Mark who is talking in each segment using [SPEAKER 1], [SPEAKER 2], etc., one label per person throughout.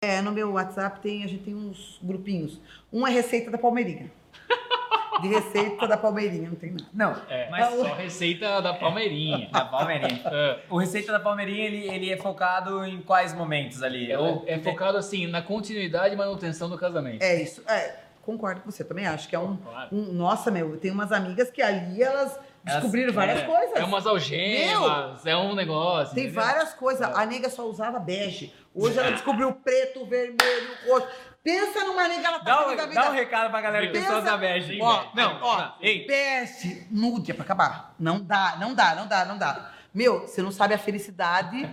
[SPEAKER 1] É, no meu WhatsApp tem, a gente tem uns grupinhos. Um é receita da Palmeirinha. De receita da Palmeirinha, não tem nada.
[SPEAKER 2] Não,
[SPEAKER 3] É,
[SPEAKER 2] mas
[SPEAKER 3] só receita da Palmeirinha.
[SPEAKER 2] da Palmeirinha.
[SPEAKER 3] Ah,
[SPEAKER 2] O Receita da Palmeirinha, ele, ele é focado em quais momentos ali?
[SPEAKER 3] é,
[SPEAKER 2] Ou-
[SPEAKER 3] o- é focado assim na continuidade e manutenção do casamento.
[SPEAKER 1] É isso. É, concordo com você, também acho que é um,
[SPEAKER 3] Claro.
[SPEAKER 1] um- Nossa, meu, eu tenho umas amigas que ali elas descobriram várias
[SPEAKER 3] é,
[SPEAKER 1] coisas.
[SPEAKER 3] É
[SPEAKER 2] assim,
[SPEAKER 3] umas algemas, é um negócio.
[SPEAKER 1] Tem
[SPEAKER 3] entendeu?
[SPEAKER 1] várias coisas.
[SPEAKER 2] É.
[SPEAKER 1] A nega só usava bege. Hoje ela descobriu o preto, o vermelho, o roxo. Pensa numa nega, ela
[SPEAKER 2] Dá
[SPEAKER 1] tá da
[SPEAKER 2] um, dá um
[SPEAKER 1] vida.
[SPEAKER 2] recado pra galera que
[SPEAKER 1] Pensa-
[SPEAKER 2] pessoas da Bege.
[SPEAKER 1] Ó,
[SPEAKER 2] não, ó, ei,
[SPEAKER 1] Peste, nude, é pra acabar. Não dá, não dá, não dá, não dá. Meu, você não sabe a felicidade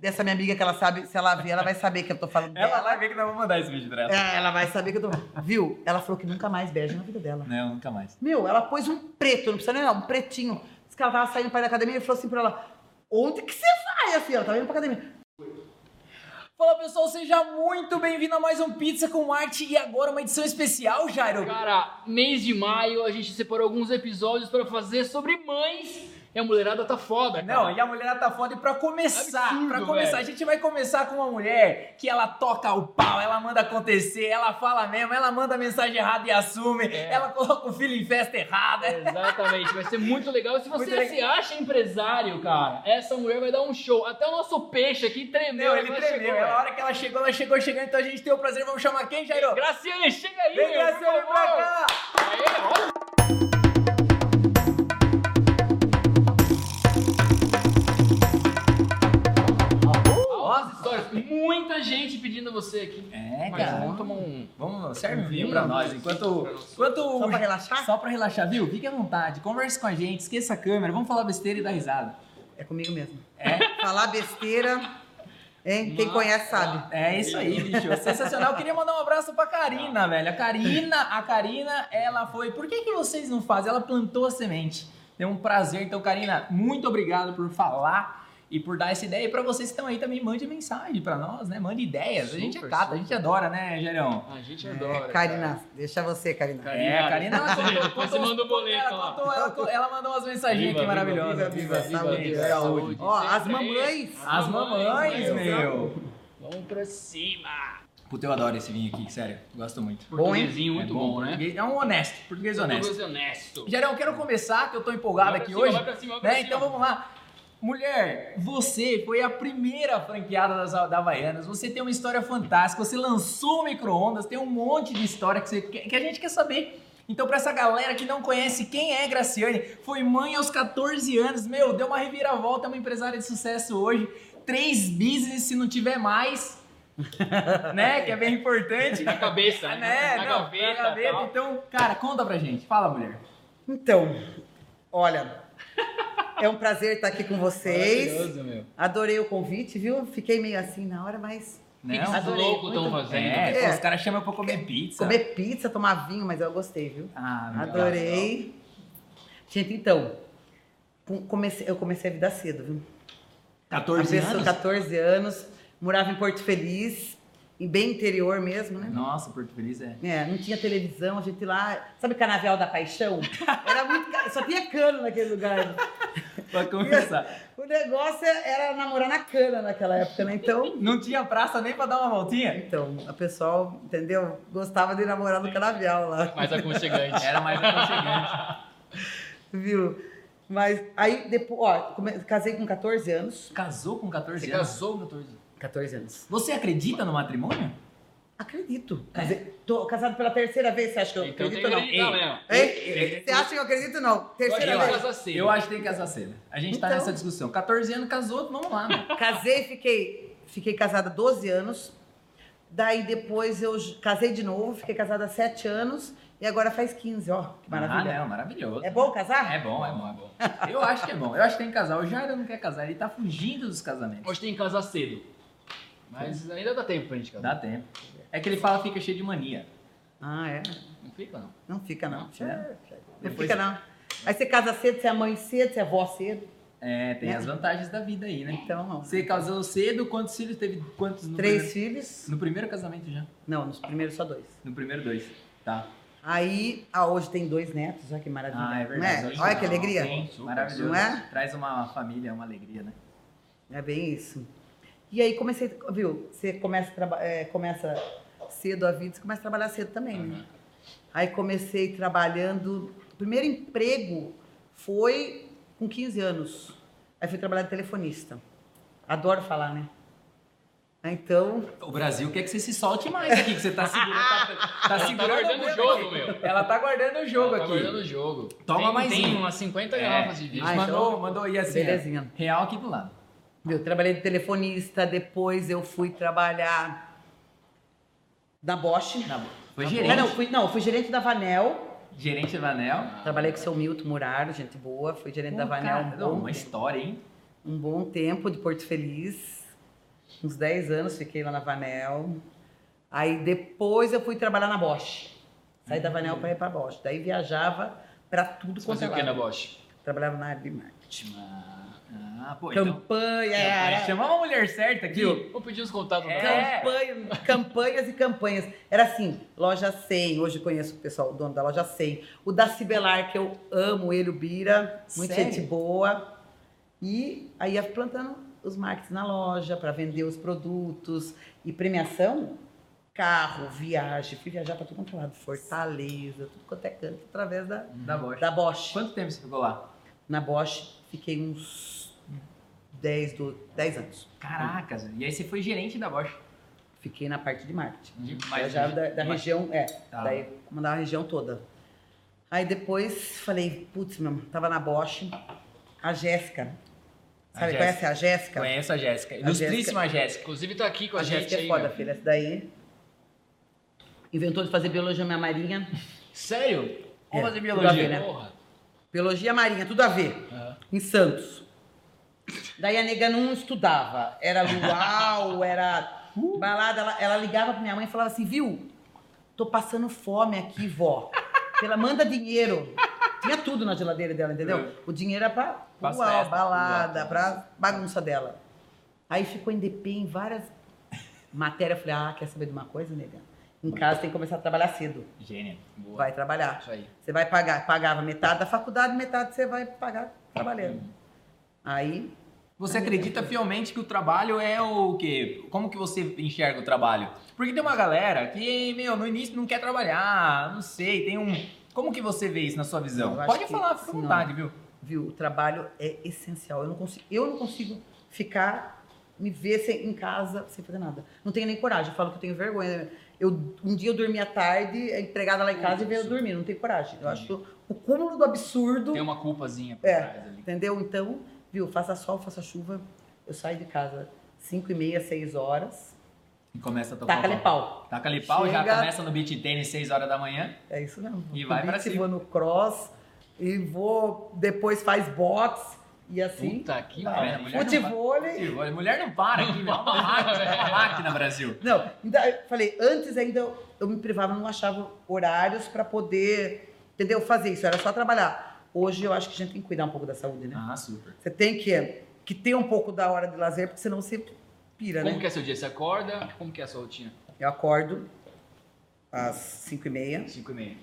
[SPEAKER 1] dessa minha amiga que ela sabe, se ela ver, ela vai saber que eu tô falando
[SPEAKER 2] ela
[SPEAKER 1] dela.
[SPEAKER 2] vai ver que nós vamos mandar esse vídeo pra ela.
[SPEAKER 1] É, ela vai saber que eu tô falando. Viu? Ela falou que nunca mais bege na vida dela.
[SPEAKER 2] Não, nunca mais.
[SPEAKER 1] Meu, ela pôs um preto, não precisa nem não, um pretinho. Diz que ela tava saindo pra ir da academia e falou assim pra ela: Onde que você vai? Assim, ela tava indo pra academia.
[SPEAKER 2] Fala pessoal, seja muito bem-vindo a mais um Pizza com Arte e agora uma edição especial, Jairo.
[SPEAKER 3] Cara, mês de maio a gente separou alguns episódios pra fazer sobre mães. E a mulherada tá foda, cara.
[SPEAKER 2] Não, e a mulherada tá foda. E pra começar,
[SPEAKER 3] Absurdo,
[SPEAKER 2] pra começar,
[SPEAKER 3] velho.
[SPEAKER 2] a gente vai começar com uma mulher que ela toca o pau, ela manda acontecer, ela fala mesmo, ela manda mensagem errada e assume,
[SPEAKER 3] É.
[SPEAKER 2] ela coloca o filho em festa errada.
[SPEAKER 3] Exatamente, vai ser muito legal. E se você
[SPEAKER 2] Muito legal.
[SPEAKER 3] se acha empresário, cara, essa mulher vai dar um show. Até o nosso peixe aqui tremeu.
[SPEAKER 2] Não, ele
[SPEAKER 3] agora
[SPEAKER 2] tremeu.
[SPEAKER 3] chegou, é.
[SPEAKER 2] Ela, a
[SPEAKER 3] velho.
[SPEAKER 2] hora que ela chegou, ela chegou chegando, então a gente tem o prazer, vamos chamar quem, Jairo?
[SPEAKER 3] Graciane, chega aí,
[SPEAKER 2] Vem,
[SPEAKER 3] meu, por
[SPEAKER 2] Graciane, pra
[SPEAKER 3] favor.
[SPEAKER 2] cá!
[SPEAKER 3] Aê, ó. Altas histórias. Muita gente pedindo você aqui.
[SPEAKER 2] É,
[SPEAKER 3] Mas
[SPEAKER 2] cara.
[SPEAKER 3] vamos tomar um.
[SPEAKER 2] Vamos, serve um
[SPEAKER 3] Um
[SPEAKER 2] vinho
[SPEAKER 3] vinho,
[SPEAKER 2] pra
[SPEAKER 3] não,
[SPEAKER 2] nós.
[SPEAKER 3] mas-
[SPEAKER 2] Enquanto,
[SPEAKER 3] pra nós.
[SPEAKER 2] enquanto o- tá-
[SPEAKER 1] Só pra relaxar?
[SPEAKER 2] Só pra relaxar, viu? Fique à vontade, converse com a gente, esqueça a câmera, vamos falar besteira e dar risada.
[SPEAKER 1] É comigo mesmo.
[SPEAKER 2] É?
[SPEAKER 1] Falar besteira, hein? Quem
[SPEAKER 3] Nossa.
[SPEAKER 1] conhece sabe.
[SPEAKER 2] É isso aí, bicho. Sensacional. Eu queria mandar um abraço pra Karina, velho. A Karina, a Karina, ela foi. Por que, que vocês não fazem? Ela plantou a semente. Deu um prazer. Então, Karina, muito obrigado por falar e por dar essa ideia. E pra vocês que estão aí também, mande mensagem pra nós, né? Mande ideias. a gente é
[SPEAKER 3] Super,
[SPEAKER 2] cata, a
[SPEAKER 3] super.
[SPEAKER 2] gente adora, né, Gerão?
[SPEAKER 3] Ah, A gente adora.
[SPEAKER 1] Karina, deixa você, Karina.
[SPEAKER 3] Karina.
[SPEAKER 2] É, a Karina ela
[SPEAKER 3] Você-
[SPEAKER 2] contou,
[SPEAKER 3] você
[SPEAKER 2] uns-
[SPEAKER 3] manda o boleto
[SPEAKER 2] ela,
[SPEAKER 3] lá.
[SPEAKER 2] contou- ela co- ela mandou umas mensagens
[SPEAKER 3] Viva,
[SPEAKER 2] aqui
[SPEAKER 3] viva,
[SPEAKER 2] maravilhosas.
[SPEAKER 3] viva, viva,
[SPEAKER 1] Saúde,
[SPEAKER 3] viva,
[SPEAKER 1] saúde.
[SPEAKER 3] saúde.
[SPEAKER 1] Ó, as
[SPEAKER 3] Sempre aí.
[SPEAKER 1] mamães.
[SPEAKER 2] As mamães, né? meu.
[SPEAKER 3] Vamos pra cima.
[SPEAKER 2] Puta, eu adoro esse vinho aqui, sério. Gosto muito.
[SPEAKER 3] Portuguesinho
[SPEAKER 2] É
[SPEAKER 3] muito bom, né?
[SPEAKER 2] português- É um honesto, português honesto.
[SPEAKER 3] Português honesto. assim,
[SPEAKER 2] Gerão, quero começar, que eu tô empolgado
[SPEAKER 3] Vai pra
[SPEAKER 2] aqui
[SPEAKER 3] cima,
[SPEAKER 2] hoje.
[SPEAKER 3] vai pra cima, vai pra
[SPEAKER 2] né?
[SPEAKER 3] cima.
[SPEAKER 2] Então vamos lá. Mulher, você foi a primeira franqueada das, da Havaianas, você tem uma história fantástica, você lançou o micro-ondas, tem um monte de história que, você quer- que a gente quer saber. Então, pra essa galera que não conhece quem é Graciane, foi mãe aos 14 anos, meu, deu uma reviravolta, é uma empresária de sucesso hoje, três business se não tiver mais, né? Que é bem importante.
[SPEAKER 3] Na cabeça,
[SPEAKER 2] Ah,
[SPEAKER 3] né?
[SPEAKER 2] né?
[SPEAKER 3] Na
[SPEAKER 2] não,
[SPEAKER 3] gaveta,
[SPEAKER 2] na gaveta.
[SPEAKER 3] tal.
[SPEAKER 2] Então, cara, conta pra gente. Fala, mulher.
[SPEAKER 1] Então, olha, é um prazer estar aqui com vocês.
[SPEAKER 3] Maravilhoso, meu.
[SPEAKER 1] Adorei o convite, viu? Fiquei meio assim na hora, mas
[SPEAKER 3] O que que esses
[SPEAKER 1] adorei,
[SPEAKER 3] loucos estão
[SPEAKER 1] muito-
[SPEAKER 3] fazendo?
[SPEAKER 2] É,
[SPEAKER 1] É.
[SPEAKER 2] pô, os caras chamam pra comer
[SPEAKER 3] Tá.
[SPEAKER 2] pizza.
[SPEAKER 1] comer pizza, tomar vinho, mas eu gostei, viu?
[SPEAKER 2] Ah, meu Deus.
[SPEAKER 1] Adorei. Gente, então, com- comecei- eu comecei a vida cedo, viu?
[SPEAKER 2] 14
[SPEAKER 1] a pessoa,
[SPEAKER 2] anos?
[SPEAKER 1] 14 anos, morava em Porto Feliz, e bem interior mesmo, né?
[SPEAKER 2] Nossa, Porto Feliz é.
[SPEAKER 1] É, não tinha televisão, a gente lá. Sabe Canavial da Paixão? Era muito. ca- Só tinha cano naquele lugar.
[SPEAKER 2] Pra começar.
[SPEAKER 1] O negócio era namorar na cana naquela época, né? Então.
[SPEAKER 2] Não tinha praça nem pra dar uma voltinha?
[SPEAKER 1] Então, a pessoal, entendeu? Gostava de namorar no canavial lá.
[SPEAKER 3] Mais aconchegante.
[SPEAKER 2] Era mais aconchegante.
[SPEAKER 1] Viu? Mas aí depois, ó, come- casei com 14 anos.
[SPEAKER 2] Casou com 14
[SPEAKER 3] Você
[SPEAKER 2] anos?
[SPEAKER 3] casou com 14 anos.
[SPEAKER 1] 14 anos.
[SPEAKER 2] Você acredita no matrimônio?
[SPEAKER 1] Acredito. Casei- tô casado pela terceira vez, você acha que eu
[SPEAKER 3] Então tem
[SPEAKER 1] acredito ou não?
[SPEAKER 3] acreditar mesmo.
[SPEAKER 1] Hein? Você acha que eu acredito ou não? Terceira
[SPEAKER 3] Eu
[SPEAKER 1] vez.
[SPEAKER 3] acho- casar cedo.
[SPEAKER 2] eu acho que tem que casar cedo. A gente tá
[SPEAKER 1] Então.
[SPEAKER 2] nessa discussão. 14 anos casou, vamos lá, mano.
[SPEAKER 1] Casei, fiquei, fiquei casada 12 anos. Daí depois eu j- casei de novo, fiquei casada 7 anos e agora faz 15, ó. Que
[SPEAKER 2] Ah,
[SPEAKER 1] maravilha.
[SPEAKER 2] não, maravilhoso.
[SPEAKER 1] é bom casar?
[SPEAKER 2] É bom, é bom, é bom. Eu acho que é bom. Eu acho que tem que casar. O Jairo não quer casar, ele tá fugindo dos casamentos.
[SPEAKER 3] Hoje tem que casar cedo. Mas ainda dá tempo pra gente casar.
[SPEAKER 2] Dá tempo. É que ele fala fica cheio de mania.
[SPEAKER 1] Ah, é.
[SPEAKER 3] Não fica, não.
[SPEAKER 1] Não fica, não.
[SPEAKER 2] Não,
[SPEAKER 1] Tchê,
[SPEAKER 2] né?
[SPEAKER 1] tchê. Não
[SPEAKER 2] Depois-
[SPEAKER 1] fica, não. Aí você casa cedo, você é mãe cedo, você é avó cedo.
[SPEAKER 2] É, tem
[SPEAKER 1] Né?
[SPEAKER 2] as vantagens da vida aí, né?
[SPEAKER 1] Então, não.
[SPEAKER 2] Você casou cedo, quantos filhos teve? Quantos no
[SPEAKER 1] Três
[SPEAKER 2] primeiro?
[SPEAKER 1] filhos.
[SPEAKER 2] No primeiro casamento já.
[SPEAKER 1] Não, nos primeiros só dois.
[SPEAKER 2] No primeiro dois. Tá.
[SPEAKER 1] Aí, ah, hoje tem dois netos, olha que maravilha.
[SPEAKER 2] Ah, é
[SPEAKER 1] não
[SPEAKER 2] verdade. hoje
[SPEAKER 1] Olha
[SPEAKER 2] não,
[SPEAKER 1] que alegria.
[SPEAKER 2] sim,
[SPEAKER 3] Super,
[SPEAKER 2] Maravilhoso.
[SPEAKER 1] não é?
[SPEAKER 2] Traz uma família, uma alegria, né?
[SPEAKER 1] É bem isso. E aí comecei, viu? Você começa, a traba- é, começa cedo a vida, você começa a trabalhar cedo também, né? Aí comecei trabalhando. O primeiro emprego foi com 15 anos. Aí fui trabalhar de telefonista. Adoro falar, né? Ah, Então,
[SPEAKER 2] O Brasil quer que você se solte mais aqui, que você tá segurando. Tá, tá
[SPEAKER 3] Tá
[SPEAKER 2] segurando
[SPEAKER 3] guardando o
[SPEAKER 2] dedo
[SPEAKER 3] jogo,
[SPEAKER 2] aqui.
[SPEAKER 3] meu.
[SPEAKER 2] Ela tá guardando o jogo
[SPEAKER 3] Tá
[SPEAKER 2] aqui.
[SPEAKER 3] guardando o jogo.
[SPEAKER 2] Toma
[SPEAKER 3] tem,
[SPEAKER 2] mais
[SPEAKER 3] Tem
[SPEAKER 2] um.
[SPEAKER 3] umas 50
[SPEAKER 2] É.
[SPEAKER 3] garrafas de vídeo.
[SPEAKER 1] Ah, então-
[SPEAKER 2] mandou, mandou e assim. ó,
[SPEAKER 1] Belezinha.
[SPEAKER 2] Real aqui do lado.
[SPEAKER 1] Eu trabalhei de telefonista, depois eu fui trabalhar na Bosch.
[SPEAKER 2] Na boa. Foi
[SPEAKER 1] Na
[SPEAKER 2] gerente.
[SPEAKER 1] Bosch. Ah, não, fui, não, fui gerente da Vanel.
[SPEAKER 2] Gerente da Vanel.
[SPEAKER 1] Trabalhei com o seu Milton Muraro, gente boa. Fui gerente da
[SPEAKER 2] Pô,
[SPEAKER 1] Vanel
[SPEAKER 2] cara,
[SPEAKER 1] um
[SPEAKER 2] não,
[SPEAKER 1] bom,
[SPEAKER 2] uma história, hein?
[SPEAKER 1] um bom tempo de Porto Feliz. Uns 10 anos fiquei lá na Vanel. Aí depois eu fui trabalhar na Bosch. Saí da Vanel para ir para Bosch. Daí viajava para tudo
[SPEAKER 3] Você
[SPEAKER 1] quanto
[SPEAKER 3] fazia
[SPEAKER 1] é
[SPEAKER 3] o que na
[SPEAKER 1] lado.
[SPEAKER 3] Bosch?
[SPEAKER 1] Trabalhava na Abimart.
[SPEAKER 2] Ah, ah, pô, então.
[SPEAKER 1] Campanha,
[SPEAKER 2] É, Chamar uma mulher certa aqui.
[SPEAKER 3] Viu? Vou pedir os contatos
[SPEAKER 2] É.
[SPEAKER 3] do cara.
[SPEAKER 1] Campanha- campanhas e campanhas. Era assim, loja 100, hoje conheço o pessoal, o dono da loja 100. O da Cibelar, que eu amo ele, o Bira, muita
[SPEAKER 2] Sério?
[SPEAKER 1] gente boa. E aí ia plantando os markets na loja para vender os produtos e premiação. Carro, viagem, fui viajar para tudo quanto é lado, Fortaleza, tudo quanto é canto, através da,
[SPEAKER 2] Da Bosch.
[SPEAKER 1] da Bosch.
[SPEAKER 2] Quanto tempo você ficou lá?
[SPEAKER 1] Na Bosch fiquei uns 10, do- 10 anos.
[SPEAKER 2] Caracas, e aí você foi gerente da Bosch.
[SPEAKER 1] Fiquei na parte de marketing.
[SPEAKER 2] Mas-
[SPEAKER 1] Viajava da, da
[SPEAKER 2] É, mas-
[SPEAKER 1] região, é.
[SPEAKER 2] Tá.
[SPEAKER 1] Daí mandava a região toda. Aí depois falei, putz, meu, tava na Bosch, a Jéssica.
[SPEAKER 2] A
[SPEAKER 1] Sabe,
[SPEAKER 2] Jéssica.
[SPEAKER 1] conhece a Jéssica?
[SPEAKER 2] Conheço a Jéssica. Ilustríssima Jéssica.
[SPEAKER 3] Inclusive tá aqui com a,
[SPEAKER 1] A
[SPEAKER 3] gente
[SPEAKER 1] Jéssica
[SPEAKER 3] aí.
[SPEAKER 1] é foda,
[SPEAKER 3] meu.
[SPEAKER 1] filha. Essa daí. Inventou de fazer biologia marinha.
[SPEAKER 2] Sério?
[SPEAKER 1] É,
[SPEAKER 2] Vamos fazer
[SPEAKER 1] tudo a
[SPEAKER 2] biologia.
[SPEAKER 1] ver, né?
[SPEAKER 3] Porra.
[SPEAKER 1] Biologia marinha, tudo a ver.
[SPEAKER 2] É.
[SPEAKER 3] Aham.
[SPEAKER 1] Em Santos. Daí a nega não estudava. Era luau, era balada. Ela, ela ligava pra minha mãe e falava assim, viu? Tô passando fome aqui, vó. Ela manda dinheiro. Tinha tudo na geladeira dela, entendeu? O dinheiro era pra
[SPEAKER 2] É. Pra
[SPEAKER 1] luau,
[SPEAKER 2] festa,
[SPEAKER 1] balada,
[SPEAKER 2] luau.
[SPEAKER 1] pra bagunça dela. Aí ficou em DP em várias matérias. Eu falei, ah, quer saber de uma coisa, nega? Em casa tem que começar a trabalhar cedo.
[SPEAKER 2] Gênio.
[SPEAKER 3] Boa.
[SPEAKER 1] Vai trabalhar.
[SPEAKER 3] Isso aí.
[SPEAKER 1] Você vai pagar, pagava metade da faculdade, metade você vai pagar trabalhando. Aí,
[SPEAKER 2] Você acredita fielmente que o trabalho é o quê? Como que você enxerga o trabalho? Porque tem uma galera que, meu, no início não quer trabalhar, não sei, tem um... Como que você vê isso na sua visão?
[SPEAKER 1] Eu acho
[SPEAKER 2] Pode
[SPEAKER 1] que
[SPEAKER 2] falar, fica à
[SPEAKER 1] sim,
[SPEAKER 2] vontade, viu?
[SPEAKER 1] viu, o trabalho é essencial. Eu não consigo, eu não consigo ficar, me ver sem, em casa sem fazer nada. Não tenho nem coragem, eu falo que eu tenho vergonha. Eu, um dia eu dormi à tarde, a empregada lá em casa e veio eu dormir, não tenho coragem. Eu acho o cúmulo do absurdo,
[SPEAKER 3] Tem uma culpazinha por
[SPEAKER 1] É.
[SPEAKER 3] trás ali.
[SPEAKER 1] entendeu? Então, viu, faça sol, faça chuva, eu saio de casa 5 e meia, 6 horas,
[SPEAKER 2] E começa a tocar
[SPEAKER 1] taca-lhe
[SPEAKER 2] o
[SPEAKER 1] pau.
[SPEAKER 2] Taca-lhe pau, já
[SPEAKER 1] Chega-
[SPEAKER 2] começa no beat tênis 6 horas da manhã.
[SPEAKER 1] É isso mesmo.
[SPEAKER 2] E
[SPEAKER 1] Vou
[SPEAKER 2] vai
[SPEAKER 1] pro
[SPEAKER 2] pra
[SPEAKER 1] beat,
[SPEAKER 2] cima.
[SPEAKER 1] Vou no cross e vou depois faz boxe e assim.
[SPEAKER 3] Puta que
[SPEAKER 2] Não,
[SPEAKER 3] pariu.
[SPEAKER 2] é mulher.
[SPEAKER 1] Futebol.
[SPEAKER 2] Olha, Mulher não para aqui, meu. É uma máquina, é uma máquina, Brasil.
[SPEAKER 1] Não, ainda eu falei, antes ainda eu, eu me privava, não achava horários para poder, entendeu? Fazer isso, era só trabalhar. Hoje eu acho que a gente tem que cuidar um pouco da saúde, né?
[SPEAKER 2] Ah, super.
[SPEAKER 1] Você tem que, que ter um pouco da hora de lazer, porque senão você pira,
[SPEAKER 3] Como
[SPEAKER 1] né?
[SPEAKER 3] que é seu dia? Você acorda? Como que é a sua rotina?
[SPEAKER 1] Eu acordo às 5 e meia.
[SPEAKER 3] 5 e meia.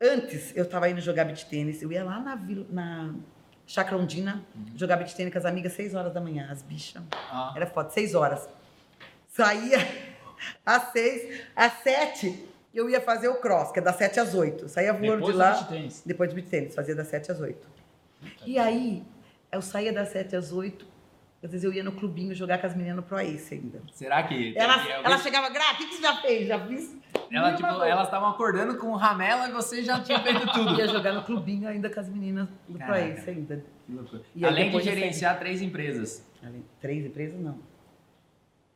[SPEAKER 1] Antes eu tava indo jogar beat tênis, eu ia lá na, vila, na Chácara Ondina jogar beat tênis com as amigas 6 horas da manhã, as bichas.
[SPEAKER 2] Uhum. Ah,
[SPEAKER 1] Era foda, seis horas. Saía às seis, às sete eu ia fazer o cross, que é das sete às oito. Saía voando de
[SPEAKER 3] Depois
[SPEAKER 1] lá,
[SPEAKER 3] do beach tênis.
[SPEAKER 1] depois de beat tênis, fazia das sete às oito. E aí, eu saía das sete às oito, às vezes eu ia no clubinho jogar com as meninas no Pro Ace ainda.
[SPEAKER 2] será que.
[SPEAKER 1] Ela,
[SPEAKER 2] que-
[SPEAKER 1] ela chegava, Gra, o que, que você já fez? Já fiz?
[SPEAKER 2] ela,
[SPEAKER 1] mil
[SPEAKER 2] tipo,
[SPEAKER 1] bagulho."
[SPEAKER 2] elas estavam acordando com ramela e você já tinha feito tudo.
[SPEAKER 1] Ia jogar no clubinho ainda com as meninas do Pro
[SPEAKER 2] Caraca.
[SPEAKER 1] Ace ainda.
[SPEAKER 2] Que loucura.
[SPEAKER 1] E aí
[SPEAKER 2] Além de
[SPEAKER 1] depois você-
[SPEAKER 2] gerenciar três empresas.
[SPEAKER 1] Ali, Três empresas, não.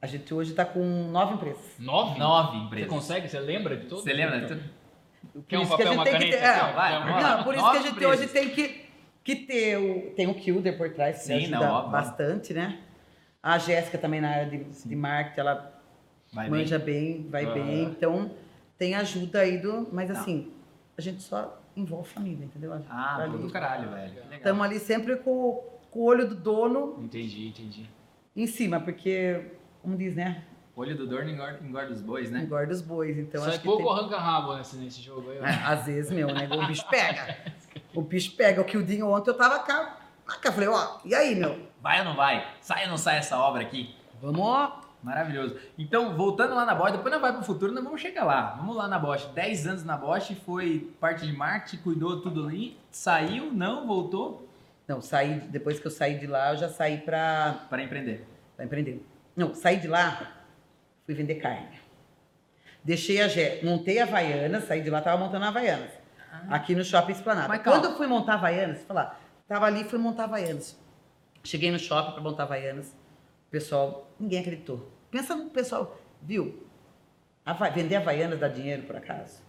[SPEAKER 1] A gente hoje tá com nove empresas.
[SPEAKER 3] 9?
[SPEAKER 2] Nove
[SPEAKER 3] Você
[SPEAKER 2] empresas.
[SPEAKER 3] consegue? Você lembra de tudo?
[SPEAKER 2] Você lembra? Tu-
[SPEAKER 3] Quer
[SPEAKER 1] Por
[SPEAKER 3] um
[SPEAKER 1] isso que a
[SPEAKER 3] papel,
[SPEAKER 1] gente
[SPEAKER 3] uma
[SPEAKER 1] tem que
[SPEAKER 3] caneta?
[SPEAKER 1] ter-
[SPEAKER 3] Quer
[SPEAKER 1] é,
[SPEAKER 3] uma-
[SPEAKER 2] vai,
[SPEAKER 3] quer uma-
[SPEAKER 2] vamos lá.
[SPEAKER 1] Não, por isso que a
[SPEAKER 2] Nove
[SPEAKER 1] gente hoje
[SPEAKER 2] presas.
[SPEAKER 1] tem que, que ter o. Tem o Kilder por trás, que
[SPEAKER 2] Sim,
[SPEAKER 1] ajuda
[SPEAKER 2] não, óbvio.
[SPEAKER 1] bastante, né? A Jéssica também na área de, de marketing, ela
[SPEAKER 2] Vai bem.
[SPEAKER 1] manja bem, vai
[SPEAKER 3] Aham.
[SPEAKER 1] bem. Então, tem ajuda aí do. Mas
[SPEAKER 2] Não.
[SPEAKER 1] assim, a gente só envolve família, entendeu?
[SPEAKER 2] Ah, pô, do
[SPEAKER 1] Estamos
[SPEAKER 2] caralho, velho. Que legal.
[SPEAKER 1] ali sempre com, com o olho do dono
[SPEAKER 3] Entendi, entendi.
[SPEAKER 1] em cima, porque, como diz, né?
[SPEAKER 2] Olho do Dorno engorda, engorda os bois, né?
[SPEAKER 1] Engorda os bois. Então,
[SPEAKER 3] Sai
[SPEAKER 1] acho que
[SPEAKER 3] é pouco
[SPEAKER 1] tem-
[SPEAKER 3] arranca rabo nesse, nesse jogo aí. ó.
[SPEAKER 1] Ah, Às vezes, meu, né? O bicho pega. O bicho pega. O que o Dinho ontem eu tava cá. na cá. Falei, ó, e aí, meu?
[SPEAKER 2] Vai ou não vai? Sai ou não sai essa obra aqui?
[SPEAKER 4] Vamos.
[SPEAKER 2] Maravilhoso. Então, voltando lá na Bosch, depois nós vai pro futuro, nós vamos chegar lá. Vamos lá na Bosch. 10 anos na Bosch, foi parte de marketing, cuidou tudo ali, saiu, não, voltou
[SPEAKER 1] Não, saí, depois que eu saí de lá, eu já saí pra,
[SPEAKER 2] para empreender.
[SPEAKER 1] pra empreender. Tá Não, saí de lá, fui vender carne. Deixei a Gé, montei a Havaianas, saí de lá, tava montando a Havaianas. Aqui no Shopping Esplanada.
[SPEAKER 2] Ah. Mas calma.
[SPEAKER 1] Quando eu fui montar a Havaianas, falar, tava ali, fui montar a Havaianas. Cheguei no shopping pra montar a Havaianas, o pessoal, ninguém acreditou. Pensa no pessoal, viu? Hava- vender Havaianas dá dinheiro, por acaso.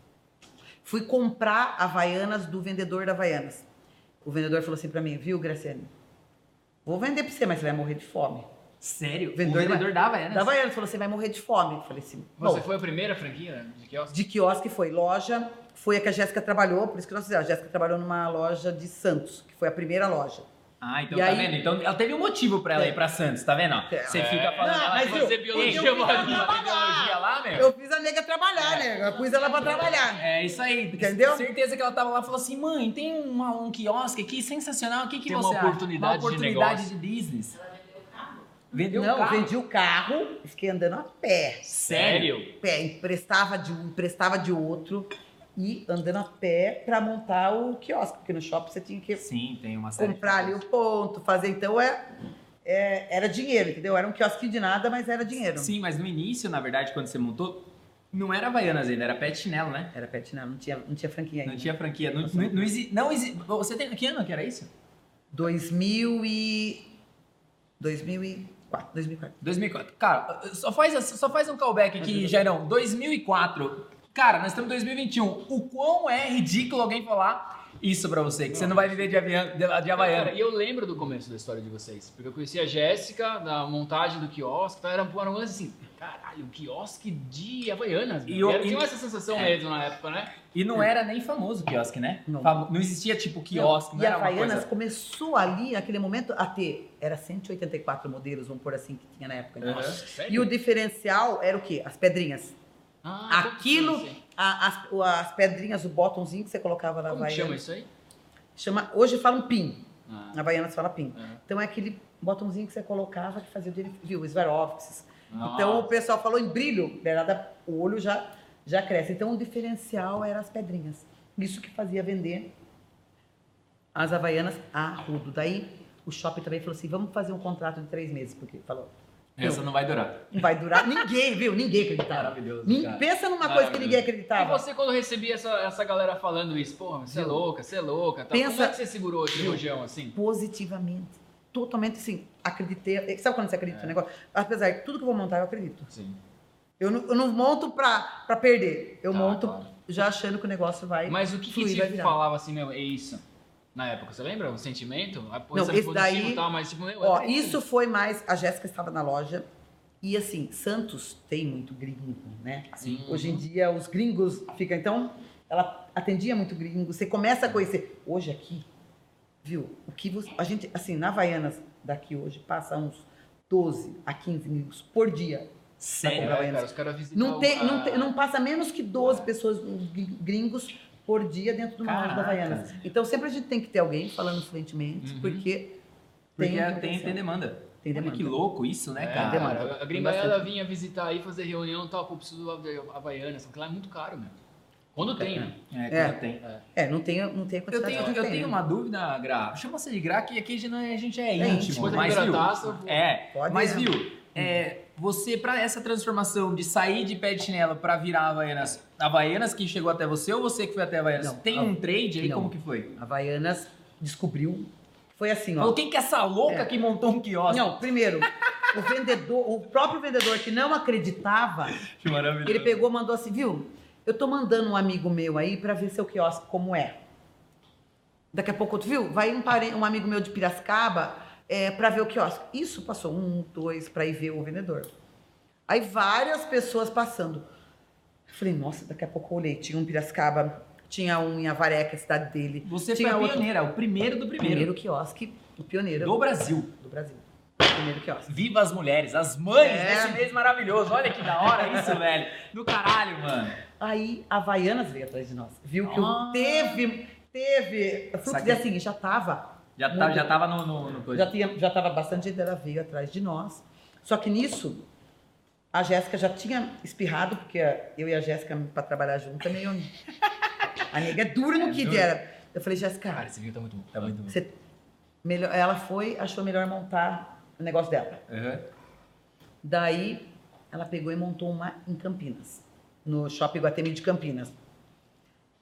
[SPEAKER 1] Fui comprar Havaianas do vendedor da Havaianas. O vendedor falou assim pra mim, viu, Graciane? Vou vender pra você, mas você vai morrer de fome.
[SPEAKER 2] Sério?
[SPEAKER 1] Vendedor
[SPEAKER 2] o vendedor é, né? da Havaianas?
[SPEAKER 1] Da Havaianas falou, você vai morrer de fome. Eu falei assim, bom,
[SPEAKER 3] Você foi a primeira franquia de quiosque?
[SPEAKER 1] de quiosque foi loja, foi a que a Jéssica trabalhou, por isso que nós fizemos. A Jéssica trabalhou numa loja de Santos, que foi a primeira loja.
[SPEAKER 2] Ah, então
[SPEAKER 1] E
[SPEAKER 2] tá
[SPEAKER 1] aí-
[SPEAKER 2] vendo? Então ela teve um motivo pra ela ir pra Santos, tá vendo? ó?
[SPEAKER 1] É.
[SPEAKER 2] Você fica falando "Ah,
[SPEAKER 1] Não,
[SPEAKER 2] ela
[SPEAKER 1] mas
[SPEAKER 2] foi
[SPEAKER 1] eu-
[SPEAKER 3] Fazer biologia,
[SPEAKER 1] eu- eu-
[SPEAKER 3] mano.
[SPEAKER 1] eu-
[SPEAKER 2] uma biologia lá, meu.
[SPEAKER 1] Eu fiz a nega trabalhar, né? Eu pus ela pra trabalhar.
[SPEAKER 2] É isso aí,
[SPEAKER 1] Entendeu?
[SPEAKER 2] Certeza que ela tava lá e falou assim: mãe, tem um, um quiosque aqui sensacional, o que, que
[SPEAKER 3] Tem
[SPEAKER 2] você
[SPEAKER 3] uma
[SPEAKER 2] acha?"
[SPEAKER 3] oportunidade
[SPEAKER 2] Uma
[SPEAKER 3] de
[SPEAKER 2] oportunidade de, business. Vendeu
[SPEAKER 1] não,
[SPEAKER 2] um carro.
[SPEAKER 1] vendi o carro, fiquei andando a pé.
[SPEAKER 2] Sério?
[SPEAKER 1] Pé, emprestava de um, emprestava de outro e andando a pé pra montar o quiosque, porque no shopping você tinha que
[SPEAKER 2] Sim, tem uma série. de
[SPEAKER 1] comprar ali
[SPEAKER 2] coisas.
[SPEAKER 1] o ponto, fazer. Então é, é- era dinheiro, entendeu? Era um quiosque de nada, mas era dinheiro.
[SPEAKER 2] Sim, mas no início, na verdade, quando você montou, não era Havaianas ainda, era Pet Chinelo, né?
[SPEAKER 1] Era pet, não, não tinha, não tinha franquia ainda.
[SPEAKER 2] Não tinha franquia. Não, não, não exi- não exi- Você tem. Que ano que era isso?
[SPEAKER 1] 2000 e... 2004, 2004.
[SPEAKER 2] 2004. Cara, só faz, só faz um callback aqui, Jairão. 2004. Cara, nós estamos em 2021. O quão é ridículo alguém falar isso pra você, que você não vai viver de, avião, de,
[SPEAKER 1] Tá
[SPEAKER 2] de
[SPEAKER 3] Cara,
[SPEAKER 2] Havaiana.
[SPEAKER 3] e eu lembro do começo da história de vocês, porque eu conheci a Jéssica na montagem do quiosque, então era um eram lances assim, caralho, um quiosque de Havaianas.
[SPEAKER 2] E
[SPEAKER 3] E
[SPEAKER 2] eu-
[SPEAKER 3] eu, era,
[SPEAKER 2] e-
[SPEAKER 3] tinha essa sensação
[SPEAKER 2] é.
[SPEAKER 3] mesmo na época, né?
[SPEAKER 2] E não era nem famoso o quiosque, né? Famo-
[SPEAKER 1] Não.
[SPEAKER 2] Não, existia tipo quiosque, não,
[SPEAKER 1] E a
[SPEAKER 2] era uma
[SPEAKER 1] Havaianas
[SPEAKER 2] coisa.
[SPEAKER 1] começou ali, naquele momento, a ter. Era 184 modelos, vamos pôr assim, que tinha na época. né?
[SPEAKER 2] Aham.
[SPEAKER 3] sério?
[SPEAKER 1] E o diferencial era o quê? As pedrinhas.
[SPEAKER 3] Ah, como
[SPEAKER 1] Aquilo-
[SPEAKER 3] que chama isso aí?
[SPEAKER 1] A- as, o- as pedrinhas, o botãozinho que você colocava na
[SPEAKER 3] Como que chama
[SPEAKER 1] Havaianas.
[SPEAKER 3] isso aí?
[SPEAKER 1] Chama, hoje fala um pin.
[SPEAKER 3] Ah,
[SPEAKER 1] Na Havaianas fala pin.
[SPEAKER 3] Aham.
[SPEAKER 1] Então é aquele botãozinho que você colocava que fazia o dele, viu? Os Swarovskis.
[SPEAKER 3] ah.
[SPEAKER 1] Então o pessoal falou em brilho, beirada, o olho já, já cresce. Então o diferencial era as pedrinhas. Isso que fazia vender as Havaianas a Rudo. Daí o shopping também falou assim: vamos fazer um contrato de três meses, porque falou,
[SPEAKER 2] Essa não vai durar.
[SPEAKER 1] não vai durar. ninguém, viu? Ninguém acreditava.
[SPEAKER 2] Maravilhoso,
[SPEAKER 1] Tá. Nin-
[SPEAKER 2] cara.
[SPEAKER 1] Pensa numa coisa que
[SPEAKER 2] Maravilhoso.
[SPEAKER 1] ninguém
[SPEAKER 3] E
[SPEAKER 1] acreditava.
[SPEAKER 3] você, quando recebia essa, essa galera falando isso, porra, você é louca, você é louca, tal.
[SPEAKER 1] Pensa-
[SPEAKER 3] como é que você segurou esse rojão assim?
[SPEAKER 1] Positivamente. Totalmente assim, acreditei. Sabe quando você acredita
[SPEAKER 3] É.
[SPEAKER 1] no negócio? Apesar de tudo que eu vou montar, eu acredito.
[SPEAKER 3] Sim.
[SPEAKER 1] Eu não, eu não monto pra, pra perder. Eu
[SPEAKER 3] Tá,
[SPEAKER 1] monto
[SPEAKER 3] claro.
[SPEAKER 1] já achando que o negócio vai.
[SPEAKER 3] Mas o que, que
[SPEAKER 1] fluir, vai
[SPEAKER 3] te
[SPEAKER 1] virar.
[SPEAKER 3] falava assim, meu, é isso? Na época, você lembra o sentimento? A posição
[SPEAKER 1] esse
[SPEAKER 3] positiva
[SPEAKER 1] daí-
[SPEAKER 3] e tal, mas tipo, meu, eu
[SPEAKER 1] Ó,
[SPEAKER 3] acredito.
[SPEAKER 1] isso foi mais. A Jéssica estava na loja. E assim, Santos tem muito gringo, né?
[SPEAKER 3] Sim.
[SPEAKER 1] Hoje em dia os gringos ficam. Então, ela atendia muito gringo. Você começa a conhecer. Hoje aqui, viu? O que você. A gente, assim, na Havaianas daqui hoje passa uns 12 a 15 gringos por dia.
[SPEAKER 2] Sério.
[SPEAKER 1] Havaianas.
[SPEAKER 3] É, cara, os caras visitam
[SPEAKER 1] Não, tem,
[SPEAKER 3] a-
[SPEAKER 1] não, tem- não passa menos que 12 pessoas gr- gringos por dia dentro de uma loja da
[SPEAKER 2] Caraca.
[SPEAKER 1] Havaianas. Então sempre a gente tem que ter alguém falando fluentemente,
[SPEAKER 3] Uhum.
[SPEAKER 1] porque,
[SPEAKER 2] Porque
[SPEAKER 1] tem,
[SPEAKER 2] tem, tem,
[SPEAKER 1] potencial.
[SPEAKER 2] demanda.
[SPEAKER 1] Tem
[SPEAKER 2] Olha
[SPEAKER 1] demanda.
[SPEAKER 2] que louco isso, né,
[SPEAKER 3] É,
[SPEAKER 2] cara?
[SPEAKER 1] demanda.
[SPEAKER 3] A, a gringaiada vinha visitar aí, fazer reunião e tal, pô, preciso do Hava- Havaianas, porque lá é muito caro, meu. Quando tem, né?
[SPEAKER 2] É,
[SPEAKER 1] É.
[SPEAKER 2] quando tem.
[SPEAKER 1] É, não tem, não tem a
[SPEAKER 2] Eu
[SPEAKER 1] quantidade
[SPEAKER 2] tenho,
[SPEAKER 1] que
[SPEAKER 2] eu
[SPEAKER 1] tem,
[SPEAKER 2] tenho
[SPEAKER 1] né?
[SPEAKER 2] uma dúvida, Gra. Chama você de Gra, que aqui a gente não é- a gente é íntimo.
[SPEAKER 1] íntimo.
[SPEAKER 2] Mas,
[SPEAKER 3] Pode
[SPEAKER 2] viu,
[SPEAKER 3] taça, pô.
[SPEAKER 2] é,
[SPEAKER 1] Pode né?
[SPEAKER 2] mas
[SPEAKER 1] mesmo.
[SPEAKER 2] viu, é, você, pra essa transformação de sair de pé de chinelo pra virar Havaianas, Havaianas que chegou até você ou você que foi até Havaianas?
[SPEAKER 1] Não,
[SPEAKER 2] Tem
[SPEAKER 1] não.
[SPEAKER 2] um trade aí?
[SPEAKER 1] Não.
[SPEAKER 2] Como que foi?
[SPEAKER 1] Havaianas descobriu. Foi assim,
[SPEAKER 2] Falou,
[SPEAKER 1] ó.
[SPEAKER 2] quem que é essa louca
[SPEAKER 1] É.
[SPEAKER 2] que montou um quiosque?
[SPEAKER 1] Não, primeiro, o vendedor, o próprio vendedor que não acreditava,
[SPEAKER 2] Que maravilhoso.
[SPEAKER 1] ele pegou, mandou assim, viu? Eu tô mandando um amigo meu aí pra ver seu quiosque como é. Daqui a pouco, outro, viu? Vai um, pare- um amigo meu de Piracicaba é, para ver o quiosque. Isso passou um, dois, pra ir ver o vendedor. Aí várias pessoas passando. Eu Falei, nossa, daqui a pouco eu olhei. Tinha um em Piracicaba, tinha um em Avaré, que é a cidade dele.
[SPEAKER 2] Você foi
[SPEAKER 1] tinha
[SPEAKER 2] a
[SPEAKER 1] outro-
[SPEAKER 2] pioneira, o primeiro do primeiro.
[SPEAKER 1] Primeiro quiosque, o pioneiro
[SPEAKER 2] Do Brasil.
[SPEAKER 1] do Brasil. Primeiro quiosque.
[SPEAKER 2] Viva as mulheres, as mães
[SPEAKER 1] É.
[SPEAKER 2] desse mês maravilhoso. Olha que da hora isso, velho. Do caralho, mano.
[SPEAKER 1] Aí a Havaianas veio atrás de nós. Viu que
[SPEAKER 2] Ah.
[SPEAKER 1] eu teve, teve. Porque
[SPEAKER 2] Saquei.
[SPEAKER 1] dia seguinte já tava,
[SPEAKER 2] Já, tá,
[SPEAKER 1] Muito.
[SPEAKER 2] já tava no, no, no coisa.
[SPEAKER 1] já tinha, já tava bastante gente, ela veio atrás de nós. Só que nisso, a Jéssica já tinha espirrado, porque a- eu e a Jéssica, pra trabalhar junto, é meio. A nega é dura no que
[SPEAKER 3] dura.
[SPEAKER 1] dera. Eu falei, Jéssica,
[SPEAKER 3] Cara, esse vídeo tá muito bom.
[SPEAKER 2] Tá muito bom.
[SPEAKER 1] você... melhor... ela foi, achou melhor montar o negócio dela.
[SPEAKER 2] Aham.
[SPEAKER 1] Daí, ela pegou e montou uma em Campinas, no Shopping Guatemi de Campinas.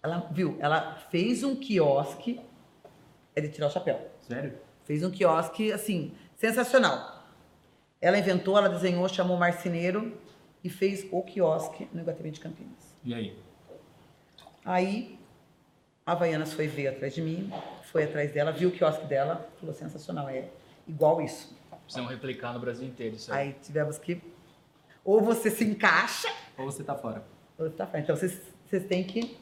[SPEAKER 1] Ela, viu, ela fez um quiosque, é de tirar o chapéu.
[SPEAKER 2] Sério?
[SPEAKER 1] Fez um quiosque, assim, sensacional. Ela inventou, ela desenhou, chamou o marceneiro e fez o quiosque no Iguatemi de Campinas.
[SPEAKER 2] E aí?
[SPEAKER 1] Aí, a Havaianas foi ver atrás de mim, foi atrás dela, viu o quiosque dela, falou, sensacional, é igual isso.
[SPEAKER 3] Precisamos replicar no Brasil inteiro isso aí.
[SPEAKER 1] Aí tivemos que, ou você se encaixa,
[SPEAKER 2] Ou você tá fora?
[SPEAKER 1] ou tá fora. Então, vocês vocês têm que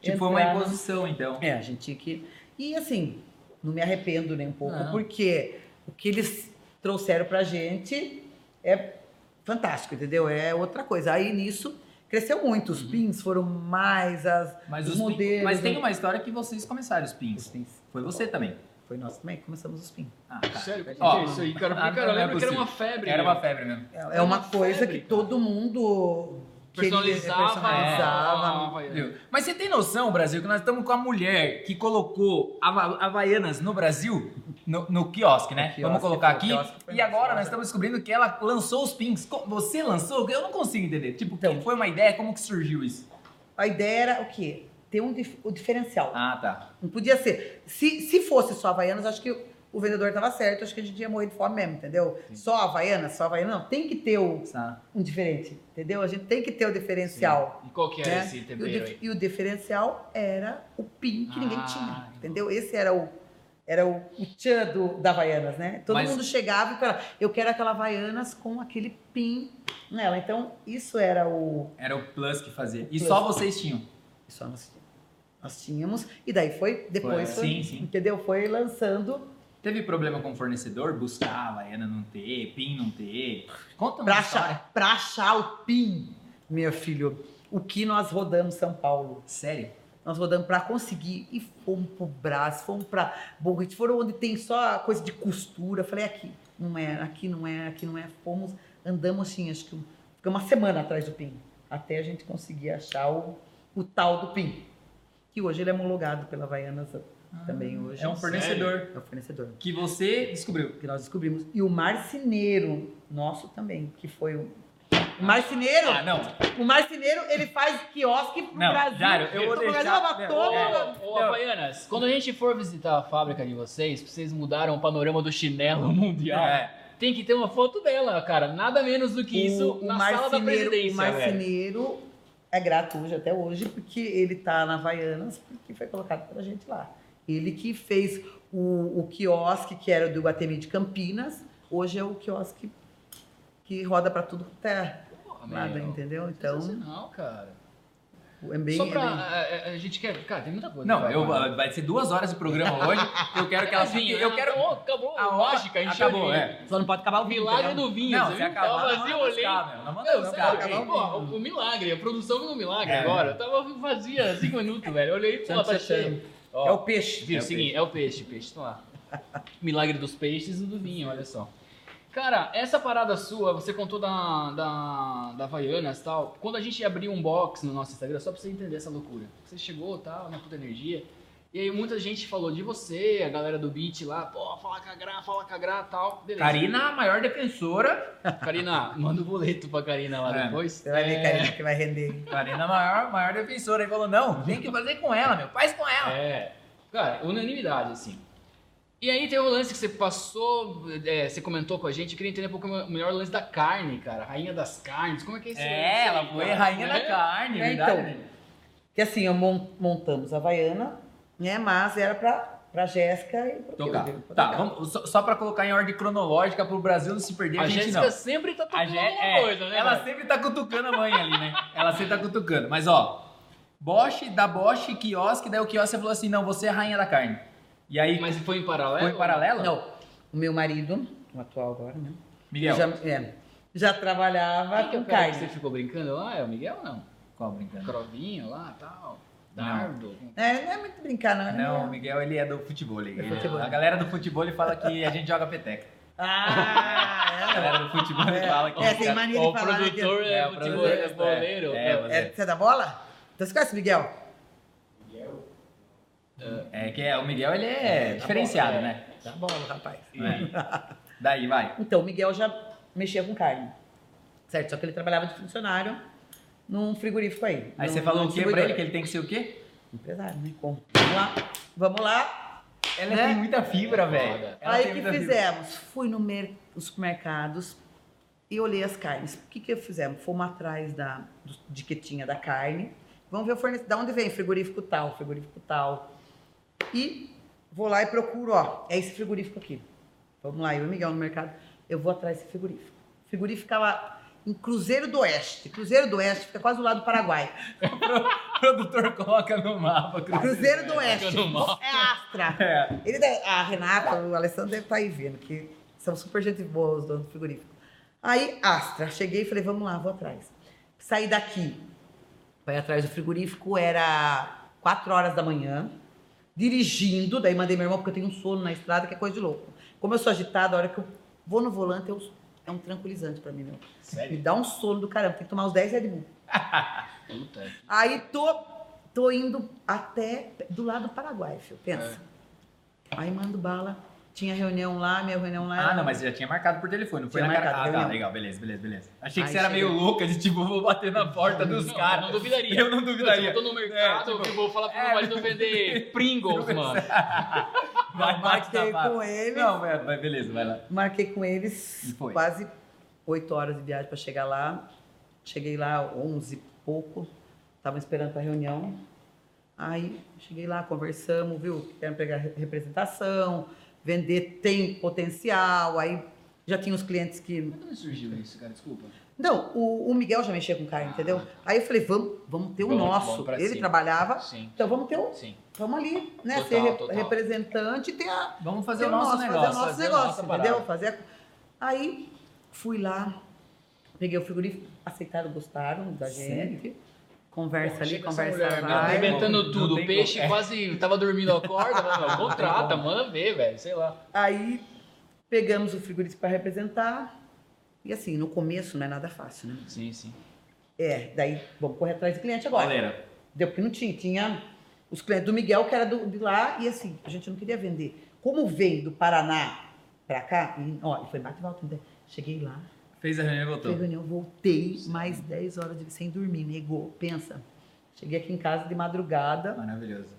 [SPEAKER 2] Tipo, foi uma
[SPEAKER 1] entrar-
[SPEAKER 2] imposição, então.
[SPEAKER 1] É, a gente tinha que... E assim, não me arrependo nem um pouco,
[SPEAKER 2] Não.
[SPEAKER 1] porque o que eles trouxeram pra gente é fantástico, entendeu? É outra coisa. Aí nisso cresceu muito,
[SPEAKER 2] Uhum.
[SPEAKER 1] os pins foram mais, as,
[SPEAKER 2] Mas,
[SPEAKER 1] os,
[SPEAKER 2] os pin-
[SPEAKER 1] modelos.
[SPEAKER 2] Mas tem
[SPEAKER 1] né?
[SPEAKER 2] uma história que vocês começaram os
[SPEAKER 1] Os
[SPEAKER 2] pins.
[SPEAKER 1] pins.
[SPEAKER 2] Foi você também.
[SPEAKER 1] Foi nós também, que começamos os pins.
[SPEAKER 2] Ah, tá.
[SPEAKER 3] Sério, o que
[SPEAKER 2] Ó,
[SPEAKER 3] que é isso aí, cara?
[SPEAKER 2] ah,
[SPEAKER 3] Porque, cara,
[SPEAKER 2] não
[SPEAKER 3] eu
[SPEAKER 2] é
[SPEAKER 3] lembro que era uma
[SPEAKER 2] possível.
[SPEAKER 3] febre.
[SPEAKER 2] Era uma
[SPEAKER 3] meu.
[SPEAKER 2] febre mesmo.
[SPEAKER 1] É, é uma
[SPEAKER 3] Febre,
[SPEAKER 1] coisa
[SPEAKER 3] cara.
[SPEAKER 1] que todo mundo queria,
[SPEAKER 3] Personalizava.
[SPEAKER 1] personalizava.
[SPEAKER 3] a Havaiana.
[SPEAKER 2] Entendeu? Mas você tem noção, Brasil, que nós estamos com a mulher que colocou Hava- Havaianas no Brasil, no, no quiosque, né?
[SPEAKER 1] No quiosque,
[SPEAKER 2] Vamos colocar
[SPEAKER 1] no
[SPEAKER 2] aqui.
[SPEAKER 1] quiosque foi
[SPEAKER 2] E agora
[SPEAKER 1] lançado.
[SPEAKER 2] nós estamos descobrindo que ela lançou os pins. Co- Você lançou? Eu não consigo entender. Tipo,
[SPEAKER 1] Então.
[SPEAKER 2] quem foi uma ideia? Como que surgiu isso?
[SPEAKER 1] A ideia era o quê? Ter um dif- o diferencial.
[SPEAKER 2] Ah, tá.
[SPEAKER 1] Não podia ser. Se, se fosse só Havaianas, acho que o vendedor estava certo, acho que a gente ia morrer de fome mesmo, entendeu? Só Havaianas, só Havaianas, não. Tem que ter o,
[SPEAKER 2] Tá.
[SPEAKER 1] um diferente, entendeu? A gente tem que ter o diferencial.
[SPEAKER 3] E qual que era
[SPEAKER 1] né?
[SPEAKER 3] esse
[SPEAKER 1] e, o
[SPEAKER 3] tempero
[SPEAKER 1] dif-
[SPEAKER 3] aí?
[SPEAKER 1] e o diferencial era o pin que ninguém
[SPEAKER 3] Ah,
[SPEAKER 1] tinha, entendeu? Esse era o era o, o tchan do, da Havaianas, né? Todo
[SPEAKER 2] Mas-
[SPEAKER 1] mundo chegava e falava, eu quero aquela Havaianas com aquele pin nela. Então, isso era o...
[SPEAKER 2] Era o plus que fazia. E
[SPEAKER 1] Plus.
[SPEAKER 2] só vocês tinham.
[SPEAKER 1] Isso nós, nós tínhamos. E daí foi, depois
[SPEAKER 2] Foi,
[SPEAKER 1] foi,
[SPEAKER 2] sim, sim.
[SPEAKER 1] entendeu? Foi lançando
[SPEAKER 2] Teve problema com o fornecedor? Buscar Havaiana não ter, pin não ter. Conta uma
[SPEAKER 1] Pra
[SPEAKER 2] história.
[SPEAKER 1] achar, pra achar o PIN, meu filho, o que nós rodamos São Paulo.
[SPEAKER 2] Sério?
[SPEAKER 1] Nós rodamos pra conseguir e fomos pro Brás, fomos pra Borrit, foram onde tem só coisa de costura. Falei, aqui não é, aqui não é, aqui não é. Fomos, andamos assim, acho que um- ficamos uma semana atrás do PIN, até a gente conseguir achar o, o tal do PIN. Que hoje ele é homologado pela Havaianas também hoje.
[SPEAKER 2] É um fornecedor
[SPEAKER 1] É um fornecedor
[SPEAKER 2] que você descobriu.
[SPEAKER 1] que nós descobrimos. E o marceneiro nosso também, que foi o. O marceneiro,
[SPEAKER 2] Ah, não.
[SPEAKER 1] o marceneiro, ele faz quiosque pro
[SPEAKER 2] Não,
[SPEAKER 1] Brasil.
[SPEAKER 2] Dário, eu vou
[SPEAKER 1] Pro Brasil,
[SPEAKER 2] deixar-
[SPEAKER 1] uma
[SPEAKER 2] não,
[SPEAKER 1] toma,
[SPEAKER 2] é.
[SPEAKER 1] uma-
[SPEAKER 3] Ô, ô, Havaianas, quando a gente for visitar a fábrica de vocês, vocês mudaram o panorama do chinelo mundial.
[SPEAKER 2] É.
[SPEAKER 3] Tem que ter uma foto dela, cara. Nada menos do que isso
[SPEAKER 1] o,
[SPEAKER 3] na
[SPEAKER 1] o
[SPEAKER 3] sala da
[SPEAKER 1] marceneiro,
[SPEAKER 3] presidência.
[SPEAKER 1] o marceneiro é grato hoje, até hoje, porque ele tá na Havaianas, porque foi colocado pela gente lá. Ele que fez o, o quiosque, que era do Guatemi de Campinas, hoje é o quiosque que roda pra tudo quanto é
[SPEAKER 3] velho. Porra,
[SPEAKER 1] nada,
[SPEAKER 3] meu.
[SPEAKER 1] entendeu? Então,
[SPEAKER 3] Sensacional, cara.
[SPEAKER 1] é bem.
[SPEAKER 3] Só
[SPEAKER 1] é bem-
[SPEAKER 3] pra. A, a- a gente quer. Cara, tem muita coisa.
[SPEAKER 2] Não,
[SPEAKER 3] pra
[SPEAKER 2] eu, ah,
[SPEAKER 3] falar. né?
[SPEAKER 2] vai ser duas horas de programa hoje. Eu quero que ela fique. Eu quero.
[SPEAKER 3] Acabou, acabou.
[SPEAKER 2] A
[SPEAKER 3] A lógica, a gente
[SPEAKER 2] acabou,
[SPEAKER 3] já viu.
[SPEAKER 2] é.
[SPEAKER 1] Só não pode acabar
[SPEAKER 3] O um milagre do vinho.
[SPEAKER 2] Não,
[SPEAKER 3] você
[SPEAKER 2] se
[SPEAKER 3] viu?
[SPEAKER 2] acabar,
[SPEAKER 3] Tava
[SPEAKER 2] não
[SPEAKER 3] assim,
[SPEAKER 2] manda
[SPEAKER 3] eu olhei.
[SPEAKER 2] buscar, meu. Não manda
[SPEAKER 3] Não,
[SPEAKER 2] buscar.
[SPEAKER 3] sério,
[SPEAKER 1] acabar
[SPEAKER 3] gente,
[SPEAKER 1] o
[SPEAKER 3] pô,
[SPEAKER 1] vinho.
[SPEAKER 3] o, o milagre, a produção do milagre
[SPEAKER 2] É.
[SPEAKER 3] agora. Eu tava vazia cinco minutos, velho. Eu olhei, pô, tá cheio. Ó,
[SPEAKER 1] É o peixe.
[SPEAKER 3] Viu,
[SPEAKER 2] É o
[SPEAKER 3] seguinte, é o peixe, peixe, tá lá. Milagre dos peixes e do vinho, olha só. Cara, essa parada sua, você contou da, da, da Havaianas e tal. Quando a gente abriu um box no nosso Instagram, só pra você entender essa loucura. Você chegou, tal, na puta energia. E aí muita gente falou de você, a galera do beat lá, pô, fala com a Gra, fala com a Gra tal. Beleza.
[SPEAKER 2] Karina, a maior defensora.
[SPEAKER 3] Karina, manda o boleto pra Karina lá
[SPEAKER 2] É.
[SPEAKER 3] depois.
[SPEAKER 1] Você vai ver,
[SPEAKER 3] É,
[SPEAKER 1] Karina, que vai render.
[SPEAKER 2] Karina, a maior, maior defensora. E falou: não, tem que fazer com ela, meu. Faz com ela.
[SPEAKER 3] É. Cara, unanimidade, assim. E aí tem o lance que você passou, é, você comentou com a gente, eu queria entender um pouco melhor o lance da carne, cara. Rainha das carnes, como é que é isso?
[SPEAKER 2] É, ela foi rainha da carne,
[SPEAKER 1] É,
[SPEAKER 2] verdade? né?
[SPEAKER 1] então. Que assim, eu mon- montamos a Havaiana, né? Mas era pra, pra Jéssica e pro
[SPEAKER 2] Tocar.
[SPEAKER 1] Hilder, pra
[SPEAKER 2] Tá,
[SPEAKER 1] tocar.
[SPEAKER 2] vamos, só, só pra colocar em ordem cronológica pro Brasil não se perder, a,
[SPEAKER 3] A
[SPEAKER 2] gente
[SPEAKER 3] Jéssica
[SPEAKER 2] não.
[SPEAKER 3] sempre tá
[SPEAKER 2] A
[SPEAKER 3] tocando
[SPEAKER 2] Jé-
[SPEAKER 3] alguma
[SPEAKER 2] é,
[SPEAKER 3] coisa, né?
[SPEAKER 2] ela
[SPEAKER 3] velho?
[SPEAKER 2] sempre tá cutucando a mãe ali, né? Ela sempre tá cutucando. Mas ó, Bosch, da Bosch, quiosque, daí o quiosque falou assim: não, você é a rainha da carne. E aí,
[SPEAKER 3] Mas foi em paralelo?
[SPEAKER 2] foi em paralelo?
[SPEAKER 1] Não, o meu marido, o atual agora, né?
[SPEAKER 2] Miguel.
[SPEAKER 1] Já, é, já trabalhava
[SPEAKER 3] Quem que é
[SPEAKER 1] com
[SPEAKER 3] o cara que
[SPEAKER 1] carne.
[SPEAKER 3] você ficou brincando lá? É o Miguel ou não?
[SPEAKER 2] Qual brincando?
[SPEAKER 3] Crovinho lá, tal.
[SPEAKER 2] Não.
[SPEAKER 3] Dardo.
[SPEAKER 1] É, não é muito brincar, não.
[SPEAKER 2] Não, o
[SPEAKER 1] é,
[SPEAKER 2] Miguel ele é do futebol. ele-
[SPEAKER 1] futebol.
[SPEAKER 2] A galera do futebol ele fala que a gente joga peteca. A
[SPEAKER 1] Ah,
[SPEAKER 2] galera do futebol
[SPEAKER 1] É,
[SPEAKER 2] fala que
[SPEAKER 1] é, tem mania de
[SPEAKER 3] o
[SPEAKER 1] falar, né, que-
[SPEAKER 3] produtor
[SPEAKER 2] é,
[SPEAKER 3] é
[SPEAKER 2] o produtor é-
[SPEAKER 3] futeboleiro.
[SPEAKER 2] é,
[SPEAKER 3] É,
[SPEAKER 1] é. é. Você é da bola? Então você conhece o Miguel?
[SPEAKER 2] é que é, o Miguel ele é diferenciado,
[SPEAKER 3] é.
[SPEAKER 2] né?
[SPEAKER 1] Da bola, rapaz.
[SPEAKER 2] É. Daí vai.
[SPEAKER 1] Então, o Miguel já mexia com carne. Certo? Só que ele trabalhava de funcionário num frigorífico aí.
[SPEAKER 2] Aí
[SPEAKER 1] num-
[SPEAKER 2] você falou
[SPEAKER 1] num
[SPEAKER 2] o que pra ele?
[SPEAKER 1] distribuidor.
[SPEAKER 2] Que ele tem que ser o quê?
[SPEAKER 1] Empresário, né? Como? Vamos lá. Vamos lá.
[SPEAKER 2] Ela
[SPEAKER 1] Né?
[SPEAKER 2] tem muita fibra, velho.
[SPEAKER 3] Foda.
[SPEAKER 2] Ela
[SPEAKER 1] aí
[SPEAKER 2] tem um
[SPEAKER 1] o que
[SPEAKER 2] muita fibra.
[SPEAKER 1] fizemos? Fui no mer- nos supermercados e olhei as carnes. O que que eu fizemos? Fomos atrás da do- de que tinha da carne. Vamos ver o fornecedor. Da onde vem? Frigorífico tal, frigorífico tal. E vou lá e procuro, ó. É esse frigorífico aqui. Vamos lá, eu e o Miguel no mercado. Eu vou atrás desse frigorífico. O frigorífico ficava em Cruzeiro do Oeste. Cruzeiro do Oeste fica quase do lado do Paraguai.
[SPEAKER 2] O produtor coloca no mapa. Cruzeiro. Tá
[SPEAKER 1] Cruzeiro do
[SPEAKER 3] Fica
[SPEAKER 1] Oeste.
[SPEAKER 3] no mal.
[SPEAKER 1] É Astra.
[SPEAKER 2] É.
[SPEAKER 1] Ele deve- a Renata, o Alessandro deve estar aí vendo, que são super gente boa os donos do frigorífico. Aí, Astra, cheguei e falei, vamos lá, vou atrás. Saí daqui, vai atrás do frigorífico, era 4 horas da manhã, dirigindo, daí mandei meu irmão, porque eu tenho um sono na estrada, que é coisa de louco. Como eu sou agitada, a hora que eu vou no volante, eu- é um tranquilizante pra mim, meu. Me
[SPEAKER 2] Sério?
[SPEAKER 1] dá um sono do caramba, tem que tomar uns 10 Red Bull.
[SPEAKER 3] Puta. é
[SPEAKER 1] Aí tô, tô indo até do lado do Paraguai, filho. Pensa. Aí mando bala. Tinha reunião lá, minha reunião lá.
[SPEAKER 2] É. Ah,
[SPEAKER 1] era-
[SPEAKER 2] não, mas você já tinha marcado por telefone, não foi
[SPEAKER 1] Tinha
[SPEAKER 2] na cara.
[SPEAKER 1] marcado,
[SPEAKER 2] Ah, tá,
[SPEAKER 1] reunião.
[SPEAKER 2] legal, beleza, beleza, beleza. Achei que
[SPEAKER 1] Aí
[SPEAKER 2] você era meio
[SPEAKER 1] chega.
[SPEAKER 2] louca de tipo, vou bater na porta dos
[SPEAKER 3] Não,
[SPEAKER 2] caras.
[SPEAKER 3] eu não duvidaria.
[SPEAKER 2] Eu não duvidaria.
[SPEAKER 3] Eu tô no mercado,
[SPEAKER 2] É, tipo,
[SPEAKER 3] eu vou falar pro
[SPEAKER 2] é,
[SPEAKER 3] meu marido vender Pringles, mano.
[SPEAKER 2] Vai,
[SPEAKER 1] Não,
[SPEAKER 2] bate
[SPEAKER 1] marquei
[SPEAKER 2] na porta.
[SPEAKER 1] com eles.
[SPEAKER 2] Não, vai, vai, beleza, vai lá.
[SPEAKER 1] Marquei com
[SPEAKER 2] E
[SPEAKER 1] eles
[SPEAKER 2] foi.
[SPEAKER 1] quase 8 horas de viagem pra chegar lá. Cheguei lá 11 e pouco. Tava esperando pra reunião. Aí cheguei lá, conversamos, viu? Quero pegar re- representação, vender tem potencial. Aí já tinha os clientes que
[SPEAKER 3] Como é que surgiu isso, cara? Desculpa.
[SPEAKER 1] Não, o, o Miguel já mexia com carne, entendeu? Aí eu falei, vamos, vamos ter o
[SPEAKER 3] Ah. Vamos,
[SPEAKER 1] nosso.
[SPEAKER 3] vamos pra
[SPEAKER 1] Ele
[SPEAKER 3] cima.
[SPEAKER 1] trabalhava,
[SPEAKER 3] Sim.
[SPEAKER 1] então vamos ter o.
[SPEAKER 3] Sim.
[SPEAKER 1] Vamos ali, né?
[SPEAKER 3] Total,
[SPEAKER 1] ser re-
[SPEAKER 3] total.
[SPEAKER 1] representante e ter a.
[SPEAKER 2] Vamos fazer
[SPEAKER 1] ter
[SPEAKER 2] o nosso negócio.
[SPEAKER 1] Fazer o nosso
[SPEAKER 2] a
[SPEAKER 1] negócio,
[SPEAKER 2] nossa
[SPEAKER 1] entendeu?
[SPEAKER 2] parada.
[SPEAKER 1] Fazer a- Aí fui lá, peguei o frigorífico, aceitaram, gostaram da
[SPEAKER 2] Sério?
[SPEAKER 1] gente. Conversa
[SPEAKER 3] Pô,
[SPEAKER 1] ali,
[SPEAKER 3] chega essa
[SPEAKER 1] conversa
[SPEAKER 3] mulher,
[SPEAKER 2] né?
[SPEAKER 3] meu,
[SPEAKER 1] lá.
[SPEAKER 3] Arrebentando
[SPEAKER 2] Não
[SPEAKER 3] tudo.
[SPEAKER 2] tem
[SPEAKER 3] O peixe
[SPEAKER 2] como. É.
[SPEAKER 3] quase tava dormindo a corda. Falou, meu, contrata, manda ver, velho. Sei lá.
[SPEAKER 1] Aí pegamos o frigorífico para representar. E assim, no começo não é nada fácil, né?
[SPEAKER 3] Sim, sim.
[SPEAKER 1] É, daí vamos correr atrás do cliente agora.
[SPEAKER 2] Galera,
[SPEAKER 1] Deu porque não tinha. Tinha os clientes do Miguel, que era do, de lá, e assim, a gente não queria vender. Como vem do Paraná pra cá, e, ó, e foi bate e volta. né? Cheguei lá,
[SPEAKER 2] fez a reunião e voltou.
[SPEAKER 1] fiz reunião, voltei, mais 10 horas de, sem dormir, negou, pensa. Cheguei aqui em casa de madrugada
[SPEAKER 2] Maravilhoso.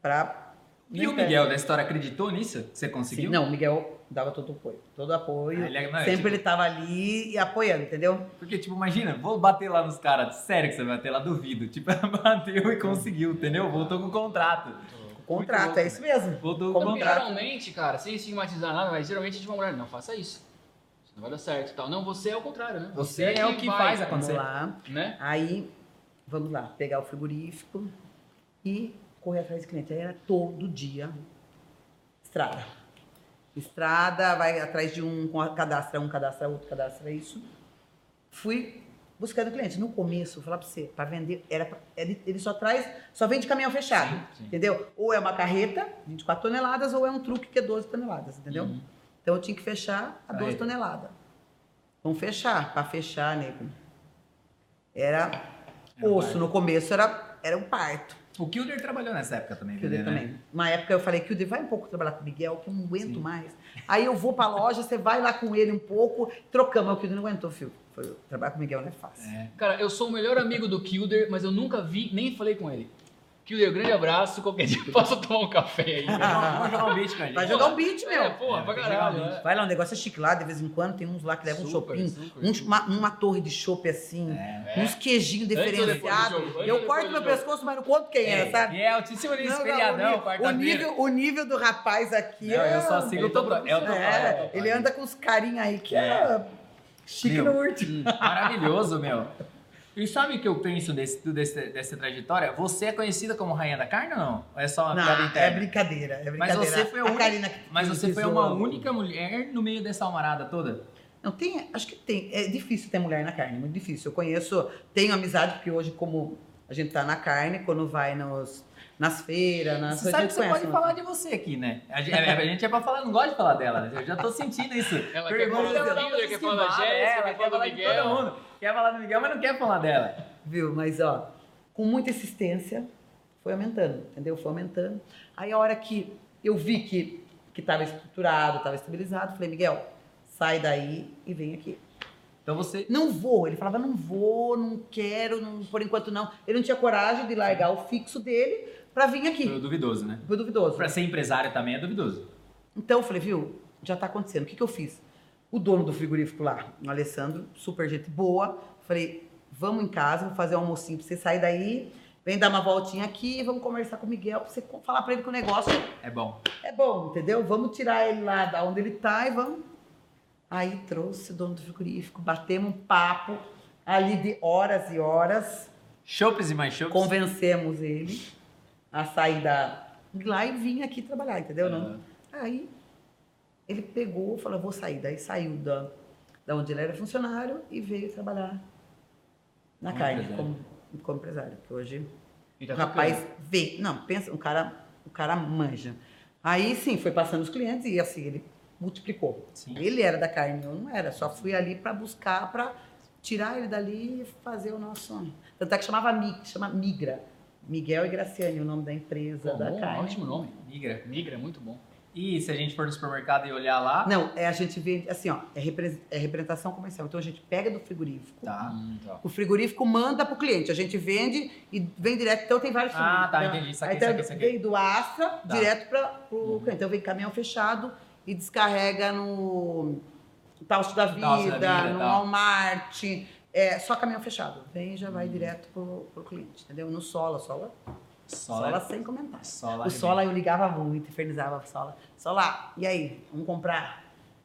[SPEAKER 1] pra.
[SPEAKER 2] E o Miguel da história acreditou nisso? que Você
[SPEAKER 1] Sim,
[SPEAKER 2] conseguiu?
[SPEAKER 1] não, o Miguel dava todo o apoio. Todo o apoio.
[SPEAKER 2] Ah, ele é- não, é
[SPEAKER 1] Sempre
[SPEAKER 2] tipo-
[SPEAKER 1] ele tava ali e apoiando, entendeu?
[SPEAKER 2] Porque, tipo, imagina, vou bater lá nos caras. Sério que você vai bater lá? Duvido. Tipo, ela bateu e conseguiu, entendeu? Voltou com o contrato.
[SPEAKER 1] O contrato,
[SPEAKER 2] louco, né?
[SPEAKER 1] é isso mesmo.
[SPEAKER 2] Voltou com o
[SPEAKER 3] Então,
[SPEAKER 2] contrato.
[SPEAKER 3] geralmente, cara, sem estigmatizar nada, mas geralmente a gente vai mulher, não faça isso. Isso não vai dar certo e tal. Não, você é o contrário, né?
[SPEAKER 2] Você é o que faz
[SPEAKER 3] vai,
[SPEAKER 1] Vamos
[SPEAKER 2] acontecer.
[SPEAKER 1] lá.
[SPEAKER 3] Né?
[SPEAKER 1] Aí, vamos lá, pegar o frigorífico e correr atrás do cliente. Aí era todo dia estrada. Estrada, vai atrás de um, com a- cadastra um, cadastra outro, cadastra isso. Fui buscando cliente. No começo, vou falar pra você, pra vender, era pra- ele, ele só traz, só vende caminhão fechado,
[SPEAKER 3] Sim, sim.
[SPEAKER 1] entendeu? Ou é uma carreta, 24 toneladas, ou é um truque que é 12 toneladas, entendeu?
[SPEAKER 3] Uhum.
[SPEAKER 1] Então eu tinha que fechar a 12
[SPEAKER 2] Aí.
[SPEAKER 1] toneladas. Vamos fechar, pra fechar, nego. Era
[SPEAKER 2] um
[SPEAKER 1] osso.
[SPEAKER 2] parto.
[SPEAKER 1] no começo era, era um parto.
[SPEAKER 2] O Kilder trabalhou nessa época também,
[SPEAKER 1] Que eu dei
[SPEAKER 2] entendeu? né?
[SPEAKER 1] também. Uma época eu falei, Kilder, vai um pouco trabalhar com o Miguel, que eu não aguento mais. Aí eu vou pra loja, você vai lá com ele um pouco, trocamos. Aí O Kilder não aguentou, filho. Falei, trabalhar com o Miguel não é fácil.
[SPEAKER 2] É.
[SPEAKER 3] Cara, eu sou o melhor amigo do Kilder, mas eu nunca vi, nem falei com ele. Kilder, grande abraço. Qualquer dia eu posso tomar um café aí. velho.
[SPEAKER 2] Vamos jogar um beat com a gente.
[SPEAKER 1] Vai jogar um beat, meu.
[SPEAKER 3] É, porra, pra
[SPEAKER 2] É,
[SPEAKER 3] caralho.
[SPEAKER 2] legalmente.
[SPEAKER 3] é.
[SPEAKER 1] Vai lá, o negócio é chique lá, de vez em quando tem uns lá que levam um
[SPEAKER 3] Super,
[SPEAKER 1] chopinho,
[SPEAKER 3] super,
[SPEAKER 1] uns-
[SPEAKER 3] super.
[SPEAKER 1] uma, uma torre de chope assim,
[SPEAKER 2] É.
[SPEAKER 1] uns queijinhos
[SPEAKER 3] Antes ou depois do
[SPEAKER 1] diferenciados.
[SPEAKER 3] jogo? Antes ou
[SPEAKER 1] Eu
[SPEAKER 3] depois
[SPEAKER 1] corto
[SPEAKER 3] do
[SPEAKER 1] meu
[SPEAKER 3] jogo?
[SPEAKER 1] pescoço, mas não conto quem é, sabe?
[SPEAKER 2] E é altíssimo
[SPEAKER 1] Não,
[SPEAKER 2] nível,
[SPEAKER 1] não,
[SPEAKER 2] feriadão,
[SPEAKER 1] o, ni- o
[SPEAKER 2] quarta-feira.
[SPEAKER 1] nível, o nível do rapaz aqui
[SPEAKER 2] Não,
[SPEAKER 1] é.
[SPEAKER 2] eu só sigo
[SPEAKER 3] Ele
[SPEAKER 2] o Totó.
[SPEAKER 3] tá
[SPEAKER 2] É o Totó.
[SPEAKER 1] é,
[SPEAKER 2] é o Totó.
[SPEAKER 1] ele anda com os carinha aí que é,
[SPEAKER 2] É.
[SPEAKER 1] chique
[SPEAKER 2] Meu.
[SPEAKER 1] no último.
[SPEAKER 2] Maravilhoso, meu. E sabe o que eu penso desse, tudo desse- dessa trajetória? Você é conhecida como Rainha da Carne ou não? Ou é só uma piada
[SPEAKER 1] Não, é
[SPEAKER 2] interna?
[SPEAKER 1] brincadeira, é
[SPEAKER 2] Mas
[SPEAKER 1] brincadeira.
[SPEAKER 2] você foi a
[SPEAKER 1] a
[SPEAKER 2] única,
[SPEAKER 1] Karina que-
[SPEAKER 2] mas
[SPEAKER 1] que
[SPEAKER 2] você foi
[SPEAKER 1] pisou
[SPEAKER 2] uma
[SPEAKER 1] a-
[SPEAKER 2] única mulher no meio dessa almarada toda?
[SPEAKER 1] Não, tem, acho que tem. É difícil ter mulher na carne, muito difícil. Eu conheço, tenho amizade, porque hoje, como a gente tá na carne, quando vai nos, nas feiras, nas
[SPEAKER 2] Você sabe que você pode falar de você aqui, né? A gente, a gente é pra falar, não gosta de falar dela, né? Eu já tô sentindo isso.
[SPEAKER 3] Ela quer
[SPEAKER 2] Pergunta,
[SPEAKER 3] falar da
[SPEAKER 2] ela dá umas
[SPEAKER 3] Lília, quer falar da
[SPEAKER 2] esquivadas,
[SPEAKER 3] Jéssica,
[SPEAKER 2] é, ela
[SPEAKER 3] quer falar do
[SPEAKER 2] de todo
[SPEAKER 3] Miguel.
[SPEAKER 2] mundo. Quer falar do Miguel, mas não quer falar dela.
[SPEAKER 1] Viu? Mas, ó, com muita insistência, foi aumentando, entendeu? Foi aumentando. Aí a hora que eu vi que, que tava estruturado, tava estabilizado, falei, Miguel, sai daí e vem aqui.
[SPEAKER 2] Então você.
[SPEAKER 1] Não vou. Ele falava, não vou, não quero, não, por enquanto não. Ele não tinha coragem de largar o fixo dele pra vir
[SPEAKER 2] Foi
[SPEAKER 1] aqui.
[SPEAKER 2] duvidoso, né?
[SPEAKER 1] Foi duvidoso.
[SPEAKER 2] Pra ser empresário também é duvidoso.
[SPEAKER 1] Então eu falei, viu, já tá acontecendo. O que, que eu fiz? O dono do frigorífico lá, o Alessandro, super gente boa, falei, vamos em casa, vou fazer um almocinho pra você sair daí, vem dar uma voltinha aqui, vamos conversar com o Miguel, pra você co- falar pra ele que o negócio
[SPEAKER 2] É bom.
[SPEAKER 1] é bom, entendeu? Vamos tirar ele lá da onde ele tá e vamos. Aí trouxe o dono do frigorífico, batemos um papo ali de horas e horas,
[SPEAKER 2] Chopes e mais chopes.
[SPEAKER 1] convencemos ele a sair da de lá e vim aqui trabalhar, entendeu? Não,
[SPEAKER 2] Aham.
[SPEAKER 1] Aí ele pegou, falou, vou sair. Daí saiu da, da onde ele era funcionário e veio trabalhar na
[SPEAKER 2] Como
[SPEAKER 1] carne,
[SPEAKER 2] empresário.
[SPEAKER 1] como, como empresário. Porque hoje
[SPEAKER 3] E tá
[SPEAKER 1] o rapaz vê. Não, pensa, o cara, o cara manja. Aí sim, foi passando os clientes e assim, ele multiplicou.
[SPEAKER 2] Sim.
[SPEAKER 1] Ele era da carne, eu não era. Só fui ali para buscar, para tirar ele dali e fazer o nosso. Tanto é que chamava Mi- chama Migra. Miguel e Graciane, o nome da empresa
[SPEAKER 3] ficando-
[SPEAKER 1] da
[SPEAKER 3] Bom,
[SPEAKER 1] carne.
[SPEAKER 3] ótimo nome.
[SPEAKER 2] Migra.
[SPEAKER 3] Migra é muito bom.
[SPEAKER 2] E se a gente for no supermercado e olhar lá.
[SPEAKER 1] Não, é a gente vende, assim, ó, é, repre- é representação comercial. Então a gente pega do frigorífico.
[SPEAKER 2] Tá.
[SPEAKER 3] Hum, tá.
[SPEAKER 1] O frigorífico manda pro cliente. A gente vende e vem direto. Então tem vários
[SPEAKER 2] Ah,
[SPEAKER 1] frigoríficos.
[SPEAKER 2] tá,
[SPEAKER 1] Então,
[SPEAKER 2] entendi. Isso aqui,
[SPEAKER 1] aí,
[SPEAKER 2] isso
[SPEAKER 1] então,
[SPEAKER 2] aqui, isso aqui.
[SPEAKER 1] Vem do Astra direto pra, pro
[SPEAKER 2] Uhum.
[SPEAKER 1] cliente. Então vem caminhão fechado e descarrega no Tausto da Vida,
[SPEAKER 2] Tausto da Vida,
[SPEAKER 1] no
[SPEAKER 2] tá.
[SPEAKER 1] Walmart. É, só caminhão fechado. Vem e já
[SPEAKER 2] Uhum.
[SPEAKER 1] vai direto pro, pro cliente, entendeu? No Sola, Sola, Sola,
[SPEAKER 2] Sola. é
[SPEAKER 1] sem comentar.
[SPEAKER 2] Sola.
[SPEAKER 1] O Sola eu ligava muito, infernizava o Sola. Sola, e aí? Vamos comprar?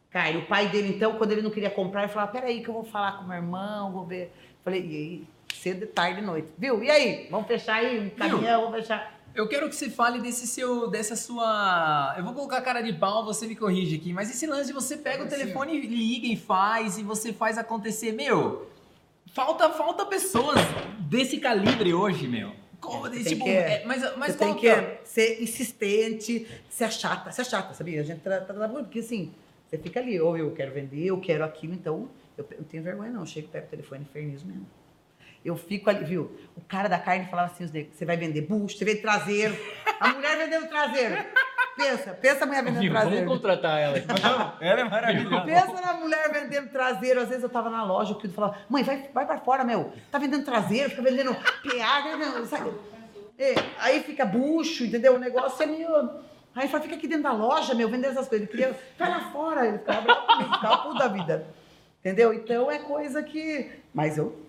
[SPEAKER 1] Cara, e o pai dele, então, quando ele não queria comprar, ele falava: peraí, que eu vou falar com meu irmão, vou ver. Falei: e aí? Cedo, tarde e noite. Viu? E aí? Vamos fechar aí um caminhão, vamos fechar.
[SPEAKER 2] Eu quero que você fale desse seu, dessa sua. Eu vou colocar cara de pau, você me corrige aqui, mas esse lance de você pega o
[SPEAKER 3] Sim.
[SPEAKER 2] telefone, e liga e faz, e você faz acontecer, meu. Falta, falta pessoas desse calibre hoje, meu. Como,
[SPEAKER 1] É, você
[SPEAKER 2] é,
[SPEAKER 1] tem
[SPEAKER 2] tipo,
[SPEAKER 1] que-
[SPEAKER 2] é, mas mas
[SPEAKER 1] Você
[SPEAKER 2] qual
[SPEAKER 1] tem
[SPEAKER 2] que é?
[SPEAKER 1] que ser insistente, ser chata, ser chata, sabia? A gente trata tá, porque assim, você fica ali, ou eu quero vender, eu quero aquilo, então eu, eu não tenho vergonha, não. Eu chego, pego o telefone e infernizo mesmo. Eu fico ali, viu? O cara da carne falava assim, os negros, você vai vender bucho, você vende traseiro. A mulher vendendo traseiro. Pensa, pensa a mulher vendendo
[SPEAKER 3] Viu, Vamos
[SPEAKER 1] traseiro.
[SPEAKER 3] contratar ela.
[SPEAKER 2] Ela é maravilhosa.
[SPEAKER 1] Pensa na mulher vendendo traseiro. Às vezes eu tava na loja, o Kildo falava, mãe, vai, vai pra fora, meu. Tá vendendo traseiro, fica vendendo PA, né, sabe? É, aí fica bucho, entendeu? O negócio é meio... Aí ele fala, fica aqui dentro da loja, meu, vendendo essas coisas. Ele queria, vai lá fora. Ele ficava bravo comigo, ficava puto da vida. Entendeu? Então é coisa que... Mas eu...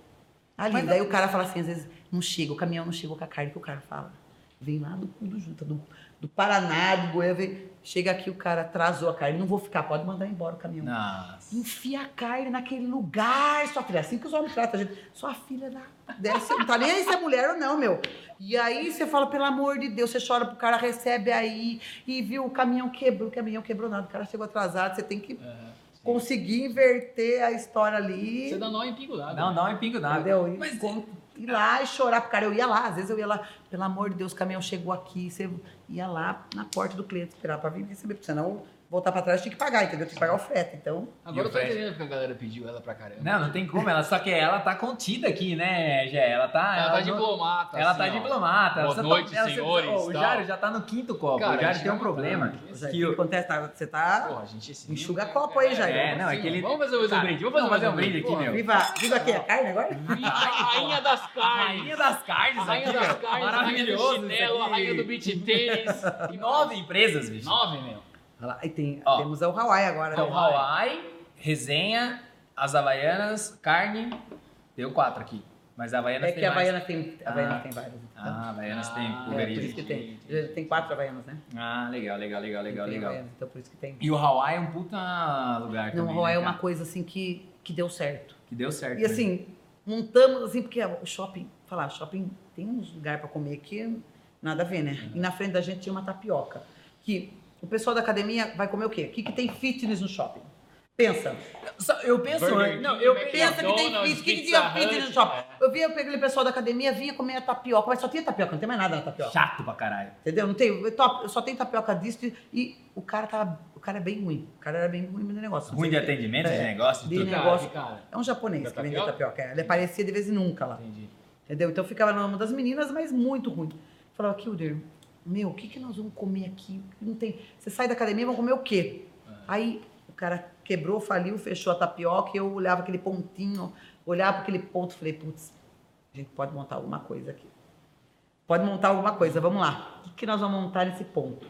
[SPEAKER 1] Ali,
[SPEAKER 2] Mas
[SPEAKER 1] daí o cara fala assim, às vezes, não chega, o caminhão não chegou com a carne que o cara fala. Vem lá do cu do Junta, do, do Paraná, do Goiânia, vem- chega aqui, o cara atrasou a carne, não vou ficar, pode mandar embora o caminhão.
[SPEAKER 2] Nossa.
[SPEAKER 1] Enfia a carne naquele lugar, sua filha. Assim que os homens tratam a gente. Sua filha da- desce, não tá nem aí se é mulher ou não, meu. E aí você fala, pelo amor de Deus, você chora pro cara, recebe aí. E viu, o caminhão quebrou, o caminhão quebrou nada, o cara chegou atrasado, você tem que conseguir inverter a história ali.
[SPEAKER 3] Você dá nó né? em pingo d'água.
[SPEAKER 2] Não, não é pingo nada.
[SPEAKER 1] Entendeu? E
[SPEAKER 2] Mas-
[SPEAKER 1] com- ir lá e chorar pro cara. Eu ia lá, às vezes eu ia lá, pelo amor de Deus, o caminhão chegou aqui, você ia lá na porta do cliente esperar pra vir receber, porque senão voltar pra trás tinha que pagar, entendeu? Tinha que pagar o frete. Então,
[SPEAKER 3] Agora
[SPEAKER 2] E
[SPEAKER 3] eu
[SPEAKER 2] o
[SPEAKER 3] tô
[SPEAKER 2] Fred?
[SPEAKER 3] entendendo porque a galera pediu ela pra caramba.
[SPEAKER 2] Não, não tem como. Ela, só que ela tá contida aqui, né, Gé? Ela tá.
[SPEAKER 3] Ela tá
[SPEAKER 2] não-
[SPEAKER 3] diplomata.
[SPEAKER 2] Ela
[SPEAKER 3] assim,
[SPEAKER 2] tá
[SPEAKER 3] ó.
[SPEAKER 2] diplomata.
[SPEAKER 3] Boa
[SPEAKER 2] Você tá-
[SPEAKER 3] noite,
[SPEAKER 2] ela- você-
[SPEAKER 3] senhores,
[SPEAKER 2] ó, o
[SPEAKER 3] tal.
[SPEAKER 2] Jário já tá no quinto copo.
[SPEAKER 3] Cara, é
[SPEAKER 2] o
[SPEAKER 3] a
[SPEAKER 2] Jário
[SPEAKER 3] gente
[SPEAKER 2] tem um
[SPEAKER 3] não-
[SPEAKER 2] problema.
[SPEAKER 3] Cara,
[SPEAKER 1] Zé, o
[SPEAKER 2] que
[SPEAKER 1] que
[SPEAKER 2] o-
[SPEAKER 1] acontece? Tá- Você tá.
[SPEAKER 3] Porra, a gente esse
[SPEAKER 1] Enxuga
[SPEAKER 3] nível-
[SPEAKER 1] copo aí, Jair.
[SPEAKER 2] É, não, é
[SPEAKER 3] Sim,
[SPEAKER 2] que ele-
[SPEAKER 3] Vamos fazer mais um
[SPEAKER 2] Tá.
[SPEAKER 3] brinde. Vamos fazer
[SPEAKER 2] Vamos fazer
[SPEAKER 3] mais
[SPEAKER 2] um brinde aqui,
[SPEAKER 3] porra.
[SPEAKER 2] meu.
[SPEAKER 1] Viva, viva aqui a carne agora?
[SPEAKER 3] Ih, A rainha das
[SPEAKER 2] A
[SPEAKER 3] carnes.
[SPEAKER 2] rainha das carnes,
[SPEAKER 3] A rainha
[SPEAKER 2] aqui,
[SPEAKER 3] das
[SPEAKER 2] ó.
[SPEAKER 3] carnes, a rainha do
[SPEAKER 2] maravilhoso.
[SPEAKER 3] chinelo, a
[SPEAKER 2] isso aqui.
[SPEAKER 3] rainha do beat tênis.
[SPEAKER 2] E Nove empresas, bicho.
[SPEAKER 3] Nove, meu.
[SPEAKER 1] Olha lá, aí tem,
[SPEAKER 2] Ó.
[SPEAKER 1] temos o Hawaii agora.
[SPEAKER 2] Então,
[SPEAKER 1] Né?
[SPEAKER 2] Hawaii, resenha, as Havaianas, carne. Deu quatro aqui. Mas a Havaianas
[SPEAKER 1] É
[SPEAKER 2] tem
[SPEAKER 1] que a
[SPEAKER 2] mais.
[SPEAKER 1] Havaiana tem, a Havaiana
[SPEAKER 2] Ah.
[SPEAKER 1] tem várias. Então.
[SPEAKER 2] Ah, Havaianas
[SPEAKER 3] Ah,
[SPEAKER 2] tem
[SPEAKER 1] é, por isso
[SPEAKER 2] pulverizante.
[SPEAKER 1] que tem.
[SPEAKER 3] gente.
[SPEAKER 1] Tem quatro Havaianas, né?
[SPEAKER 2] Ah, legal, legal, legal, legal,
[SPEAKER 1] Tem
[SPEAKER 2] legal.
[SPEAKER 1] Havaianas, então por isso que tem.
[SPEAKER 2] E o Hawaii é um puta lugar
[SPEAKER 1] Não, o
[SPEAKER 2] também,
[SPEAKER 1] Hawaii é
[SPEAKER 2] né,
[SPEAKER 1] uma
[SPEAKER 2] cara?
[SPEAKER 1] coisa assim que, que deu certo.
[SPEAKER 2] Que deu certo.
[SPEAKER 1] E
[SPEAKER 2] né?
[SPEAKER 1] assim, montamos assim, porque o shopping, falar, shopping tem uns lugares para comer que nada a ver, né? E na frente da gente tinha uma tapioca. Que o pessoal da academia vai comer o quê? O que, que tem fitness no shopping? Pensa.
[SPEAKER 2] Só- Eu penso
[SPEAKER 3] Burger
[SPEAKER 2] antes. Não,
[SPEAKER 3] King,
[SPEAKER 2] eu
[SPEAKER 3] Mac-
[SPEAKER 2] penso.
[SPEAKER 1] Pensa que tem
[SPEAKER 3] McDonald's,
[SPEAKER 1] pizza. Que
[SPEAKER 3] Pizza
[SPEAKER 1] dia pizza
[SPEAKER 3] Hut,
[SPEAKER 1] no shopping.
[SPEAKER 3] é.
[SPEAKER 1] Eu via aquele pessoal da academia, vinha comer tapioca, mas só tinha tapioca, não tem mais nada na tapioca.
[SPEAKER 2] né? Chato pra caralho.
[SPEAKER 1] Entendeu? Não tem, top- só tem tapioca disso e, e o cara tava. O cara é bem ruim. O cara era bem ruim no negócio. não
[SPEAKER 2] Ruim de
[SPEAKER 1] sei o quê.
[SPEAKER 2] atendimento,
[SPEAKER 1] É.
[SPEAKER 2] de negócio, de
[SPEAKER 1] De
[SPEAKER 2] tudo.
[SPEAKER 1] negócio. negócio-
[SPEAKER 3] cara.
[SPEAKER 1] É um japonês
[SPEAKER 3] Da
[SPEAKER 1] que vendia
[SPEAKER 3] tapioca?
[SPEAKER 1] tapioca. é. Ele aparecia de vez em nunca lá.
[SPEAKER 3] Entendi.
[SPEAKER 1] Entendeu? Então ficava na mão das meninas, mas muito ruim. Falava, Kilder, meu, o que, que nós vamos comer aqui? Não tem. Você sai da academia, vamos comer o quê? Aí o cara quebrou, faliu, fechou a tapioca e eu olhava aquele pontinho, olhava para aquele ponto e falei, putz, a gente pode montar alguma coisa aqui. Pode montar alguma coisa, vamos lá. O que, que nós vamos montar nesse ponto?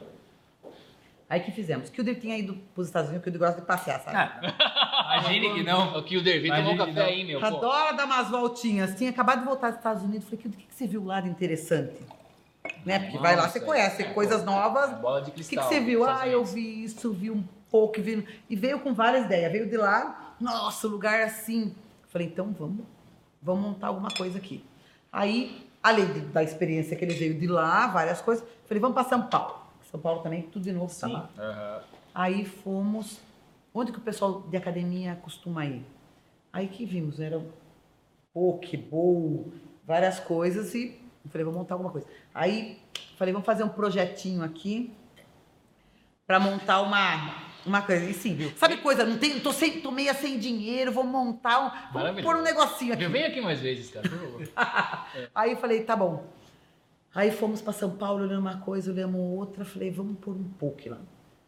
[SPEAKER 1] Aí o que fizemos? Kilder tinha ido para os Estados Unidos, que o Kilder gosta de passear, sabe?
[SPEAKER 2] Ah, imagine que não.
[SPEAKER 3] O Kilder, vem tomar um
[SPEAKER 2] Imagine que
[SPEAKER 3] café
[SPEAKER 2] não.
[SPEAKER 3] aí, meu. pô.
[SPEAKER 1] Adora dar umas voltinhas. Tinha acabado de voltar dos Estados Unidos. Falei, Kildo, o que, que você viu lá de interessante? Né? Porque vai lá,
[SPEAKER 3] Nossa,
[SPEAKER 1] você conhece
[SPEAKER 3] é,
[SPEAKER 1] coisas
[SPEAKER 3] pô,
[SPEAKER 1] novas.
[SPEAKER 3] é Bola de
[SPEAKER 1] O que,
[SPEAKER 3] cristal.
[SPEAKER 1] que você viu?
[SPEAKER 3] Estados
[SPEAKER 1] Ah, eu
[SPEAKER 3] Unidos.
[SPEAKER 1] vi isso, vi um pouco. Vi... E veio com várias ideias. Veio de lá, nossa, lugar assim. Falei, então vamos, vamos montar alguma coisa aqui. Aí, além de- da experiência que ele veio de lá, várias coisas, falei, vamos para São Paulo. São Paulo também, tudo de novo, tá lá.
[SPEAKER 3] Aham.
[SPEAKER 1] Aí fomos. Onde que o pessoal de academia costuma ir? Aí que vimos, né? era poke, bowl, várias coisas e eu falei, vou montar alguma coisa. Aí falei, vamos fazer um projetinho aqui para montar uma uma coisa. E sim, sabe coisa, não tem, tô sem, tô meia sem dinheiro, vou montar, um, vou
[SPEAKER 3] Maravilhoso.
[SPEAKER 1] pôr um negocinho aqui.
[SPEAKER 3] Meu, Vem aqui mais vezes, cara, por favor.
[SPEAKER 1] Aí eu falei, tá bom. Aí fomos para São Paulo, olhamos uma coisa, olhamos outra, falei, vamos pôr um poke lá.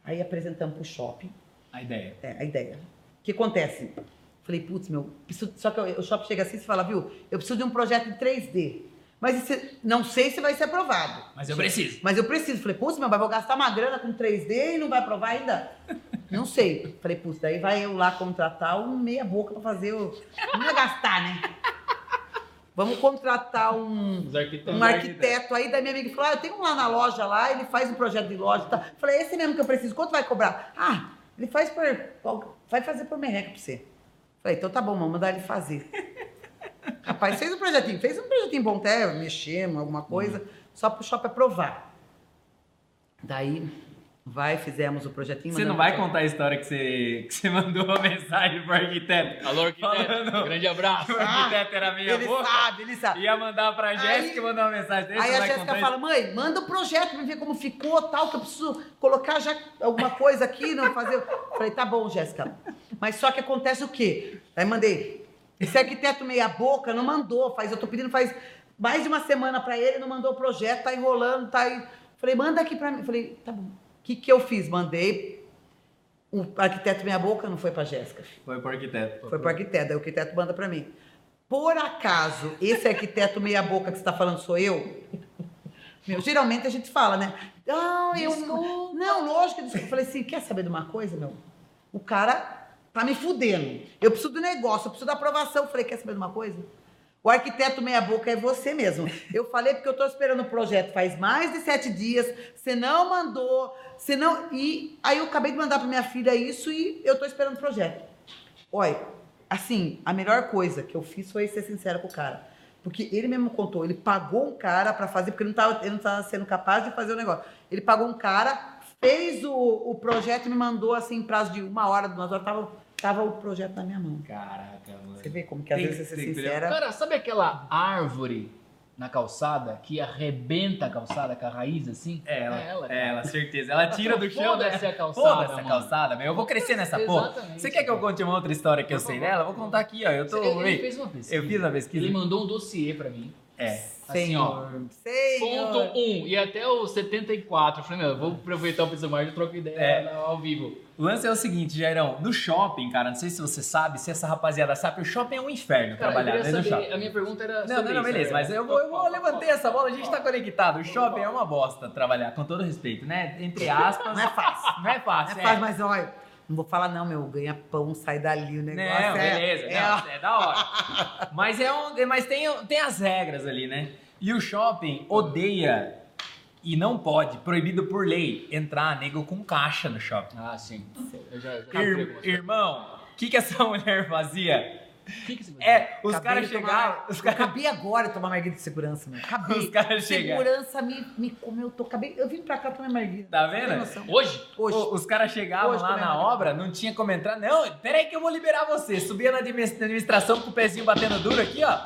[SPEAKER 1] Aí apresentamos pro shopping.
[SPEAKER 2] A ideia.
[SPEAKER 1] É, a ideia. O que acontece? Falei, putz, meu, preciso- só que o shopping chega assim e fala, viu, eu preciso de um projeto em 3D. Mas isso- não sei se vai ser aprovado.
[SPEAKER 2] Mas eu preciso.
[SPEAKER 1] Mas eu preciso. Falei, putz, meu, mas vou gastar uma grana com 3D e não vai aprovar ainda? Não sei. Falei, putz, daí vai eu lá contratar um meia boca pra fazer o... Não ia gastar, né? Vamos contratar um
[SPEAKER 3] Os arquitetos.
[SPEAKER 1] um arquiteto aí, da minha amiga falou: Ah, eu tenho um lá na loja lá, ele faz um projeto de loja e tal. Falei, esse mesmo que eu preciso, quanto vai cobrar? Ah, ele faz por. Vai fazer por merreca pra você. Falei, então tá bom, vamos mandar ele fazer. Rapaz, fez um projetinho, fez um projetinho bom até, mexemos, alguma coisa,
[SPEAKER 2] Uhum.
[SPEAKER 1] só pro shopping aprovar. Daí, vai, fizemos o projetinho.
[SPEAKER 2] Você não
[SPEAKER 1] mandamos-
[SPEAKER 2] vai contar a história que você, que você mandou uma mensagem pro arquiteto.
[SPEAKER 3] Alô, arquiteto.
[SPEAKER 2] Falando.
[SPEAKER 3] Grande abraço.
[SPEAKER 2] Que o arquiteto era meia
[SPEAKER 1] Ele
[SPEAKER 2] boca.
[SPEAKER 1] sabe, ele sabe.
[SPEAKER 2] Ia mandar pra
[SPEAKER 1] Aí-
[SPEAKER 2] Jéssica e mandar uma mensagem dele.
[SPEAKER 1] Aí
[SPEAKER 2] você
[SPEAKER 1] a
[SPEAKER 2] vai
[SPEAKER 1] Jéssica
[SPEAKER 2] contar
[SPEAKER 1] fala, mãe, manda o projeto pra me ver como ficou, tal, que eu preciso colocar já alguma coisa aqui, não fazer. Falei, tá bom, Jéssica. Mas só que acontece o quê? Aí mandei. Esse arquiteto meia boca não mandou, faz, eu tô pedindo faz mais de uma semana pra ele, não mandou o projeto, tá enrolando, tá aí. Falei, manda aqui pra mim. Falei, tá bom. O que que eu fiz? Mandei. O arquiteto meia boca não foi pra Jéssica.
[SPEAKER 2] isso. Foi pro arquiteto.
[SPEAKER 1] Foi pro arquiteto, aí o arquiteto manda pra mim. Por acaso, esse arquiteto meia boca que você tá falando sou eu? Meu, geralmente a gente fala, né? Não, eu. Não, lógico, desculpa. Eu falei assim, quer saber de uma coisa, meu? O cara tá me fudendo. Eu preciso do negócio, eu preciso da aprovação. Eu falei, quer saber de uma coisa? O arquiteto meia boca é você mesmo. Eu falei porque eu tô esperando o projeto faz mais de sete dias. Você não mandou, você não. E aí eu acabei de mandar pra minha filha isso e eu tô esperando o projeto. Olha, assim, a melhor coisa que eu fiz foi ser sincera com o cara. Porque ele mesmo contou, ele pagou um cara pra fazer, porque ele não, tava, ele não tava sendo capaz de fazer o negócio. Ele pagou um cara, fez o, o projeto e me mandou assim, em prazo de uma hora, duas horas, tava, tava o projeto na minha mão.
[SPEAKER 2] Caraca, mano.
[SPEAKER 1] Você vê como que às
[SPEAKER 2] Tem-
[SPEAKER 1] vezes você é
[SPEAKER 2] tem que olhar.
[SPEAKER 1] sincera.
[SPEAKER 3] Cara, sabe aquela árvore na calçada que arrebenta a calçada com a raiz assim?
[SPEAKER 2] É ela,
[SPEAKER 3] É ela,
[SPEAKER 2] é ela, certeza. Ela tira do
[SPEAKER 1] né?
[SPEAKER 2] chão
[SPEAKER 3] Foda-se a calçada,
[SPEAKER 2] Foda essa
[SPEAKER 3] mano.
[SPEAKER 2] calçada, meu. Eu vou crescer nessa porra.
[SPEAKER 3] Exatamente.
[SPEAKER 2] Você quer que eu conte uma outra história que eu
[SPEAKER 3] Por
[SPEAKER 2] sei
[SPEAKER 3] favor.
[SPEAKER 2] dela? Eu Vou contar aqui, ó. Eu tô.
[SPEAKER 3] Ele- Ele
[SPEAKER 2] ei,
[SPEAKER 3] fez uma pesquisa.
[SPEAKER 2] eu fiz a pesquisa.
[SPEAKER 3] Ele mandou um dossiê pra mim.
[SPEAKER 2] É.
[SPEAKER 3] Assim, ó. Ponto
[SPEAKER 1] Senhor.
[SPEAKER 3] 1 um, e até o 74. Eu falei, meu, eu vou aproveitar o Pizza Mart e troco ideia
[SPEAKER 2] É.
[SPEAKER 3] na- ao vivo.
[SPEAKER 2] O lance é o seguinte, Jairão. No shopping, cara, não sei se você sabe, se essa rapaziada sabe, o shopping é um inferno
[SPEAKER 3] Cara,
[SPEAKER 2] trabalhar
[SPEAKER 3] eu
[SPEAKER 2] dentro
[SPEAKER 3] queria
[SPEAKER 2] do shopping.
[SPEAKER 3] saber, a minha pergunta era
[SPEAKER 2] Não, não,
[SPEAKER 3] sobre
[SPEAKER 2] não,
[SPEAKER 3] isso,
[SPEAKER 2] beleza,
[SPEAKER 3] né?
[SPEAKER 2] mas eu vou, eu vou levantei essa bola, a gente tá conectado. O shopping é uma bosta trabalhar, com todo respeito, né? Entre aspas.
[SPEAKER 1] Não é fácil.
[SPEAKER 2] Não é
[SPEAKER 1] Não
[SPEAKER 2] fácil,
[SPEAKER 1] é fácil, mas olha, não vou falar não, meu, ganha pão, sai dali o negócio.
[SPEAKER 2] Não,
[SPEAKER 1] é-
[SPEAKER 2] beleza,
[SPEAKER 1] é-
[SPEAKER 2] não, é da hora. Mas, é um, mas tem, tem as regras ali, né? E o shopping odeia e não pode, proibido por lei, entrar nego com caixa no shopping.
[SPEAKER 3] Ah, sim. Eu já, já
[SPEAKER 2] Ir-
[SPEAKER 3] comprei algumas coisas.
[SPEAKER 2] irmão, o que, que essa mulher fazia?
[SPEAKER 3] O que, que você fazia?
[SPEAKER 2] É, os
[SPEAKER 1] Acabei
[SPEAKER 2] caras
[SPEAKER 1] de tomar-
[SPEAKER 2] chegaram. Os
[SPEAKER 1] eu
[SPEAKER 2] caras
[SPEAKER 1] Acabei agora de tomar marguida de segurança, mano. Acabei.
[SPEAKER 2] os caras chegaram.
[SPEAKER 1] segurança me, me comeu. Tô, acabei, eu vim pra cá tomar marguida.
[SPEAKER 2] Tá
[SPEAKER 1] Você tem
[SPEAKER 2] vendo?
[SPEAKER 1] noção?
[SPEAKER 3] Hoje?
[SPEAKER 1] Hoje.
[SPEAKER 2] Ô, Os caras chegavam
[SPEAKER 1] Hoje
[SPEAKER 2] lá
[SPEAKER 1] também
[SPEAKER 2] na
[SPEAKER 1] vai.
[SPEAKER 2] obra, não tinha como entrar. Não, peraí que eu vou liberar você. Subia na admi- na administração com o pezinho batendo duro aqui, ó.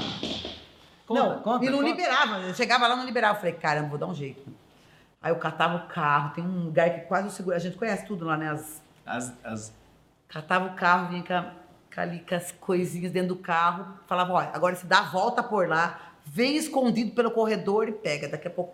[SPEAKER 2] Conta,
[SPEAKER 1] não,
[SPEAKER 2] conta,
[SPEAKER 1] e não
[SPEAKER 2] conta.
[SPEAKER 1] liberava. Eu chegava lá, não liberava. Eu falei, caramba, vou dar um jeito. Aí eu catava o carro, tem um lugar que quase o seguro. A gente conhece tudo lá, né? As-
[SPEAKER 2] As- as-
[SPEAKER 1] catava o carro, vinha com, a- com ali com as coisinhas dentro do carro. Falava, olha, agora se dá a volta por lá, vem escondido pelo corredor e pega. Daqui a pouco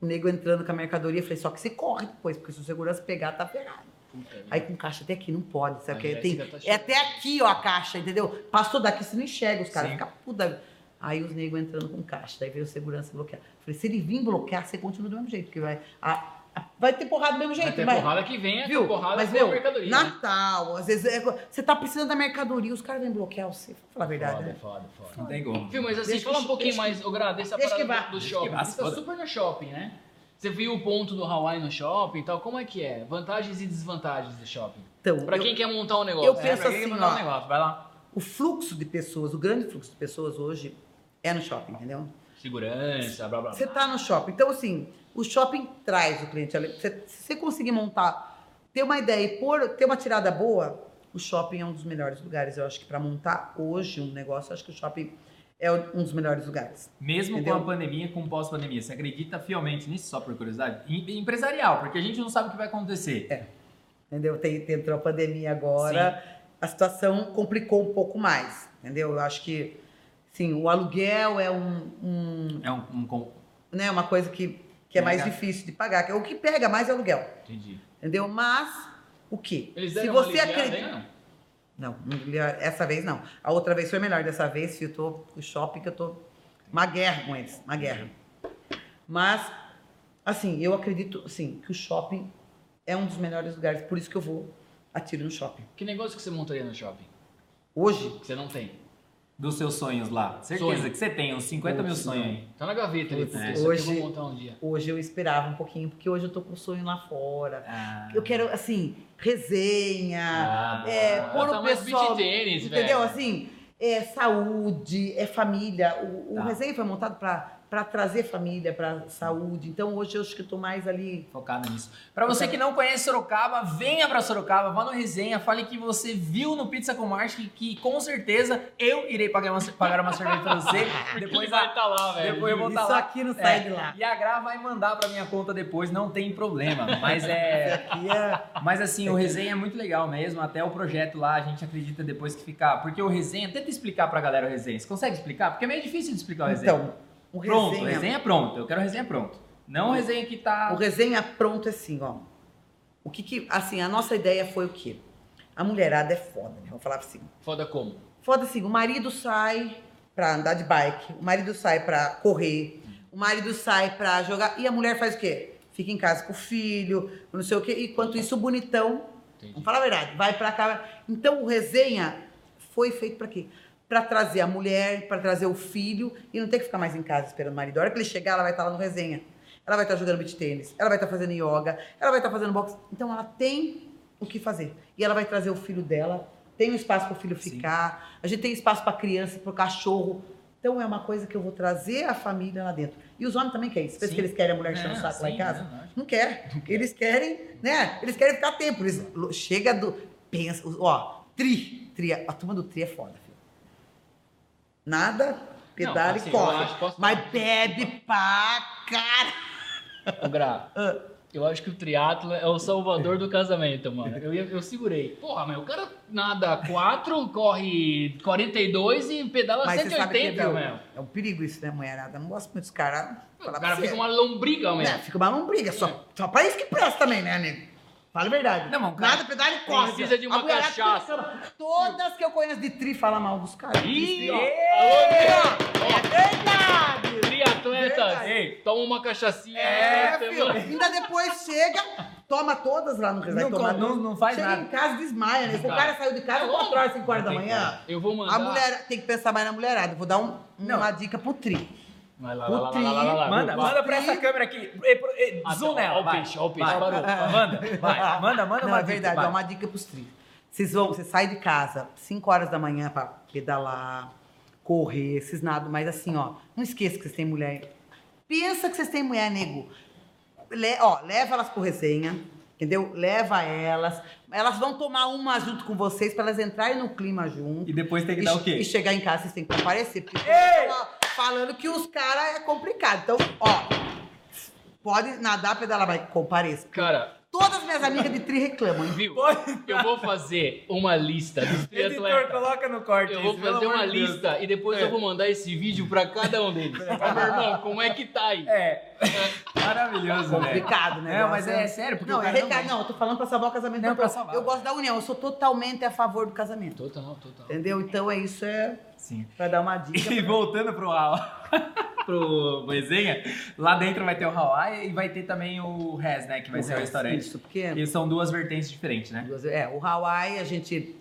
[SPEAKER 1] o nego entrando com a mercadoria. Eu falei, só que você corre depois, porque se o segurança pegar, tá ferrado.
[SPEAKER 3] Puta vida.
[SPEAKER 1] Aí com caixa até aqui, não pode. Sabe?
[SPEAKER 3] A
[SPEAKER 1] que aí
[SPEAKER 3] Jéssica
[SPEAKER 1] tem-
[SPEAKER 3] tá
[SPEAKER 1] é
[SPEAKER 3] chorando.
[SPEAKER 1] até aqui, ó, a caixa, entendeu? Passou daqui, você não enxerga os caras,
[SPEAKER 2] Sim.
[SPEAKER 1] fica puta. Aí os negros entrando com caixa, daí veio o segurança bloquear. Falei, se ele vir bloquear, você continua do mesmo jeito, porque vai. a- a- vai ter porrada do mesmo
[SPEAKER 3] Vai
[SPEAKER 1] jeito,
[SPEAKER 3] ter
[SPEAKER 1] vai.
[SPEAKER 3] porrada que vem, é
[SPEAKER 1] Viu?
[SPEAKER 3] porrada
[SPEAKER 1] Mas,
[SPEAKER 3] com a
[SPEAKER 1] meu,
[SPEAKER 3] mercadoria. né?
[SPEAKER 1] Natal, às vezes é co- você tá precisando da mercadoria, os caras vêm bloquear você. Vou falar a verdade,
[SPEAKER 3] Foda,
[SPEAKER 1] né?
[SPEAKER 3] foda, foda.
[SPEAKER 2] Não tem como.
[SPEAKER 3] Viu, mas assim,
[SPEAKER 1] Deixa
[SPEAKER 3] fala um
[SPEAKER 1] que-
[SPEAKER 3] pouquinho
[SPEAKER 1] deixa
[SPEAKER 3] mais, ô Gra, dessa
[SPEAKER 1] deixa que
[SPEAKER 3] parada
[SPEAKER 1] vá.
[SPEAKER 3] do
[SPEAKER 2] Deixa
[SPEAKER 3] shopping.
[SPEAKER 2] que vá,
[SPEAKER 3] Você tá
[SPEAKER 2] foda.
[SPEAKER 3] super no shopping, né? Você viu o ponto do Hawaii no shopping e tal. Como é que é? Vantagens e desvantagens do shopping.
[SPEAKER 1] Então,
[SPEAKER 3] Pra
[SPEAKER 1] eu-
[SPEAKER 3] quem quer montar um negócio.
[SPEAKER 1] eu
[SPEAKER 3] né?
[SPEAKER 1] penso
[SPEAKER 2] pra quem
[SPEAKER 1] assim,
[SPEAKER 2] mandar
[SPEAKER 1] ó.
[SPEAKER 2] um negócio, vai lá.
[SPEAKER 1] o fluxo de pessoas, o grande fluxo de pessoas hoje é no shopping, entendeu?
[SPEAKER 3] Segurança, blá blá blá.
[SPEAKER 1] Você tá no shopping. Então, assim, o shopping traz o cliente. ali. Você- Se você conseguir montar, ter uma ideia e pôr, ter uma tirada boa, o shopping é um dos melhores lugares. Eu acho que para montar hoje um negócio, eu acho que o shopping é um dos melhores lugares.
[SPEAKER 2] Mesmo
[SPEAKER 1] Entendeu?
[SPEAKER 2] com a pandemia, com o pós-pandemia, você acredita fielmente nisso, só por curiosidade? Em- Empresarial, porque a gente não sabe o que vai acontecer.
[SPEAKER 1] Entendeu? Tem, tem- entrou a pandemia agora, a situação complicou um pouco mais. Entendeu? Eu acho que, sim, o aluguel é um- um
[SPEAKER 2] É um, um com-
[SPEAKER 1] né, uma coisa que, que é mais
[SPEAKER 2] Pega.
[SPEAKER 1] difícil de pagar. que é O que pega mais é aluguel,
[SPEAKER 3] Entendi.
[SPEAKER 1] entendeu? Mas o que?
[SPEAKER 3] Eles
[SPEAKER 1] Se
[SPEAKER 3] deram
[SPEAKER 1] você
[SPEAKER 3] uma aliviada,
[SPEAKER 1] acredita.
[SPEAKER 3] hein,
[SPEAKER 1] Não, não, essa vez não. A outra vez foi melhor. Dessa vez, eu tô com o shopping que eu tô. Uma guerra com eles, uma guerra. Mas, assim, eu acredito assim, que o shopping é um dos melhores lugares. Por isso que eu vou atiro no shopping.
[SPEAKER 3] não? Que negócio que você montaria no shopping?
[SPEAKER 1] Hoje,
[SPEAKER 3] Que você não tem.
[SPEAKER 2] dos seus sonhos lá. Certeza
[SPEAKER 3] Sonho.
[SPEAKER 2] que você tem uns 50 mil sonhos aí.
[SPEAKER 3] Tá na gaveta ali,
[SPEAKER 1] Putz,
[SPEAKER 3] porque isso aqui eu
[SPEAKER 1] hoje-
[SPEAKER 3] vou montar um dia.
[SPEAKER 1] hoje eu esperava um pouquinho, porque hoje eu tô com o sonho lá fora.
[SPEAKER 2] Ah,
[SPEAKER 1] Eu quero, assim, resenha.
[SPEAKER 2] ah,
[SPEAKER 1] é,
[SPEAKER 3] Ah,
[SPEAKER 1] pôr
[SPEAKER 3] tá
[SPEAKER 1] o
[SPEAKER 3] mais
[SPEAKER 1] pessoal.
[SPEAKER 3] beach tênis,
[SPEAKER 1] entendeu?
[SPEAKER 3] velho.
[SPEAKER 1] Assim, é saúde, é família. O, o
[SPEAKER 2] Tá.
[SPEAKER 1] resenha foi montado pra pra trazer família, pra saúde. Então hoje eu acho que eu tô mais ali.
[SPEAKER 2] ah, Focado nisso. Pra você que não conhece Sorocaba, venha pra Sorocaba, vá no resenha, fale que você viu no Pizza com Marte que, que com certeza eu irei pagar uma, pagar uma cerveja pra você.
[SPEAKER 3] Depois
[SPEAKER 2] Depois
[SPEAKER 3] vai
[SPEAKER 2] a,
[SPEAKER 3] estar lá, velho.
[SPEAKER 2] depois eu vou- Vou tá
[SPEAKER 1] Isso
[SPEAKER 2] lá.
[SPEAKER 1] aqui não sai
[SPEAKER 2] É,
[SPEAKER 1] de lá.
[SPEAKER 2] E a Gra vai mandar pra minha conta depois, não tem problema. Mas é.
[SPEAKER 1] Aqui é-
[SPEAKER 2] Mas assim, o resenha é muito legal mesmo, até o projeto lá, a gente acredita depois que ficar. Porque o resenha, tenta explicar pra galera o resenha. Você consegue explicar? Porque é meio difícil de explicar o resenha.
[SPEAKER 1] Então, o
[SPEAKER 2] pronto,
[SPEAKER 1] resenha,
[SPEAKER 2] resenha é pronto. Eu quero resenha pronto. Não resenha que tá.
[SPEAKER 1] o resenha pronto é assim, ó. O que que. Assim, a nossa ideia foi o quê? A mulherada é foda, né? Vamos falar assim.
[SPEAKER 3] Foda como?
[SPEAKER 1] Foda assim, o marido sai pra andar de bike, o marido sai pra correr, o marido sai pra jogar. E a mulher faz o quê? Fica em casa com o filho, não sei o quê. E, Enquanto isso, o bonitão,
[SPEAKER 3] Entendi.
[SPEAKER 1] vamos falar a verdade, vai pra cá. Então o resenha foi feito pra quê? Pra trazer a mulher, pra trazer o filho e não ter que ficar mais em casa esperando o marido. A hora que ele chegar, ela vai estar lá no resenha. Ela vai estar jogando beat tênis, ela vai estar fazendo yoga, ela vai estar fazendo boxe. Então ela tem o que fazer. E ela vai trazer o filho dela, tem um espaço para o filho
[SPEAKER 2] Sim.
[SPEAKER 1] ficar, a gente tem espaço para criança, para o cachorro. Então é uma coisa que eu vou trazer a família lá dentro. E os homens também querem. Você pensa
[SPEAKER 2] Sim.
[SPEAKER 1] que eles querem a mulher tá enchendo o
[SPEAKER 2] É,
[SPEAKER 1] saco lá
[SPEAKER 2] sim,
[SPEAKER 1] em casa?
[SPEAKER 2] né, lógico.
[SPEAKER 1] Não quer. Eles querem, né? Eles querem ficar tempo. Eles lo- chega do. Pensa, ó, tri, tri. A turma do tri é foda, filho. Nada, pedala
[SPEAKER 3] assim,
[SPEAKER 1] e
[SPEAKER 3] eu acho-
[SPEAKER 1] corre.
[SPEAKER 3] posso-
[SPEAKER 1] Mas bebe pra cara.
[SPEAKER 3] Ô, Gra, eu acho que o triatlo é o salvador do casamento, mano. Eu, ia- eu segurei. Porra, mas o cara nada 4, corre 42 e pedala
[SPEAKER 1] Mas você sabe que
[SPEAKER 3] 180,
[SPEAKER 1] viu,
[SPEAKER 3] meu.
[SPEAKER 1] é um perigo isso, né, mulherada? Não gosto muito dos caras.
[SPEAKER 3] O cara fica uma lombriga,
[SPEAKER 1] É,
[SPEAKER 3] mesmo. É.
[SPEAKER 1] fica uma lombriga. Só, só pra isso que presta também, né, amigo? Fala a verdade.
[SPEAKER 2] Não, mas o cara
[SPEAKER 1] Nada, pedal e corre.
[SPEAKER 3] precisa de uma
[SPEAKER 1] A mulherada fica
[SPEAKER 3] cachaça.
[SPEAKER 1] reclamando. Todas que eu conheço de tri falam mal dos caras.
[SPEAKER 3] Ih,
[SPEAKER 1] Tri,
[SPEAKER 3] ó.
[SPEAKER 1] ó.
[SPEAKER 3] Alô,
[SPEAKER 1] É verdade!
[SPEAKER 3] triatletas,
[SPEAKER 1] Verdade.
[SPEAKER 2] Ei,
[SPEAKER 3] é tá- toma uma cachaçinha.
[SPEAKER 1] É,
[SPEAKER 3] essa
[SPEAKER 1] filho.
[SPEAKER 3] semana.
[SPEAKER 1] Ainda depois chega, toma todas lá no
[SPEAKER 2] não,
[SPEAKER 1] resenha.
[SPEAKER 2] com- não, não faz
[SPEAKER 1] chega em
[SPEAKER 2] nada.
[SPEAKER 1] casa, desmaia, né? Se o
[SPEAKER 3] Tá.
[SPEAKER 1] cara saiu de
[SPEAKER 3] É
[SPEAKER 1] casa
[SPEAKER 3] lógico.
[SPEAKER 1] 4 horas, 5 horas da
[SPEAKER 2] Não tem
[SPEAKER 1] manhã,
[SPEAKER 3] Eu vou mandar.
[SPEAKER 1] a mulher tem que pensar mais na mulherada. Vou dar um-
[SPEAKER 2] Não.
[SPEAKER 1] uma dica pro tri.
[SPEAKER 3] Vai lá,
[SPEAKER 1] O
[SPEAKER 3] vai lá, vai
[SPEAKER 1] tri-
[SPEAKER 3] lá, vai lá, vai lá.
[SPEAKER 2] Manda,
[SPEAKER 3] Vai.
[SPEAKER 2] manda pra essa câmera aqui. E pro- e-
[SPEAKER 3] Ah,
[SPEAKER 2] Zoom
[SPEAKER 3] tá, ó,
[SPEAKER 2] nela.
[SPEAKER 3] ó o
[SPEAKER 2] vai.
[SPEAKER 3] peixe, ó o peixe,
[SPEAKER 2] Vai,
[SPEAKER 3] parou.
[SPEAKER 2] Manda, vai. Manda, manda
[SPEAKER 1] Não,
[SPEAKER 2] uma
[SPEAKER 1] é
[SPEAKER 2] dica,
[SPEAKER 1] verdade,
[SPEAKER 2] vai.
[SPEAKER 1] é uma dica pros tri. Vocês vão, você sai de casa 5 horas da manhã para pedalar, correr, esses nada, mas assim, ó, não esqueça que vocês têm mulher. Pensa que vocês têm mulher, nego. Le- ó, leva elas pro resenha, entendeu? Leva elas. Elas vão tomar uma junto com vocês para elas entrarem no clima junto.
[SPEAKER 2] E depois tem que
[SPEAKER 1] E
[SPEAKER 2] dar
[SPEAKER 1] che-
[SPEAKER 2] o quê?
[SPEAKER 1] E chegar em casa, vocês têm que comparecer. Porque estão lá falando que os caras é complicado. Então, ó, pode nadar, pedalar, mas compareça.
[SPEAKER 3] Cara,
[SPEAKER 1] Todas minhas amigas de tri reclamam. hein?
[SPEAKER 3] viu?
[SPEAKER 2] Pode-
[SPEAKER 3] Eu vou fazer uma lista dos
[SPEAKER 2] Editor,
[SPEAKER 3] triatletas.
[SPEAKER 2] coloca no corte.
[SPEAKER 3] Eu vou
[SPEAKER 2] isso, pelo
[SPEAKER 3] fazer
[SPEAKER 2] amor
[SPEAKER 3] uma
[SPEAKER 2] de Deus.
[SPEAKER 3] lista e depois eu vou mandar esse vídeo pra cada um deles. Ó, meu irmão, como é que tá aí?
[SPEAKER 2] É. Maravilhoso, né?
[SPEAKER 1] Complicado, né?
[SPEAKER 2] Não, mas é sério, porque
[SPEAKER 1] Não,
[SPEAKER 2] o
[SPEAKER 1] é
[SPEAKER 2] cara não
[SPEAKER 1] recado.
[SPEAKER 2] vai-
[SPEAKER 1] Não, eu tô falando pra salvar o casamento.
[SPEAKER 2] Não, é
[SPEAKER 1] porque
[SPEAKER 2] pra
[SPEAKER 1] eu-
[SPEAKER 2] salvar.
[SPEAKER 1] Eu gosto da união, eu sou totalmente a favor do casamento.
[SPEAKER 3] Total, total.
[SPEAKER 1] Entendeu? Então é isso, é
[SPEAKER 2] Sim.
[SPEAKER 1] pra dar uma dica.
[SPEAKER 2] E voltando pro Hawa, pro resenha, lá dentro vai ter o Hawaii e vai ter também o Res, né? Que vai ser o restaurante.
[SPEAKER 1] Isso, porque...
[SPEAKER 2] E são duas vertentes diferentes, né?
[SPEAKER 1] Duas- É, o Hawaii a gente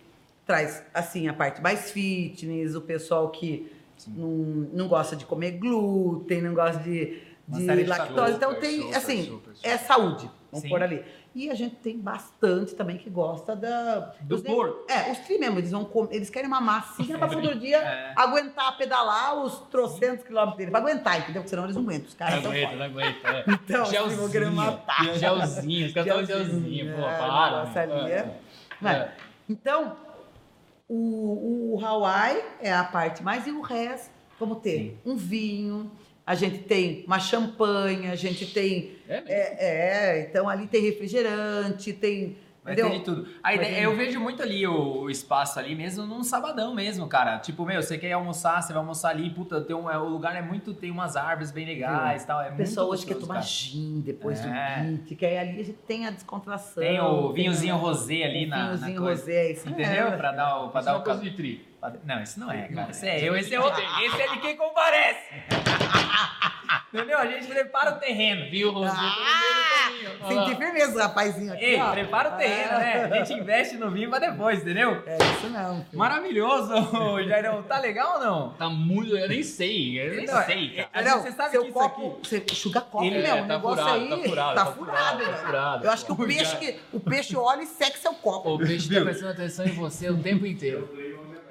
[SPEAKER 1] traz, assim, a parte mais fitness, o pessoal que não, não gosta de comer glúten, não gosta de,
[SPEAKER 2] Uma
[SPEAKER 1] de
[SPEAKER 2] série de
[SPEAKER 1] lactose.
[SPEAKER 2] fatores.
[SPEAKER 1] Então
[SPEAKER 3] Super,
[SPEAKER 1] tem,
[SPEAKER 3] super,
[SPEAKER 1] assim,
[SPEAKER 3] super, super.
[SPEAKER 1] é saúde, vamos
[SPEAKER 2] Sim.
[SPEAKER 1] pôr ali. E a gente tem bastante também que gosta da...
[SPEAKER 2] Do
[SPEAKER 1] dos ne-
[SPEAKER 2] porco.
[SPEAKER 1] É, os tri mesmo, eles, vão com- eles querem uma massinha pra todo dia
[SPEAKER 2] É.
[SPEAKER 1] aguentar, pedalar os trocentos quilômetros dele, pra aguentar, entendeu? Porque senão eles não aguentam, os
[SPEAKER 3] Não
[SPEAKER 1] caras são
[SPEAKER 3] aguenta,
[SPEAKER 1] fortes.
[SPEAKER 3] não aguenta. É.
[SPEAKER 1] Então, assim,
[SPEAKER 3] gelzinho,
[SPEAKER 1] vou gramatar.
[SPEAKER 3] gelzinho, os caras falam
[SPEAKER 1] Gelzinho,
[SPEAKER 3] gelzinho, pô,
[SPEAKER 1] é,
[SPEAKER 3] para.
[SPEAKER 1] negócio ali
[SPEAKER 3] meu.
[SPEAKER 1] é- Vai.
[SPEAKER 3] É.
[SPEAKER 1] Então, o, o Hawaii é a parte mais, e o resto, vamos ter
[SPEAKER 2] Sim.
[SPEAKER 1] um vinho, a gente tem uma champanhe, a gente tem.
[SPEAKER 3] É mesmo?
[SPEAKER 1] É, é, então ali tem refrigerante, tem.
[SPEAKER 2] Vai
[SPEAKER 1] entendeu?
[SPEAKER 2] ter de tudo. A
[SPEAKER 1] Vai
[SPEAKER 2] ideia-
[SPEAKER 1] ter-
[SPEAKER 2] eu vejo muito ali o, o espaço ali mesmo num sabadão mesmo, cara. Tipo, meu, você quer almoçar, você vai almoçar ali, puta, tem um, é, o lugar é muito, tem umas árvores bem legais e tal. É
[SPEAKER 1] O
[SPEAKER 2] muito
[SPEAKER 1] pessoal hoje quer
[SPEAKER 2] gostoso,
[SPEAKER 1] tomar
[SPEAKER 2] cara.
[SPEAKER 1] gin depois
[SPEAKER 2] É.
[SPEAKER 1] do beat, que aí ali a gente tem a descontração.
[SPEAKER 2] Tem o vinhozinho
[SPEAKER 1] a-
[SPEAKER 2] rosé ali
[SPEAKER 1] o
[SPEAKER 2] na, na
[SPEAKER 1] né? vinhozinho
[SPEAKER 2] coisa.
[SPEAKER 1] rosé, isso
[SPEAKER 2] Entendeu?
[SPEAKER 1] é.
[SPEAKER 2] Pra dar o, pra
[SPEAKER 3] Isso é
[SPEAKER 2] dar
[SPEAKER 3] uma
[SPEAKER 2] o
[SPEAKER 3] coisa
[SPEAKER 2] ca-
[SPEAKER 3] de tri.
[SPEAKER 2] Não, isso não é,
[SPEAKER 3] Não
[SPEAKER 2] cara.
[SPEAKER 3] é.
[SPEAKER 2] Isso é eu, esse é outro. Esse é de quem comparece. Entendeu? A gente prepara o terreno.
[SPEAKER 3] Viu, Rosé?
[SPEAKER 1] Ah!
[SPEAKER 3] Pelo meio do caminho. Olha lá.
[SPEAKER 1] Senti firmeza, rapazinho. Aqui,
[SPEAKER 2] Ei,
[SPEAKER 1] ó. Ah,
[SPEAKER 2] prepara o terreno, né? A gente investe no vinho pra depois, entendeu?
[SPEAKER 1] É isso não. filho.
[SPEAKER 2] Maravilhoso, Jairão. Tá legal ou não?
[SPEAKER 3] Tá muito. Eu nem sei, eu nem
[SPEAKER 2] Então, é-
[SPEAKER 3] sei, cara.
[SPEAKER 2] é- Mas
[SPEAKER 1] Não,
[SPEAKER 2] você sabe
[SPEAKER 1] seu
[SPEAKER 2] que isso
[SPEAKER 1] copo,
[SPEAKER 2] aqui-
[SPEAKER 1] você enxuga copo,
[SPEAKER 2] Ele-
[SPEAKER 1] meu,
[SPEAKER 3] é,
[SPEAKER 1] o
[SPEAKER 3] tá
[SPEAKER 1] negócio
[SPEAKER 3] furado,
[SPEAKER 1] aí
[SPEAKER 3] tá furado, tá furado, tá
[SPEAKER 1] velho.
[SPEAKER 3] furado,
[SPEAKER 1] Eu acho que o
[SPEAKER 3] pô.
[SPEAKER 1] peixe que o peixe olha e seca o copo.
[SPEAKER 3] O peixe tá prestando atenção em você o tempo inteiro.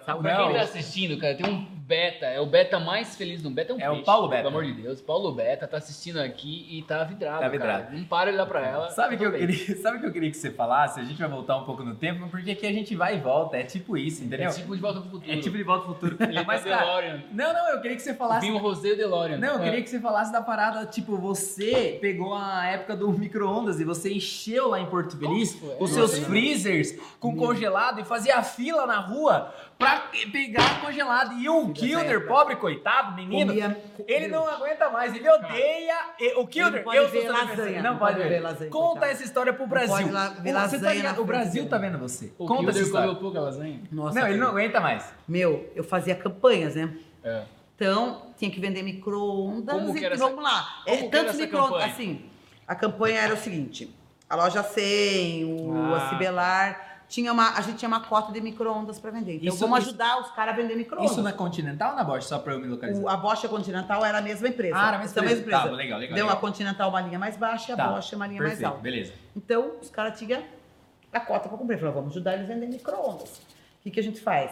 [SPEAKER 1] Saúde.
[SPEAKER 3] Pra
[SPEAKER 2] Não.
[SPEAKER 3] quem tá assistindo, cara, tem um beta, é o beta mais feliz do beta, é um
[SPEAKER 2] É o
[SPEAKER 3] peixe,
[SPEAKER 2] Paulo Beta.
[SPEAKER 3] Pelo amor de Deus, Paulo Beta tá assistindo aqui e tá vidrado,
[SPEAKER 2] Tá vidrado.
[SPEAKER 3] cara. Não para de olhar pra ela.
[SPEAKER 2] Sabe o que eu
[SPEAKER 3] Tudo bem.
[SPEAKER 2] queria, sabe o que eu queria que você falasse? A gente vai voltar um pouco no tempo, porque aqui a gente vai e volta, é tipo isso, entendeu?
[SPEAKER 3] É tipo de volta pro futuro.
[SPEAKER 2] É tipo de volta ao futuro. Mas cara,
[SPEAKER 3] DeLorean.
[SPEAKER 2] não, não, eu queria que você falasse
[SPEAKER 3] Vinho Rosé DeLorean.
[SPEAKER 2] Não, eu
[SPEAKER 3] É.
[SPEAKER 2] queria que você falasse da parada, tipo, você pegou a época do micro-ondas e você encheu lá em Porto Feliz
[SPEAKER 3] Nossa,
[SPEAKER 2] os
[SPEAKER 3] é.
[SPEAKER 2] seus
[SPEAKER 3] Nossa.
[SPEAKER 2] freezers com congelado e fazia fila na rua pra pegar congelado. E o Kilder, pobre coitado, menino,
[SPEAKER 1] Comia-
[SPEAKER 2] ele não aguenta mais, ele odeia. e- O Kilder,
[SPEAKER 1] pode
[SPEAKER 2] eu
[SPEAKER 1] ver
[SPEAKER 2] sou seu
[SPEAKER 1] lasanha,
[SPEAKER 2] adversário.
[SPEAKER 1] não pode ver lasanha,
[SPEAKER 2] Conta
[SPEAKER 1] coitado.
[SPEAKER 2] essa história pro
[SPEAKER 1] Não
[SPEAKER 2] Brasil.
[SPEAKER 1] pode lá- ver
[SPEAKER 2] O- você tá
[SPEAKER 1] lasanha
[SPEAKER 2] ligado?
[SPEAKER 1] na
[SPEAKER 2] o
[SPEAKER 1] frente
[SPEAKER 2] Brasil
[SPEAKER 1] dele.
[SPEAKER 2] tá vendo você.
[SPEAKER 3] O
[SPEAKER 2] Conta essa
[SPEAKER 3] Kilder comeu
[SPEAKER 2] história.
[SPEAKER 3] pouca lasanha.
[SPEAKER 1] Nossa,
[SPEAKER 2] Não, ele não
[SPEAKER 1] filho.
[SPEAKER 2] aguenta mais.
[SPEAKER 1] Meu, eu fazia campanhas, né?
[SPEAKER 3] É.
[SPEAKER 1] Então, tinha que vender micro-ondas
[SPEAKER 3] Como
[SPEAKER 1] e
[SPEAKER 3] que era essa-
[SPEAKER 1] vamos lá.
[SPEAKER 3] como que
[SPEAKER 1] É,
[SPEAKER 3] era
[SPEAKER 1] tantos
[SPEAKER 3] essa
[SPEAKER 1] micro-ondas.
[SPEAKER 3] campanha?
[SPEAKER 1] Assim, a campanha era o seguinte: a loja 100, o
[SPEAKER 2] Ah.
[SPEAKER 1] a Cibelar, tinha uma, a gente tinha uma cota de micro-ondas pra vender. Então,
[SPEAKER 2] Isso-
[SPEAKER 1] vamos
[SPEAKER 2] isso-
[SPEAKER 1] ajudar os caras a vender micro-ondas.
[SPEAKER 2] Isso é na Continental ou na Bosch? Só pra eu me localizar.
[SPEAKER 1] O- a Bosch e a Continental era a mesma empresa.
[SPEAKER 2] Ah, era a mesma
[SPEAKER 1] São a
[SPEAKER 2] empresa. Tá, legal, legal,
[SPEAKER 1] Deu
[SPEAKER 2] legal.
[SPEAKER 1] a Continental uma linha mais baixa e a
[SPEAKER 2] Tá,
[SPEAKER 1] Bosch uma linha
[SPEAKER 2] perfeito,
[SPEAKER 1] mais alta.
[SPEAKER 2] beleza.
[SPEAKER 1] Então, os caras tinham a cota para comprar. Falaram, vamos ajudar eles a vender micro-ondas. O que, que a gente faz?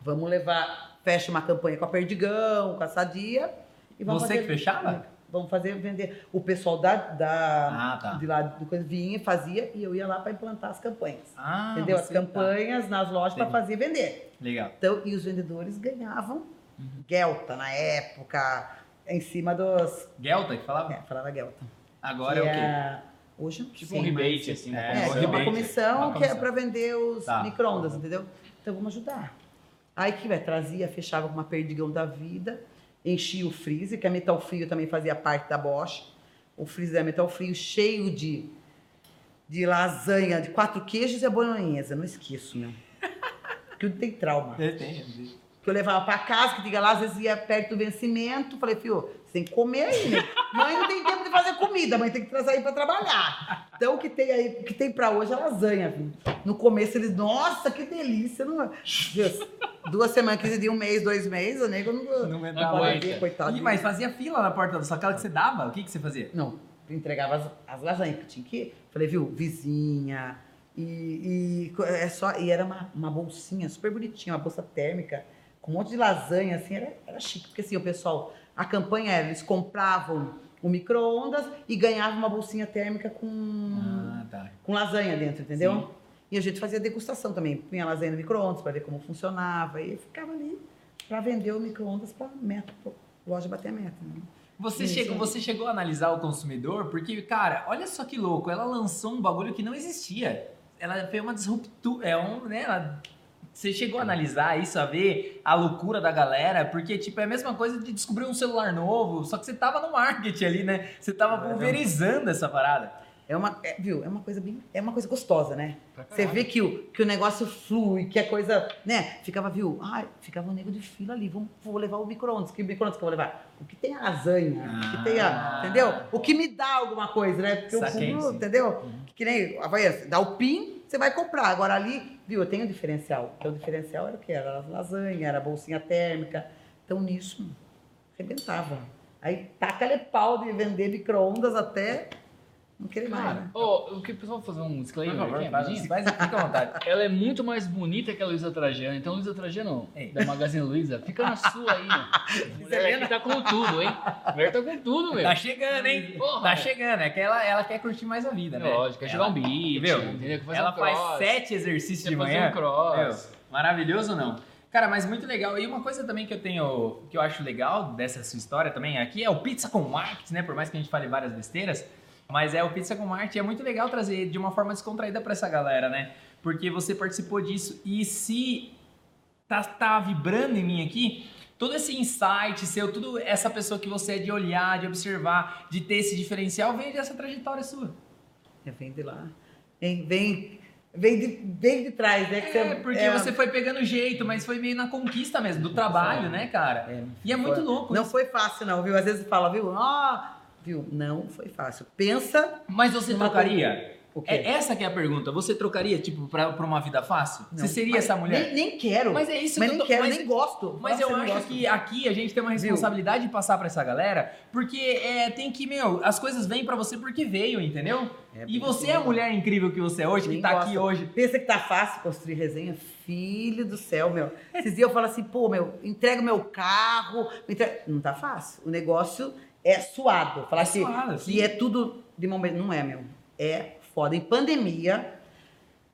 [SPEAKER 1] Vamos levar, fecha uma campanha com a Perdigão, com a Sadia. E vamos
[SPEAKER 2] Você
[SPEAKER 1] fazer- Ah,
[SPEAKER 2] que fechava?
[SPEAKER 1] Vamos fazer vender. O pessoal da, da-
[SPEAKER 2] Ah, tá.
[SPEAKER 1] de lá do coisa vinha, fazia e eu ia lá para implantar as campanhas.
[SPEAKER 2] Ah,
[SPEAKER 1] entendeu?
[SPEAKER 2] você
[SPEAKER 1] As campanhas nas lojas para
[SPEAKER 2] Entendi.
[SPEAKER 1] fazer e vender.
[SPEAKER 2] tá. Legal.
[SPEAKER 1] Então, e os vendedores ganhavam
[SPEAKER 2] Uhum.
[SPEAKER 1] Gelta na época, em cima dos.
[SPEAKER 2] Gelta que falava?
[SPEAKER 1] É, falava Gelta.
[SPEAKER 2] Agora é,
[SPEAKER 1] Que
[SPEAKER 2] o quê?
[SPEAKER 1] é- Hoje eu não
[SPEAKER 3] Tipo
[SPEAKER 1] sei
[SPEAKER 3] um
[SPEAKER 1] mais.
[SPEAKER 3] rebate, assim.
[SPEAKER 2] É,
[SPEAKER 1] É,
[SPEAKER 2] um
[SPEAKER 1] que é uma
[SPEAKER 2] rebate.
[SPEAKER 1] comissão
[SPEAKER 2] Uma
[SPEAKER 1] que é
[SPEAKER 2] comissão.
[SPEAKER 1] para vender os
[SPEAKER 2] Tá.
[SPEAKER 1] micro-ondas, entendeu? Então vamos ajudar. Aí que vai, trazia, fechava com uma perdigão da vida, enchia o freezer, que a Metal Frio também fazia parte da Bosch. O freezer da Metal Frio cheio de, de lasanha, de quatro queijos e a bolonhesa, não esqueço, meu. Porque eu tenho trauma
[SPEAKER 2] Entendi.
[SPEAKER 1] que eu levava pra casa, que diga lá, às vezes ia perto do vencimento. Falei, filho, você tem que comer aí, né? Mãe não tem tempo de fazer comida, mãe tem que trazer aí pra trabalhar. Então o que tem aí, o que tem pra hoje é lasanha, filho. No começo eles, nossa, que delícia. Não... é?" Deus, duas semanas, 15 dias, um mês, dois meses, o nego não,
[SPEAKER 2] Não
[SPEAKER 1] não
[SPEAKER 2] aguentava
[SPEAKER 1] vai
[SPEAKER 3] Agora-
[SPEAKER 2] mais.
[SPEAKER 3] aguenta.
[SPEAKER 1] ver, coitado.
[SPEAKER 2] Ih, mas fazia fila na porta da sua casa que você dava? O que, que você fazia?
[SPEAKER 1] Não, entregava as, as lasanhas que tinha que. Falei, viu, vizinha, E, e co- é só, e era uma, uma bolsinha super bonitinha, uma bolsa térmica, com um monte de lasanha, assim, era, era chique. Porque assim, o pessoal, a campanha era, eles compravam o micro-ondas e ganhavam uma bolsinha térmica com,
[SPEAKER 2] Ah, tá.
[SPEAKER 1] com lasanha dentro, entendeu?
[SPEAKER 3] Sim.
[SPEAKER 1] E a gente fazia degustação também, punha lasanha no micro-ondas para ver como funcionava, e ficava ali para vender o micro-ondas para meta, pra loja bater a meta. né?
[SPEAKER 2] Você,
[SPEAKER 1] Isso.
[SPEAKER 2] chegou, você chegou a analisar o consumidor? Porque, cara, olha só que louco, ela lançou um bagulho que não existia. Ela fez uma disruptura, é um, né, ela- você chegou a analisar isso, a ver a loucura da galera? Porque, tipo, é a mesma coisa de descobrir um celular novo, só que você tava no marketing ali, né? Você
[SPEAKER 3] É,
[SPEAKER 2] tava
[SPEAKER 1] Caramba.
[SPEAKER 2] pulverizando essa parada.
[SPEAKER 1] É uma, é, viu? É uma coisa bem, é uma coisa gostosa, né?
[SPEAKER 3] Pra caralho.
[SPEAKER 1] Você vê que o, que o negócio flui, que a coisa, né? Ficava, viu? Ai, ficava um nego de fila ali. Vamos, vou levar o micro-ondas. Que micro-ondas que eu vou levar? O que tem a lasanha? o que tem
[SPEAKER 2] Ah.
[SPEAKER 1] a. Entendeu? O que me dá alguma coisa, né? Porque o
[SPEAKER 2] Saquei,
[SPEAKER 1] fundo,
[SPEAKER 2] sim.
[SPEAKER 1] entendeu? Que nem, Havaiana, dá o PIN, você vai comprar. Agora ali, viu? Eu tenho diferencial. Então, o diferencial era o quê? Era lasanha, era bolsinha térmica. Então, nisso, arrebentava. Aí, taca-lhe pau de vender micro-ondas até não querer mais, né?
[SPEAKER 3] Cara, ó, eu que- só vou fazer um disclaimer aqui, rapidinho.
[SPEAKER 2] Mas fica à vontade.
[SPEAKER 3] Ela é muito mais bonita que a Luísa Trajano. Então, Luísa Trajano,
[SPEAKER 2] Ei.
[SPEAKER 3] da Magazine Luiza, fica na sua aí, meu. Mulher aqui tá com tudo, hein? Mulher tá com tudo, meu.
[SPEAKER 2] Tá chegando, hein?
[SPEAKER 3] Porra,
[SPEAKER 2] tá
[SPEAKER 3] velho.
[SPEAKER 2] chegando, é que ela, ela quer curtir mais a vida, né?
[SPEAKER 3] Lógico, é jogar um
[SPEAKER 2] Ela-
[SPEAKER 3] beat,
[SPEAKER 2] Viu?
[SPEAKER 3] entendeu? Fazer
[SPEAKER 2] Ela
[SPEAKER 3] um
[SPEAKER 2] faz
[SPEAKER 3] cross,
[SPEAKER 2] sete exercícios
[SPEAKER 3] você
[SPEAKER 2] de
[SPEAKER 3] fazer
[SPEAKER 2] manhã.
[SPEAKER 3] um cross.
[SPEAKER 2] Meu, maravilhoso ou não? Cara, mas muito legal. E uma coisa também que eu tenho, que eu acho legal dessa sua história também aqui é o Pizza com Marketing, né? Por mais que a gente fale várias besteiras, mas é o Pizza com Marketing. É muito legal trazer de uma forma descontraída pra essa galera, né? Porque você participou disso e se tá, tá vibrando em mim aqui, todo esse insight seu, tudo essa pessoa que você é de olhar, de observar, de ter esse diferencial, vem dessa trajetória sua.
[SPEAKER 1] É, vem de lá. Vem, vem, vem, de, vem de trás, né? que
[SPEAKER 2] É, porque
[SPEAKER 1] é,
[SPEAKER 2] você foi pegando jeito, mas foi meio na conquista mesmo, do trabalho, né, cara?
[SPEAKER 1] é,
[SPEAKER 2] E é muito louco.
[SPEAKER 1] Não
[SPEAKER 2] isso.
[SPEAKER 1] foi fácil, não, viu? Às vezes fala, viu? Ah, viu? Não foi fácil. Pensa
[SPEAKER 2] Mas você
[SPEAKER 1] Numa
[SPEAKER 2] trocaria?
[SPEAKER 1] o quê?
[SPEAKER 2] É, essa que é a pergunta. Você trocaria, tipo, pra, pra uma vida fácil?
[SPEAKER 1] Não.
[SPEAKER 2] Você seria
[SPEAKER 1] Mas
[SPEAKER 2] essa mulher?
[SPEAKER 1] Nem, nem quero.
[SPEAKER 2] Mas
[SPEAKER 1] Mas,
[SPEAKER 2] é isso
[SPEAKER 1] nem
[SPEAKER 2] eu tô-
[SPEAKER 1] quero,
[SPEAKER 2] mas-
[SPEAKER 1] nem gosto.
[SPEAKER 2] Mas
[SPEAKER 1] Nossa,
[SPEAKER 2] eu
[SPEAKER 1] nem
[SPEAKER 2] acho
[SPEAKER 1] gosto. É
[SPEAKER 2] que aqui a gente tem uma responsabilidade de passar pra essa galera, porque é, tem que, meu, as coisas vêm pra você porque veio, entendeu?
[SPEAKER 1] É, porque
[SPEAKER 2] e você é a
[SPEAKER 1] nem
[SPEAKER 2] mulher incrível que você é hoje, que
[SPEAKER 1] Nem
[SPEAKER 2] tá
[SPEAKER 1] gosto.
[SPEAKER 2] aqui hoje.
[SPEAKER 1] Pensa que tá fácil construir resenha? Filho do céu, meu. Esses dias eu falo assim, pô, meu, entrega o meu carro. me entrega- Não tá fácil. O negócio é suado. Falar
[SPEAKER 2] É
[SPEAKER 1] assim,
[SPEAKER 2] suado, sim.
[SPEAKER 1] que é tudo de momento. Não é, meu. É foda. Em pandemia,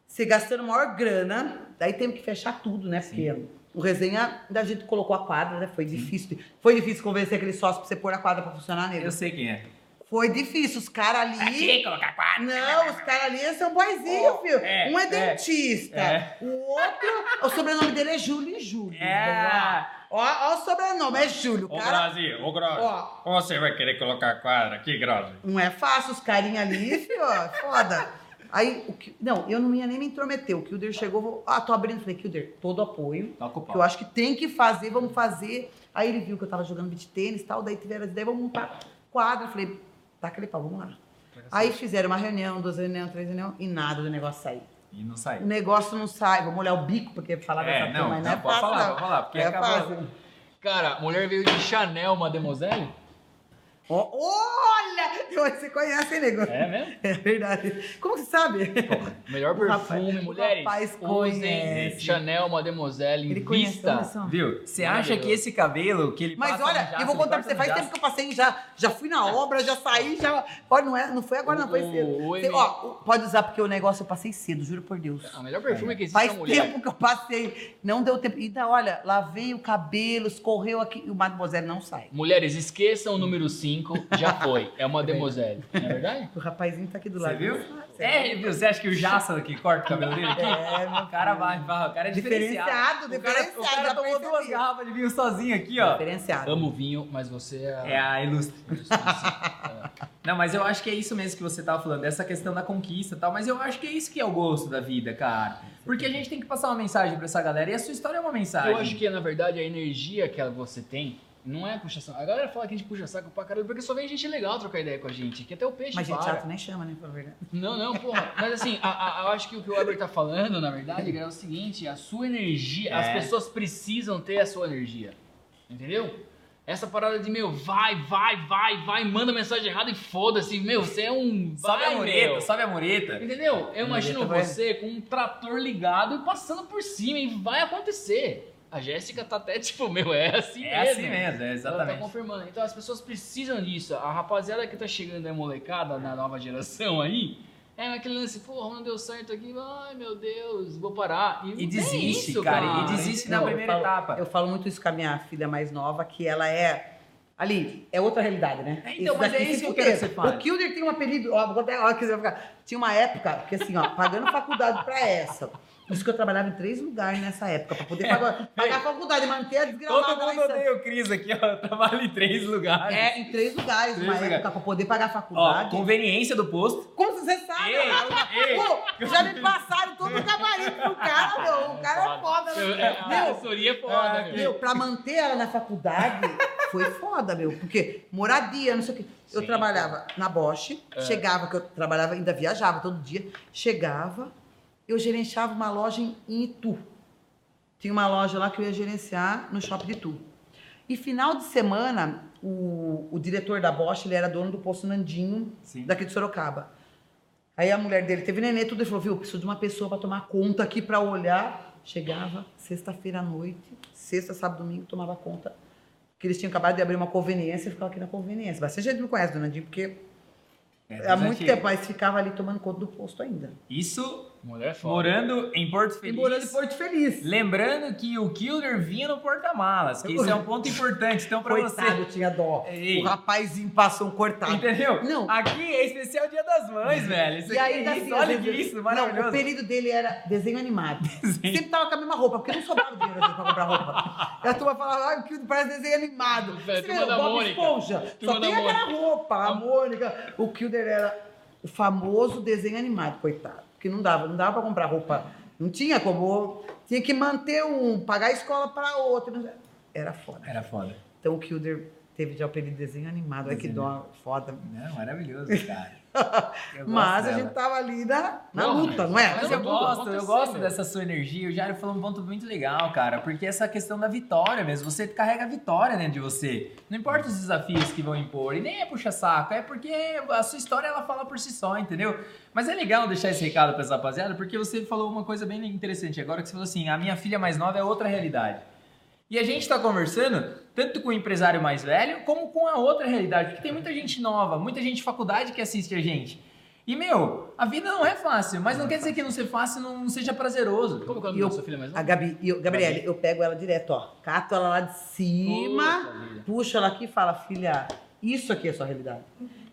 [SPEAKER 1] você gastando maior grana, daí temos que fechar tudo, né? Porque o resenha, da gente colocou a quadra, né? Foi difícil. Foi difícil convencer aquele sócio pra você pôr a quadra pra funcionar nele.
[SPEAKER 2] Eu sei quem é.
[SPEAKER 1] Foi difícil. Os caras ali.
[SPEAKER 2] colocar quatro.
[SPEAKER 1] Não, os caras ali são boizinhos, filho.
[SPEAKER 2] é,
[SPEAKER 1] um é,
[SPEAKER 2] é,
[SPEAKER 1] dentista,
[SPEAKER 2] é.
[SPEAKER 1] o outro. O sobrenome dele é Júlio e Júlio.
[SPEAKER 2] É.
[SPEAKER 1] Ó, ó o sobrenome, é Júlio. O cara,
[SPEAKER 4] Grazi, ô Grazi,
[SPEAKER 1] Ó.
[SPEAKER 4] você vai querer colocar quadra aqui, Grazi?
[SPEAKER 1] não é fácil, os carinha ali, filho, ó, foda. Aí, o que, não, eu não ia nem me intrometer. O Kilder chegou, vou, ah, tô abrindo. Falei, Kilder, todo apoio.
[SPEAKER 2] Toca o pau.
[SPEAKER 1] Que eu acho que tem que fazer, vamos fazer. Aí ele viu que eu tava jogando beat tênis e tal, daí tiveram as ideias, vamos montar quadra. Falei, tá aquele pau, vamos lá. Aí fizeram uma reunião, duas reuniões, três reuniões e nada do negócio sair.
[SPEAKER 2] E não sai.
[SPEAKER 1] O negócio não sai. Vamos olhar o bico, porque falar
[SPEAKER 2] É,
[SPEAKER 1] dessa
[SPEAKER 2] não,
[SPEAKER 1] turma mas
[SPEAKER 2] não,
[SPEAKER 1] não é fácil.
[SPEAKER 2] pode falar,
[SPEAKER 1] não.
[SPEAKER 2] pode falar, porque
[SPEAKER 1] é
[SPEAKER 2] acabou.
[SPEAKER 1] fácil.
[SPEAKER 3] Cara, a mulher veio de Chanel, Mademoiselle?
[SPEAKER 1] Ó, olha! Você conhece, hein, nego?
[SPEAKER 3] É mesmo?
[SPEAKER 1] É verdade. Como você sabe?
[SPEAKER 3] Melhor
[SPEAKER 1] O
[SPEAKER 3] perfume,
[SPEAKER 1] rapaz- o
[SPEAKER 3] mulheres.
[SPEAKER 1] rapaz
[SPEAKER 3] usem
[SPEAKER 1] conhece.
[SPEAKER 3] Chanel, Mademoiselle,
[SPEAKER 1] Ele conhece
[SPEAKER 3] invista.
[SPEAKER 1] olha só.
[SPEAKER 2] Viu? Você acha
[SPEAKER 3] Maravilhoso.
[SPEAKER 2] que esse cabelo que ele
[SPEAKER 1] Mas
[SPEAKER 2] passa no
[SPEAKER 1] olha,
[SPEAKER 2] jato,
[SPEAKER 1] eu vou
[SPEAKER 2] ele
[SPEAKER 1] contar pra
[SPEAKER 2] corta
[SPEAKER 1] você.
[SPEAKER 2] no
[SPEAKER 1] Faz
[SPEAKER 2] jato.
[SPEAKER 1] tempo que eu passei, já, já fui na obra, já saí, já. Olha, não, é, não foi agora, não, foi
[SPEAKER 3] O-
[SPEAKER 1] cedo.
[SPEAKER 3] o-
[SPEAKER 1] Você- ó, o- pode usar, porque o negócio eu passei cedo, juro por Deus.
[SPEAKER 3] O melhor perfume que existe é
[SPEAKER 1] Faz
[SPEAKER 3] a mulher.
[SPEAKER 1] tempo que eu passei. Não deu tempo. Ainda, olha, lavei o cabelo, escorreu aqui. E o Mademoiselle não sai.
[SPEAKER 3] Mulheres, esqueçam o número 5, já foi. É uma demoiselle. Não é verdade?
[SPEAKER 1] O rapazinho tá aqui do
[SPEAKER 2] Você
[SPEAKER 1] lado.
[SPEAKER 2] viu?
[SPEAKER 1] É,
[SPEAKER 2] É, viu? Você acha que o Jaça que corta o cabelo dele?
[SPEAKER 1] É, meu
[SPEAKER 2] o cara vai, fala, o cara é diferenciado.
[SPEAKER 1] Diferenciado,
[SPEAKER 2] o cara, o
[SPEAKER 1] diferenciado,
[SPEAKER 2] cara
[SPEAKER 1] já
[SPEAKER 2] tomou
[SPEAKER 1] percebi.
[SPEAKER 2] duas garrafas de vinho sozinho aqui, ó.
[SPEAKER 1] Diferenciado.
[SPEAKER 3] Amo vinho, mas você é...
[SPEAKER 2] É a ilustre.
[SPEAKER 3] a-
[SPEAKER 2] Não, mas eu acho que é isso mesmo que você tava falando, dessa questão da conquista e tal, mas eu acho que é isso que é o gosto da vida, cara. Porque a gente tem que passar uma mensagem pra essa galera, e a sua história é uma mensagem.
[SPEAKER 3] Eu acho que, na verdade, a energia que você tem não é puxa saco. A galera fala que a gente puxa saco pra caralho, porque só vem gente legal trocar ideia com a gente. Que até o peixe
[SPEAKER 1] Mas gente
[SPEAKER 3] para.
[SPEAKER 1] chato nem chama, né? Pra verdade.
[SPEAKER 3] Não, não, porra. Mas assim, a- a- eu acho que o que o Weber tá falando, na verdade, é o seguinte: a sua energia,
[SPEAKER 2] É.
[SPEAKER 3] as pessoas precisam ter a sua energia. Entendeu? Essa parada de, meu, vai, vai, vai, vai, manda mensagem errada e foda-se. Meu, você é um.
[SPEAKER 2] Sobe
[SPEAKER 3] vai,
[SPEAKER 2] a mureta,
[SPEAKER 3] meu.
[SPEAKER 2] sobe a mureta.
[SPEAKER 3] Entendeu? Eu imagino
[SPEAKER 1] Muleta vai-
[SPEAKER 3] você com um trator ligado e passando por cima e vai acontecer. A Jéssica tá até tipo, meu, é assim
[SPEAKER 2] É
[SPEAKER 3] mesmo.
[SPEAKER 2] assim mesmo, é
[SPEAKER 3] Ela tá
[SPEAKER 2] exatamente.
[SPEAKER 3] confirmando. Então as pessoas precisam disso. A rapaziada que tá chegando é molecada na nova geração aí. É aquele lance, porra, não deu certo aqui, ai meu Deus, vou parar.
[SPEAKER 2] E
[SPEAKER 3] nem
[SPEAKER 2] desiste, cara, e
[SPEAKER 1] Ah,
[SPEAKER 2] desiste na
[SPEAKER 1] não, eu
[SPEAKER 2] primeira
[SPEAKER 1] falo-
[SPEAKER 2] etapa.
[SPEAKER 1] Eu falo muito isso com a minha filha mais nova, que ela é. Ali, é outra realidade, né?
[SPEAKER 2] É, então, mas
[SPEAKER 1] daqui
[SPEAKER 2] é isso
[SPEAKER 1] se
[SPEAKER 2] que eu quero que você
[SPEAKER 1] fuder.
[SPEAKER 2] fale.
[SPEAKER 1] O Kilder tem um apelido, ó, vou até, ó, que você vai ficar. Tinha uma época, porque assim, ó, pagando faculdade pra essa. Por isso que eu trabalhava em três lugares nessa época, pra poder pagar, pagar a faculdade, manter a desgramada
[SPEAKER 2] Todo
[SPEAKER 1] lá em
[SPEAKER 2] mundo
[SPEAKER 1] Santos.
[SPEAKER 2] odeia o Cris aqui, ó. Eu trabalho em três lugares.
[SPEAKER 1] É, em três lugares,
[SPEAKER 2] Três
[SPEAKER 1] uma
[SPEAKER 2] lugares.
[SPEAKER 1] época, pra poder pagar a
[SPEAKER 2] Ó,
[SPEAKER 1] faculdade.
[SPEAKER 2] conveniência do posto.
[SPEAKER 1] Como você sabe?
[SPEAKER 2] Ei, ei.
[SPEAKER 1] Pô, já me passaram todo o gabarito pro cara, meu. O cara é foda,
[SPEAKER 3] Eu-
[SPEAKER 1] meu.
[SPEAKER 3] é, A
[SPEAKER 2] ah,
[SPEAKER 1] Meu,
[SPEAKER 3] assessoria é foda, meu.
[SPEAKER 1] Meu, pra manter ela na faculdade foi foda, meu. Porque moradia, não sei o quê. Eu
[SPEAKER 3] Sim.
[SPEAKER 1] trabalhava na Bosch, chegava, que eu trabalhava, ainda viajava todo dia. Chegava, eu gerenciava uma loja em em Itu. Tinha uma loja lá que eu ia gerenciar no shopping de Itu. E final de semana, o, o diretor da Bosch, ele era dono do posto Nandinho,
[SPEAKER 2] Sim.
[SPEAKER 1] daqui de Sorocaba. Aí a mulher dele teve nenê, tudo, e falou, viu, preciso de uma pessoa pra tomar conta aqui, pra olhar. Chegava sexta-feira à noite, sexta, sábado, domingo, tomava conta. Porque eles tinham acabado de abrir uma conveniência e ficava aqui na conveniência. Bastante gente me conhece, dona Dinho, porque
[SPEAKER 2] É,
[SPEAKER 1] há muito
[SPEAKER 2] gente,
[SPEAKER 1] tempo, mas ficava ali tomando conta do posto ainda.
[SPEAKER 2] Isso
[SPEAKER 3] Mulher é foda.
[SPEAKER 2] morando em Porto
[SPEAKER 1] E
[SPEAKER 2] Feliz.
[SPEAKER 1] morando em Porto Feliz.
[SPEAKER 2] Lembrando que o Kilder vinha no porta-malas, que isso é um ponto importante. Então, pra
[SPEAKER 1] Coitado, eu tinha dó.
[SPEAKER 2] Ei.
[SPEAKER 1] O rapazinho passou um
[SPEAKER 2] você.
[SPEAKER 1] cortado.
[SPEAKER 2] Entendeu?
[SPEAKER 1] Não.
[SPEAKER 2] Aqui é especial Dia das Mães, velho. Isso
[SPEAKER 1] E
[SPEAKER 2] aqui é
[SPEAKER 1] ainda
[SPEAKER 2] isso,
[SPEAKER 1] assim,
[SPEAKER 2] olha
[SPEAKER 1] às
[SPEAKER 2] que
[SPEAKER 1] vezes-
[SPEAKER 2] isso,
[SPEAKER 1] Não,
[SPEAKER 2] maravilhoso.
[SPEAKER 1] o período dele era desenho animado. Sempre tava com a mesma roupa, porque não sobrava dinheiro às vezes, pra comprar roupa. E a turma falava, ai, o Kildo parece desenho animado.
[SPEAKER 3] É,
[SPEAKER 1] Você
[SPEAKER 3] turma
[SPEAKER 1] vê,
[SPEAKER 3] da
[SPEAKER 1] o Bob
[SPEAKER 3] Mônica.
[SPEAKER 1] Esponja.
[SPEAKER 3] Turma
[SPEAKER 1] Só
[SPEAKER 3] da
[SPEAKER 1] tem aquela roupa, a Mônica. O Kilder era o famoso desenho animado, coitado. Porque não dava, não dava pra comprar roupa. Não tinha como. Tinha que manter um, pagar a escola pra outro. Era foda.
[SPEAKER 2] Era foda.
[SPEAKER 1] Então o Kilder teve de apelido desenho animado. Olha que dó, foda.
[SPEAKER 2] Não, maravilhoso, cara. Eu gosto
[SPEAKER 1] Mas a
[SPEAKER 2] dela.
[SPEAKER 1] gente tava ali na, na
[SPEAKER 3] Porra,
[SPEAKER 1] luta,
[SPEAKER 3] mas-
[SPEAKER 1] não é?
[SPEAKER 2] Mas
[SPEAKER 3] Tudo
[SPEAKER 2] eu gosto, eu
[SPEAKER 3] aconteceu,
[SPEAKER 2] gosto
[SPEAKER 3] meu.
[SPEAKER 2] dessa sua energia. O Jário falou um ponto muito legal, cara. Porque essa questão da vitória mesmo. Você carrega a vitória dentro de você. Não importa os desafios que vão impor. E nem é puxa-saco. É porque a sua história ela fala por si só, entendeu? Mas é legal deixar esse recado pra essa rapaziada. Porque você falou uma coisa bem interessante agora. Que você falou assim: a minha filha mais nova é outra realidade. E a gente tá conversando tanto com o empresário mais velho como com a outra realidade, porque tem muita gente nova, muita gente de faculdade que assiste a gente. E, meu, a vida não é fácil, mas não quer dizer que não ser fácil não não seja prazeroso.
[SPEAKER 3] Como que é o nome
[SPEAKER 1] E
[SPEAKER 3] da
[SPEAKER 1] eu-
[SPEAKER 3] sua filha mais
[SPEAKER 1] A
[SPEAKER 3] nova?
[SPEAKER 1] Gabi, eu, Gabriele, eu pego ela direto, ó. Cato ela lá de cima,
[SPEAKER 3] Puta vida.
[SPEAKER 1] puxo ela aqui e fala, filha, isso aqui é sua realidade.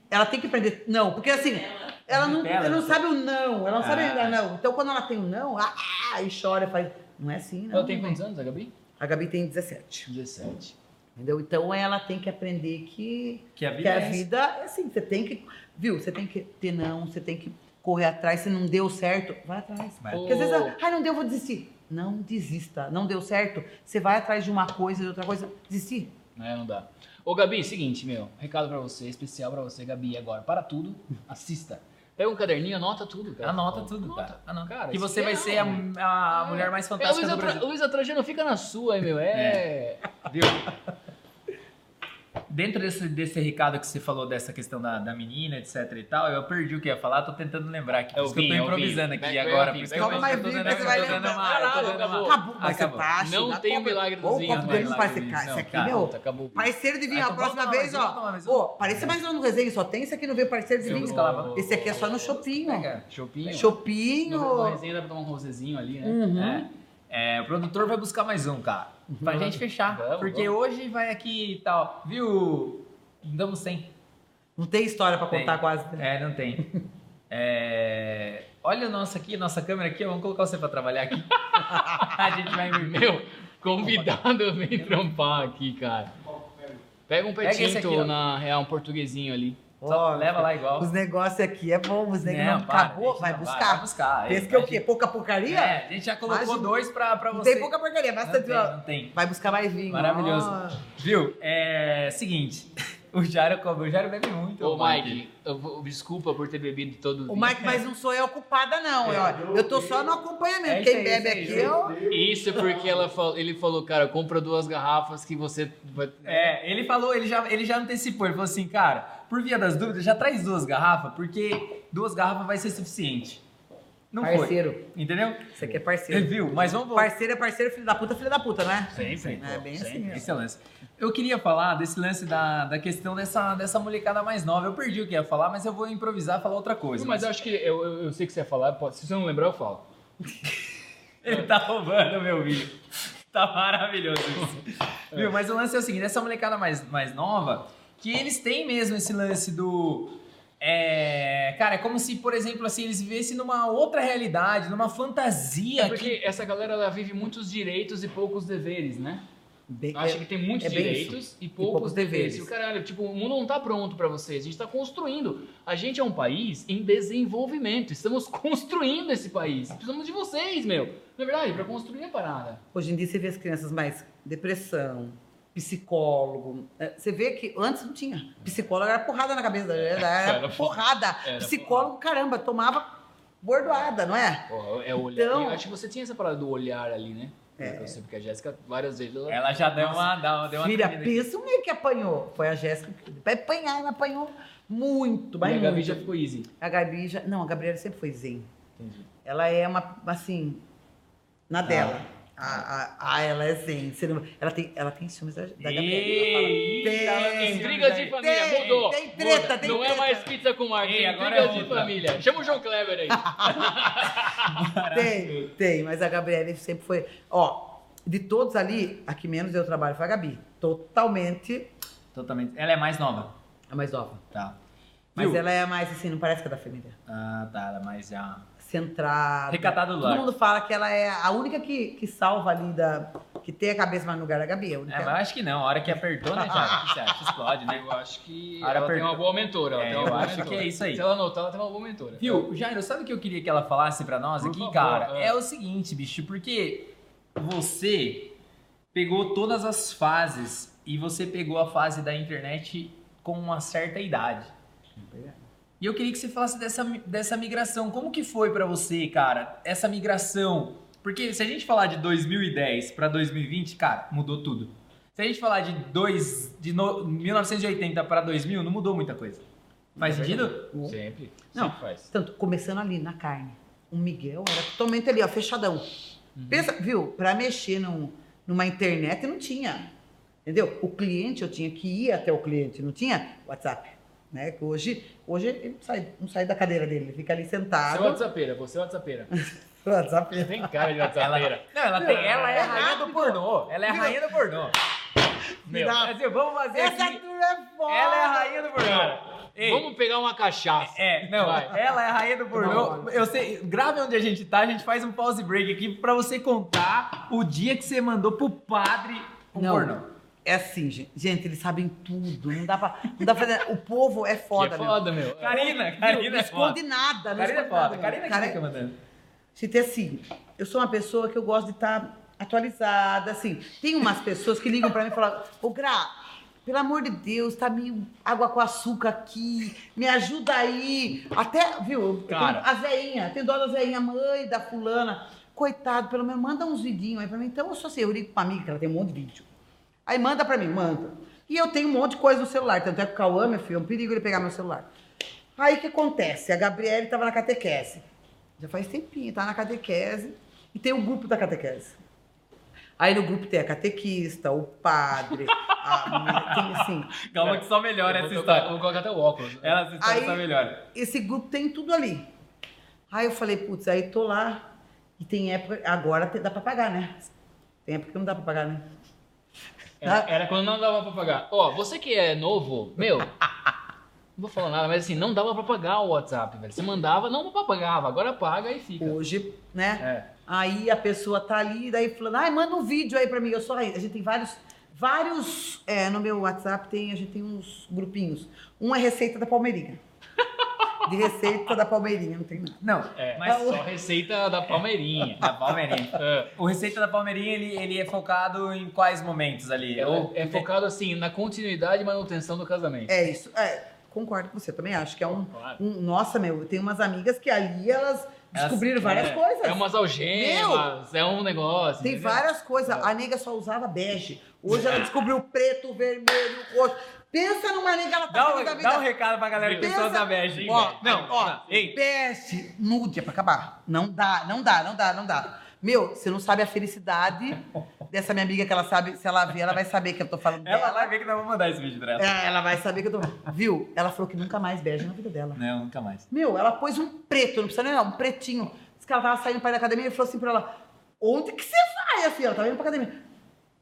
[SPEAKER 1] Ela tem que aprender. Não, porque assim, ela não,
[SPEAKER 2] Nutella,
[SPEAKER 1] ela não
[SPEAKER 2] né?
[SPEAKER 1] sabe o não, ela não sabe
[SPEAKER 2] Ah.
[SPEAKER 1] ainda não. Então quando ela tem o não, ah, ah, e chora, faz. Não é assim, não.
[SPEAKER 3] Ela tem quantos anos, a Gabi?
[SPEAKER 1] A Gabi tem 17.
[SPEAKER 3] 17.
[SPEAKER 1] Entendeu? Então ela tem que aprender que,
[SPEAKER 2] Que a
[SPEAKER 1] que
[SPEAKER 2] vida
[SPEAKER 1] a
[SPEAKER 2] é essa.
[SPEAKER 1] vida é assim, você tem que. Viu? Você tem que ter não, você tem que correr atrás, se não deu certo, vai atrás.
[SPEAKER 2] Vai.
[SPEAKER 1] Porque às vezes,
[SPEAKER 2] Oh.
[SPEAKER 1] ah, não deu, vou desistir. Não desista, não deu certo. Você vai atrás de uma coisa, de outra coisa, desistir.
[SPEAKER 3] É, não dá. Ô, Gabi, seguinte, meu, recado pra você, especial pra você, Gabi, agora. Para tudo, assista. Pega um caderninho, anota tudo, cara.
[SPEAKER 2] Anota tudo,
[SPEAKER 3] Anota.
[SPEAKER 2] cara. Anota.
[SPEAKER 3] Cara,
[SPEAKER 2] que
[SPEAKER 3] isso
[SPEAKER 2] você
[SPEAKER 3] é
[SPEAKER 2] vai
[SPEAKER 3] real,
[SPEAKER 2] ser a,
[SPEAKER 3] né?
[SPEAKER 2] a
[SPEAKER 3] É.
[SPEAKER 2] mulher mais
[SPEAKER 3] É, a
[SPEAKER 2] fantástica
[SPEAKER 3] Luísa,
[SPEAKER 2] do
[SPEAKER 3] Tra...
[SPEAKER 2] Brasil.
[SPEAKER 3] Luísa Trajano, fica na sua, hein, meu. É.
[SPEAKER 2] Viu? Dentro desse, desse recado que você falou dessa questão da, da menina, etc e tal, eu perdi o que eu ia falar, tô tentando lembrar aqui.
[SPEAKER 3] É
[SPEAKER 2] Por
[SPEAKER 3] o
[SPEAKER 2] isso que eu tô
[SPEAKER 3] vinho, é o
[SPEAKER 2] improvisando
[SPEAKER 3] vinho.
[SPEAKER 2] aqui
[SPEAKER 3] Vai- vai
[SPEAKER 2] agora.
[SPEAKER 3] o vinho,
[SPEAKER 2] por isso
[SPEAKER 3] vai
[SPEAKER 2] que eu
[SPEAKER 3] o
[SPEAKER 1] Toma
[SPEAKER 3] vinho.
[SPEAKER 1] mais
[SPEAKER 2] tô dando-
[SPEAKER 1] vinho,
[SPEAKER 2] eu
[SPEAKER 1] que você
[SPEAKER 2] tô
[SPEAKER 1] vai
[SPEAKER 2] dando
[SPEAKER 1] lembrar.
[SPEAKER 2] uma- eu tô
[SPEAKER 3] Caralho,
[SPEAKER 2] dando uma-
[SPEAKER 3] acabou.
[SPEAKER 1] Acabou, mas você
[SPEAKER 2] Acabou.
[SPEAKER 1] tá achando.
[SPEAKER 3] Não tem o milagre do
[SPEAKER 1] Ô, o
[SPEAKER 3] vinho,
[SPEAKER 1] copo
[SPEAKER 3] não
[SPEAKER 1] dele
[SPEAKER 3] tem
[SPEAKER 1] não faz
[SPEAKER 3] milagre
[SPEAKER 1] esse
[SPEAKER 3] do
[SPEAKER 1] cara,
[SPEAKER 3] vinho,
[SPEAKER 1] isso
[SPEAKER 3] não,
[SPEAKER 1] aqui,
[SPEAKER 3] cara.
[SPEAKER 1] meu.
[SPEAKER 3] Puta, acabou o vinho.
[SPEAKER 1] Parceiro de vinho,
[SPEAKER 2] Ah,
[SPEAKER 1] a
[SPEAKER 2] então
[SPEAKER 1] próxima
[SPEAKER 2] volta lá,
[SPEAKER 1] vez,
[SPEAKER 2] mas volta lá,
[SPEAKER 1] ó.
[SPEAKER 2] mas
[SPEAKER 1] Ô, parece mais lá no resenha, só tem isso aqui no Ver Parceiro de
[SPEAKER 2] Eu
[SPEAKER 1] Vinho.
[SPEAKER 2] vou- vou-
[SPEAKER 1] Esse aqui é só no Chopinho.
[SPEAKER 2] Pega.
[SPEAKER 3] Chopinho.
[SPEAKER 1] Chopinho.
[SPEAKER 3] No, no resenha dá pra tomar um rosezinho ali, né?
[SPEAKER 1] Uhum.
[SPEAKER 2] É. É, o produtor vai buscar mais um, cara. Pra gente fechar.
[SPEAKER 3] Vamos,
[SPEAKER 2] porque hoje vai aqui e tal. Viu? Damos 100.
[SPEAKER 1] Não tem história pra contar
[SPEAKER 2] Tem.
[SPEAKER 1] quase. né?
[SPEAKER 2] É, não tem. É, olha o nosso aqui, nossa câmera aqui. ó, Vamos colocar você pra trabalhar aqui. A gente vai inverter.
[SPEAKER 3] Meu, convidado vem trampar aqui, cara. Pega um
[SPEAKER 2] Pega esse
[SPEAKER 3] petinto
[SPEAKER 2] aqui, ó.
[SPEAKER 3] na real, um portuguesinho ali.
[SPEAKER 2] Só
[SPEAKER 1] Ó,
[SPEAKER 2] leva lá igual.
[SPEAKER 1] Os negócios aqui é bom, os negócios.
[SPEAKER 2] Não, para,
[SPEAKER 1] acabou,
[SPEAKER 2] deixa,
[SPEAKER 1] vai
[SPEAKER 2] não, Vai
[SPEAKER 1] buscar.
[SPEAKER 2] buscar.
[SPEAKER 1] Pensa
[SPEAKER 2] é,
[SPEAKER 1] que é
[SPEAKER 2] a
[SPEAKER 1] o quê?
[SPEAKER 2] gente-
[SPEAKER 1] Pouca porcaria?
[SPEAKER 2] É, a gente já colocou
[SPEAKER 1] Imagina.
[SPEAKER 2] dois pra, pra
[SPEAKER 1] Não
[SPEAKER 2] você.
[SPEAKER 1] tem pouca porcaria, é
[SPEAKER 2] não
[SPEAKER 1] basta
[SPEAKER 2] tem, não tem.
[SPEAKER 1] Vai buscar mais vinho.
[SPEAKER 2] Maravilhoso.
[SPEAKER 1] Ó.
[SPEAKER 2] Viu? É seguinte. O Jairo come, o Jairo bebe muito.
[SPEAKER 1] Então
[SPEAKER 3] Ô, Mike, eu vou- desculpa por ter bebido todo
[SPEAKER 1] O Mike, mas não sou eu ocupada, não. Eu, eu tô só no acompanhamento.
[SPEAKER 2] É isso
[SPEAKER 1] Quem
[SPEAKER 2] aí,
[SPEAKER 1] bebe
[SPEAKER 2] isso
[SPEAKER 1] aqui
[SPEAKER 2] aí, isso
[SPEAKER 1] eu.
[SPEAKER 3] Isso é porque ela fal- ele falou, cara, compra duas garrafas que você. vai-
[SPEAKER 2] É, ele falou, ele já, ele já antecipou, ele falou assim, cara, por via das dúvidas, já traz duas garrafas, porque duas garrafas vai ser suficiente. Não
[SPEAKER 1] Parceiro.
[SPEAKER 2] foi. Entendeu?
[SPEAKER 1] Isso aqui é
[SPEAKER 2] Você
[SPEAKER 1] parceiro.
[SPEAKER 2] viu? Mas vamos voltar.
[SPEAKER 1] Parceiro é parceiro, filho da puta, filho da puta, não é?
[SPEAKER 3] Sempre,
[SPEAKER 1] É
[SPEAKER 3] pô,
[SPEAKER 1] bem assim.
[SPEAKER 3] sempre.
[SPEAKER 1] mesmo.
[SPEAKER 2] Esse é o lance. Eu queria falar desse lance da, da questão dessa, dessa molecada mais nova. Eu perdi o que ia falar, mas eu vou improvisar e falar outra coisa.
[SPEAKER 3] Não, Mas eu acho que eu, eu, eu sei que você ia falar, pode- se você não lembrar, eu falo.
[SPEAKER 2] Ele tá roubando meu vídeo. Tá maravilhoso isso. Viu? Mas o lance é o seguinte: essa molecada mais, mais nova, que eles têm mesmo esse lance do. É, cara, é como se, por exemplo, assim, eles vivessem numa outra realidade, numa fantasia. É que-
[SPEAKER 3] Porque essa galera ela vive muitos direitos e poucos deveres, né?
[SPEAKER 1] Bem-
[SPEAKER 3] Acha que tem muitos
[SPEAKER 1] é bem
[SPEAKER 3] direitos e poucos,
[SPEAKER 1] poucos
[SPEAKER 3] deveres.
[SPEAKER 1] deveres.
[SPEAKER 3] E o caralho, tipo, o mundo não tá pronto pra vocês. A gente tá construindo. A gente é um país em desenvolvimento. Estamos construindo esse país. Precisamos de vocês, meu. Na verdade, pra construir a parada.
[SPEAKER 1] Hoje em dia você vê as crianças mais depressão, psicólogo. É, Você vê que antes não tinha. Psicólogo era porrada na cabeça,
[SPEAKER 2] É,
[SPEAKER 1] era,
[SPEAKER 3] Era
[SPEAKER 1] era porrada.
[SPEAKER 3] era
[SPEAKER 1] psicólogo, caramba, tomava bordoada, não é?
[SPEAKER 3] Porra, é o olhar.
[SPEAKER 1] Então-
[SPEAKER 3] Eu acho que você tinha essa parada do olhar ali, né? É. Eu sei, porque a Jéssica, várias vezes, ela.
[SPEAKER 2] Ela já deu uma. dá- Deu uma
[SPEAKER 1] Filha,
[SPEAKER 2] tremida.
[SPEAKER 1] pensa o meio que apanhou. Foi a Jéssica que vai apanhar, ela apanhou muito,
[SPEAKER 3] e
[SPEAKER 1] mas
[SPEAKER 3] a Gabi
[SPEAKER 1] muito.
[SPEAKER 3] né? já ficou easy.
[SPEAKER 1] A Gabi já. Não, a Gabriela sempre foi zen. Ela é uma, assim, na dela. Ah, ah, ah, ela é zen. Você não- ela, tem, ela tem ciúmes da, da Gabriela.
[SPEAKER 2] Eita,
[SPEAKER 1] Tem-
[SPEAKER 2] ela ciúme
[SPEAKER 3] Intrigas
[SPEAKER 2] daí.
[SPEAKER 3] de família, mudou.
[SPEAKER 1] tem treta,
[SPEAKER 3] Muda.
[SPEAKER 1] tem
[SPEAKER 3] né? Não é
[SPEAKER 1] treta.
[SPEAKER 3] mais pizza com Marcos,
[SPEAKER 2] Ei,
[SPEAKER 3] tem
[SPEAKER 2] agora
[SPEAKER 3] intrigas
[SPEAKER 2] é
[SPEAKER 3] de
[SPEAKER 2] outra.
[SPEAKER 3] família. Chama o João Kleber aí.
[SPEAKER 1] Fala, Tem, tem, mas a Gabriela sempre foi. Ó, de todos ali, a que menos deu trabalho foi a Gabi. Totalmente
[SPEAKER 2] Totalmente. Ela é mais nova.
[SPEAKER 1] a mais nova.
[SPEAKER 2] Tá.
[SPEAKER 1] Mas
[SPEAKER 2] Viu?
[SPEAKER 1] ela é mais assim, não parece que é da família.
[SPEAKER 2] Ah, tá, ela é mais já.
[SPEAKER 1] Centrada.
[SPEAKER 2] Recatada do lar.
[SPEAKER 1] Todo mundo fala que ela é a única que, que salva ali da. Que tem a cabeça mais no lugar da Gabi. a única.
[SPEAKER 2] É, mas eu acho que não. A hora que apertou, né, Jairo? O que você acha? Explode, né?
[SPEAKER 3] Eu acho que
[SPEAKER 2] Cara,
[SPEAKER 3] ela tem
[SPEAKER 2] apertou.
[SPEAKER 3] uma boa mentora. ela
[SPEAKER 2] É,
[SPEAKER 3] tem uma
[SPEAKER 2] eu
[SPEAKER 3] boa
[SPEAKER 2] acho
[SPEAKER 3] mentora.
[SPEAKER 2] que é isso aí.
[SPEAKER 3] Se ela anotar, ela tem uma boa mentora.
[SPEAKER 2] Viu, Jairo, sabe o que eu queria que ela falasse pra nós
[SPEAKER 3] Por
[SPEAKER 2] aqui,
[SPEAKER 3] favor,
[SPEAKER 2] cara?
[SPEAKER 3] é.
[SPEAKER 2] É. o seguinte, bicho, porque você pegou todas as fases e você pegou a fase da internet com uma certa idade. E eu queria que você falasse dessa, dessa migração. Como que foi pra você, cara, essa migração? Porque se a gente falar de 2010 pra 2020, cara, mudou tudo. Se a gente falar de, dois, de no- 1980 pra 2000, não mudou muita coisa. Faz sentido?
[SPEAKER 3] Sempre.
[SPEAKER 1] Não.
[SPEAKER 3] Sempre faz.
[SPEAKER 1] Tanto, começando ali na carne. O Miguel era totalmente ali, ó, fechadão.
[SPEAKER 2] Uhum.
[SPEAKER 1] Pensa, viu? Pra mexer num- numa internet não tinha. Entendeu? O cliente, eu tinha que ir até o cliente, não tinha WhatsApp. Né? Que Hoje, hoje ele sai- não sai da cadeira dele, ele fica ali
[SPEAKER 3] Você é
[SPEAKER 1] sentado.
[SPEAKER 3] WhatsAppeira, você é WhatsAppeira. Você
[SPEAKER 1] WhatsApp.
[SPEAKER 3] tem cara de WhatsAppeira.
[SPEAKER 2] Não, ela, tem, ela é a rainha
[SPEAKER 1] Não.
[SPEAKER 2] do pornô. Ela é a
[SPEAKER 1] Não.
[SPEAKER 2] rainha do pornô.
[SPEAKER 3] Meu,
[SPEAKER 1] Dá-
[SPEAKER 2] Quer dizer, vamos fazer
[SPEAKER 1] Essa
[SPEAKER 2] aqui.
[SPEAKER 1] turma é foda.
[SPEAKER 2] Ela é a rainha do pornô.
[SPEAKER 3] Cara,
[SPEAKER 2] Ei,
[SPEAKER 3] vamos pegar uma cachaça.
[SPEAKER 2] É, não,
[SPEAKER 3] Vai.
[SPEAKER 2] ela é a rainha do pornô.
[SPEAKER 3] Não.
[SPEAKER 2] Eu sei, grave onde a gente tá, a gente faz um pause break aqui pra você contar o dia que você mandou pro padre o
[SPEAKER 1] Não.
[SPEAKER 2] pornô.
[SPEAKER 1] É assim, gente. Gente, eles sabem tudo. Não dá pra. Não dá pra fazer- O povo é
[SPEAKER 3] Que
[SPEAKER 1] foda,
[SPEAKER 3] é
[SPEAKER 1] meu.
[SPEAKER 3] foda, meu.
[SPEAKER 2] Karina,
[SPEAKER 1] não
[SPEAKER 2] Karina é foda.
[SPEAKER 1] esconde nada. Não
[SPEAKER 2] Karina é
[SPEAKER 1] esconde
[SPEAKER 2] foda.
[SPEAKER 1] nada,
[SPEAKER 2] Karina
[SPEAKER 1] não.
[SPEAKER 2] que
[SPEAKER 1] Cara,
[SPEAKER 2] fica mandando.
[SPEAKER 1] Se tem assim, eu sou uma pessoa que eu gosto de estar atualizada, assim. Tem umas pessoas que ligam pra mim e falam, ô Gra, pelo amor de Deus, tá meio água com açúcar aqui, me ajuda aí. Até, viu, eu tenho
[SPEAKER 2] Cara.
[SPEAKER 1] a veinha, tem dó da veinha, mãe da fulana. Coitado, pelo menos manda uns vidinhos aí pra mim. Então eu sou assim, eu ligo pra amiga, que ela tem um monte de vídeo. Aí manda pra mim, manda. E eu tenho um monte de coisa no celular, tanto é que o Cauã, meu filho, é um perigo ele pegar meu celular. Aí o que acontece? A Gabriele estava na catequese. Já faz tempinho, tá na catequese. E tem o grupo da catequese. Aí no grupo tem a catequista, o padre, a, tem assim.
[SPEAKER 2] Calma que só melhora
[SPEAKER 3] Eu
[SPEAKER 2] essa
[SPEAKER 3] vou- Eu
[SPEAKER 2] história.
[SPEAKER 3] vou colocar até o óculos.
[SPEAKER 2] Ela essa história
[SPEAKER 1] Aí-
[SPEAKER 2] só melhora.
[SPEAKER 1] Esse grupo tem tudo ali. Aí eu falei, putz, aí tô lá. E tem época. Agora te- dá pra pagar, né? Tem época que não dá pra pagar, né?
[SPEAKER 2] Tá.
[SPEAKER 3] Era, É, era quando não dava pra pagar. Ó, você que é novo, meu. Não vou falar nada, mas assim, não dava pra pagar o WhatsApp, velho. Você mandava, não pagava. Agora paga e fica.
[SPEAKER 1] Hoje, né?
[SPEAKER 3] É.
[SPEAKER 1] Aí a pessoa tá ali, daí falando, ai, manda um vídeo aí pra mim. Eu só, a gente tem vários, vários, é, no meu WhatsApp tem, a gente tem uns grupinhos. Um é receita da palmeirinha. de receita da Palmeirinha, não tem nada.
[SPEAKER 2] Não,
[SPEAKER 3] É,
[SPEAKER 2] mas
[SPEAKER 1] Ah, o-
[SPEAKER 3] só receita da Palmeirinha.
[SPEAKER 2] da Palmeirinha.
[SPEAKER 3] É,
[SPEAKER 2] O Receita da Palmeirinha, ele, ele é focado em quais momentos ali?
[SPEAKER 3] é o- é
[SPEAKER 2] Ou-
[SPEAKER 3] focado assim na continuidade e manutenção do casamento.
[SPEAKER 1] Né? É isso, é, concordo com você, também acho que é um,
[SPEAKER 3] Claro.
[SPEAKER 1] um- Nossa, meu, eu tenho umas amigas que ali elas descobriram várias
[SPEAKER 2] é,
[SPEAKER 1] coisas.
[SPEAKER 3] É umas algemas, é um negócio.
[SPEAKER 1] Tem
[SPEAKER 3] entendeu?
[SPEAKER 1] várias coisas.
[SPEAKER 2] É.
[SPEAKER 1] A nega só usava bege. Hoje ela descobriu preto, vermelho, roxo. Pensa numa nega, ela tá
[SPEAKER 2] Dá
[SPEAKER 1] feliz da
[SPEAKER 2] um, dá
[SPEAKER 1] vida.
[SPEAKER 2] um recado pra galera,
[SPEAKER 1] Pensa-
[SPEAKER 2] pessoal da Bege. hein,
[SPEAKER 1] Ó,
[SPEAKER 2] velho? não, ó, ei.
[SPEAKER 1] Peste, nude, é pra acabar. Não dá, não dá, não dá, não dá. Meu, você não sabe a felicidade dessa minha amiga que ela sabe, se ela ver, ela vai saber que eu tô falando
[SPEAKER 2] Ela
[SPEAKER 1] dela.
[SPEAKER 2] vai ver que nós vamos mandar esse vídeo pra ela.
[SPEAKER 1] É, ela vai saber que eu tô. Viu? Ela falou que nunca mais bege na vida dela.
[SPEAKER 2] Não, nunca mais.
[SPEAKER 1] Meu, ela pôs um preto, não precisa nem um pretinho. Diz que ela tava saindo pra ir da academia e falou assim pra ela: Onde que você vai? Assim, ela tava indo pra academia.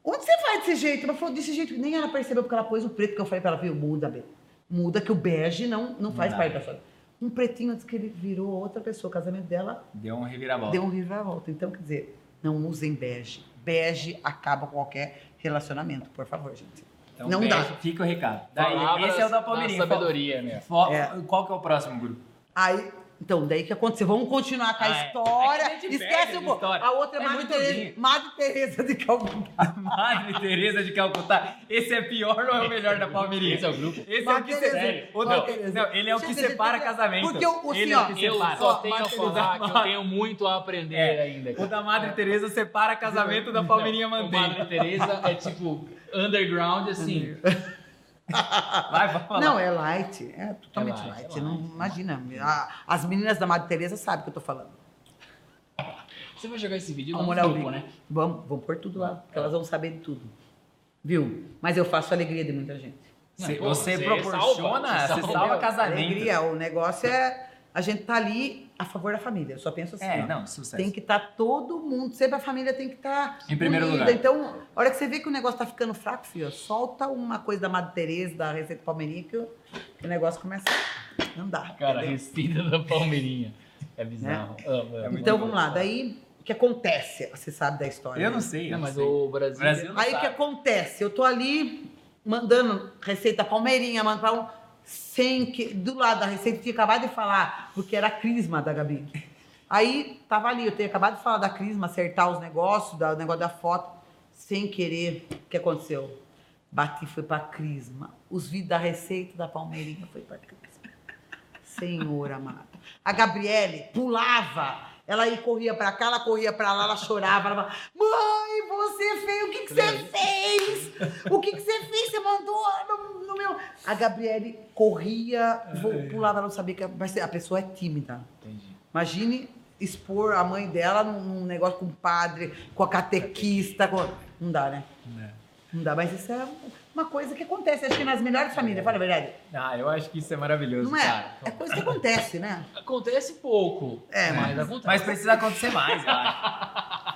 [SPEAKER 1] Onde você vai desse jeito? Ela falou desse jeito. Nem ela percebeu porque ela pôs o preto, que eu falei pra ela: Viu, muda, Bê. Muda que o bege não, não faz
[SPEAKER 2] dá.
[SPEAKER 1] parte da sua vida. Um pretinho antes que ele virou outra pessoa. O casamento dela
[SPEAKER 2] Deu um reviravolta.
[SPEAKER 1] deu um reviravolta. Então, quer dizer, não usem bege. Bege acaba qualquer relacionamento, por favor, gente.
[SPEAKER 2] Então,
[SPEAKER 1] não
[SPEAKER 2] Bege,
[SPEAKER 1] dá.
[SPEAKER 2] Fica o recado. Daí,
[SPEAKER 3] Palavras
[SPEAKER 2] esse é o da Palmeirinha.
[SPEAKER 3] da sabedoria, né?
[SPEAKER 2] Fo-
[SPEAKER 1] É.
[SPEAKER 2] Qual que é o próximo grupo?
[SPEAKER 1] Aí, então, daí que aconteceu. Vamos continuar com a
[SPEAKER 2] Ah, é.
[SPEAKER 1] história.
[SPEAKER 2] É que a gente perde
[SPEAKER 1] Esquece
[SPEAKER 2] a
[SPEAKER 1] um pouco.
[SPEAKER 2] história.
[SPEAKER 1] A outra é
[SPEAKER 2] É
[SPEAKER 1] Madre,
[SPEAKER 2] muito
[SPEAKER 1] Teresa,
[SPEAKER 2] ruim.
[SPEAKER 1] Madre Teresa de Calcutá.
[SPEAKER 2] A Madre Teresa de Calcutá. Esse é pior ou é o melhor da Palmeirinha?
[SPEAKER 3] Esse é o grupo.
[SPEAKER 2] Esse é o
[SPEAKER 1] Madre
[SPEAKER 2] que
[SPEAKER 1] Teresa.
[SPEAKER 2] separa.
[SPEAKER 1] Madre Teresa.
[SPEAKER 2] Não, ele é o que
[SPEAKER 1] Gente,
[SPEAKER 2] separa
[SPEAKER 1] eu-
[SPEAKER 2] casamento.
[SPEAKER 1] Porque o- o assim,
[SPEAKER 2] Ele é
[SPEAKER 1] ó,
[SPEAKER 2] que
[SPEAKER 3] Eu
[SPEAKER 2] separa.
[SPEAKER 3] só tenho a
[SPEAKER 2] Madre Teresa
[SPEAKER 3] falar que eu
[SPEAKER 2] Madre-
[SPEAKER 3] tenho muito a aprender
[SPEAKER 2] É.
[SPEAKER 3] ainda.
[SPEAKER 2] O
[SPEAKER 3] cara.
[SPEAKER 2] da Madre Teresa separa casamento da Palmeirinha
[SPEAKER 3] Não, O
[SPEAKER 2] manteiga.
[SPEAKER 3] Madre Teresa é tipo underground assim.
[SPEAKER 2] Vai, vai falar.
[SPEAKER 1] Não, é light. É totalmente
[SPEAKER 3] É light,
[SPEAKER 1] light.
[SPEAKER 3] é
[SPEAKER 1] Não,
[SPEAKER 3] light.
[SPEAKER 1] imagina. A- as meninas da Madre Teresa sabem o que eu tô falando.
[SPEAKER 3] Você vai jogar esse vídeo lá
[SPEAKER 1] Vamos
[SPEAKER 3] no
[SPEAKER 1] olhar o
[SPEAKER 3] grupo,
[SPEAKER 1] vídeo.
[SPEAKER 3] né?
[SPEAKER 1] Vamos, vamos pôr tudo lá, porque elas vão saber de tudo. Viu? Mas eu faço a alegria de muita gente.
[SPEAKER 2] Você,
[SPEAKER 3] Não, pô,
[SPEAKER 2] você
[SPEAKER 3] você
[SPEAKER 2] proporciona,
[SPEAKER 3] salva,
[SPEAKER 2] você
[SPEAKER 3] você salva.
[SPEAKER 2] salva
[SPEAKER 1] Entendeu?
[SPEAKER 2] casamento.
[SPEAKER 1] Alegria. O negócio é... A gente tá ali a favor da família. Eu só penso assim,
[SPEAKER 2] É,
[SPEAKER 1] ó.
[SPEAKER 2] não, sucesso.
[SPEAKER 1] Tem que estar todo mundo, sempre a família tem que estar
[SPEAKER 2] Em primeiro lugar.
[SPEAKER 1] Então, a hora que você vê que o negócio tá ficando fraco, filho, solta uma coisa da Madre Teresa, da Receita Palmeirinha, que o, que o negócio começa a andar.
[SPEAKER 3] Cara, a
[SPEAKER 1] entendeu?
[SPEAKER 3] receita da Palmeirinha. É bizarro. Amo, amo.
[SPEAKER 2] muito
[SPEAKER 1] então
[SPEAKER 2] bom.
[SPEAKER 1] vamos lá, daí o que acontece? Você sabe da história.
[SPEAKER 2] Eu
[SPEAKER 1] né?
[SPEAKER 2] não sei. eu
[SPEAKER 3] Não, mas
[SPEAKER 2] sei.
[SPEAKER 3] o Brasil.
[SPEAKER 2] Brasil-
[SPEAKER 1] Aí o que
[SPEAKER 2] sabe.
[SPEAKER 1] acontece? Eu tô ali mandando receita palmeirinha, mandando pra um, sem que do lado da receita eu tinha acabado de falar, porque era a crisma da Gabi. Aí tava ali, eu tinha acabado de falar da crisma, acertar os negócios, da- o negócio da foto, sem querer. O que aconteceu? Bati foi pra crisma. Os vídeos da receita da palmeirinha foi pra crisma. Senhor amado. A Gabriele pulava. Ela aí corria pra cá, ela corria pra lá, ela chorava. Ela falava, mãe, você fez, o que, que você fez? O que, que você fez? Você mandou no, no meu... A Gabriele corria, vo- pulava, ela não sabia que... a- Mas a pessoa é tímida.
[SPEAKER 3] Entendi.
[SPEAKER 1] Imagine expor a mãe dela num, num negócio com o padre, com a catequista. com- Não dá, né?
[SPEAKER 2] Né.
[SPEAKER 1] Não dá, mas isso é uma coisa que acontece. Acho que nas melhores famílias, fala a verdade.
[SPEAKER 2] Ah, eu acho que isso é maravilhoso,
[SPEAKER 1] Não é?
[SPEAKER 2] cara.
[SPEAKER 1] É coisa que acontece, né?
[SPEAKER 3] Acontece pouco.
[SPEAKER 1] É,
[SPEAKER 3] mas
[SPEAKER 1] mas-
[SPEAKER 3] acontece.
[SPEAKER 2] Mas precisa acontecer mais, eu acho.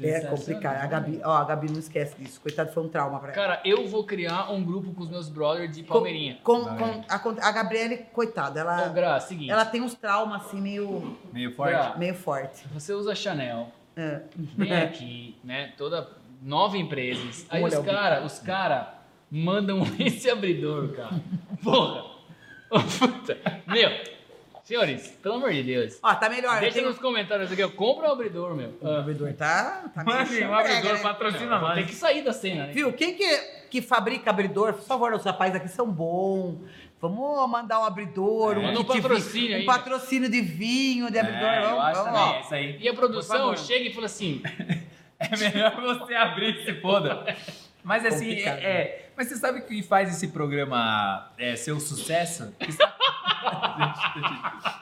[SPEAKER 1] É
[SPEAKER 3] Sensacional.
[SPEAKER 1] complicado. A Gabi, ó, a Gabi não esquece disso. Coitado, foi um trauma pra ela.
[SPEAKER 3] Cara, eu vou criar um grupo com os meus brothers de
[SPEAKER 1] Com-
[SPEAKER 3] Palmeirinha.
[SPEAKER 1] com-
[SPEAKER 2] Vai.
[SPEAKER 1] com- a, con- a Gabriele, coitada,
[SPEAKER 3] Ô,
[SPEAKER 1] ela,
[SPEAKER 3] Gra, seguinte.
[SPEAKER 1] ela tem uns traumas assim meio,
[SPEAKER 2] Meio forte.
[SPEAKER 3] Gra,
[SPEAKER 1] meio forte.
[SPEAKER 3] Você usa Chanel,
[SPEAKER 1] É.
[SPEAKER 3] vem aqui, né? Toda nove empresas. Aí
[SPEAKER 1] Olha
[SPEAKER 3] os
[SPEAKER 1] o-
[SPEAKER 3] cara, os cara mandam esse abridor, cara. Porra. Ô, Puta. Meu, senhores, pelo amor de Deus.
[SPEAKER 1] Ó, tá melhor.
[SPEAKER 3] Deixa
[SPEAKER 1] tem
[SPEAKER 3] nos comentários aqui, eu compro o abridor, meu.
[SPEAKER 1] Ah, O abridor tá, tá meio
[SPEAKER 2] Mano, o
[SPEAKER 1] chambregue,
[SPEAKER 2] um abridor
[SPEAKER 1] né?
[SPEAKER 2] patrocina nós.
[SPEAKER 3] Tem que sair da cena, né?
[SPEAKER 1] Viu? Quem que, que fabrica abridor? Por favor, os rapazes aqui são bons. Vamos mandar um abridor, um,
[SPEAKER 3] Manda um
[SPEAKER 1] kit de-
[SPEAKER 3] patrocínio aí.
[SPEAKER 1] um patrocínio de vinho, de abridor.
[SPEAKER 2] É, eu
[SPEAKER 1] vamos,
[SPEAKER 2] acho
[SPEAKER 1] vamos,
[SPEAKER 2] também,
[SPEAKER 1] ó.
[SPEAKER 2] é isso aí.
[SPEAKER 3] E a produção
[SPEAKER 2] Por favor.
[SPEAKER 3] chega e fala assim:
[SPEAKER 2] É melhor você abrir esse foda. Mas assim,
[SPEAKER 1] Complicado,
[SPEAKER 2] é, é- Mas você sabe o que faz esse programa é, ser um sucesso? Está-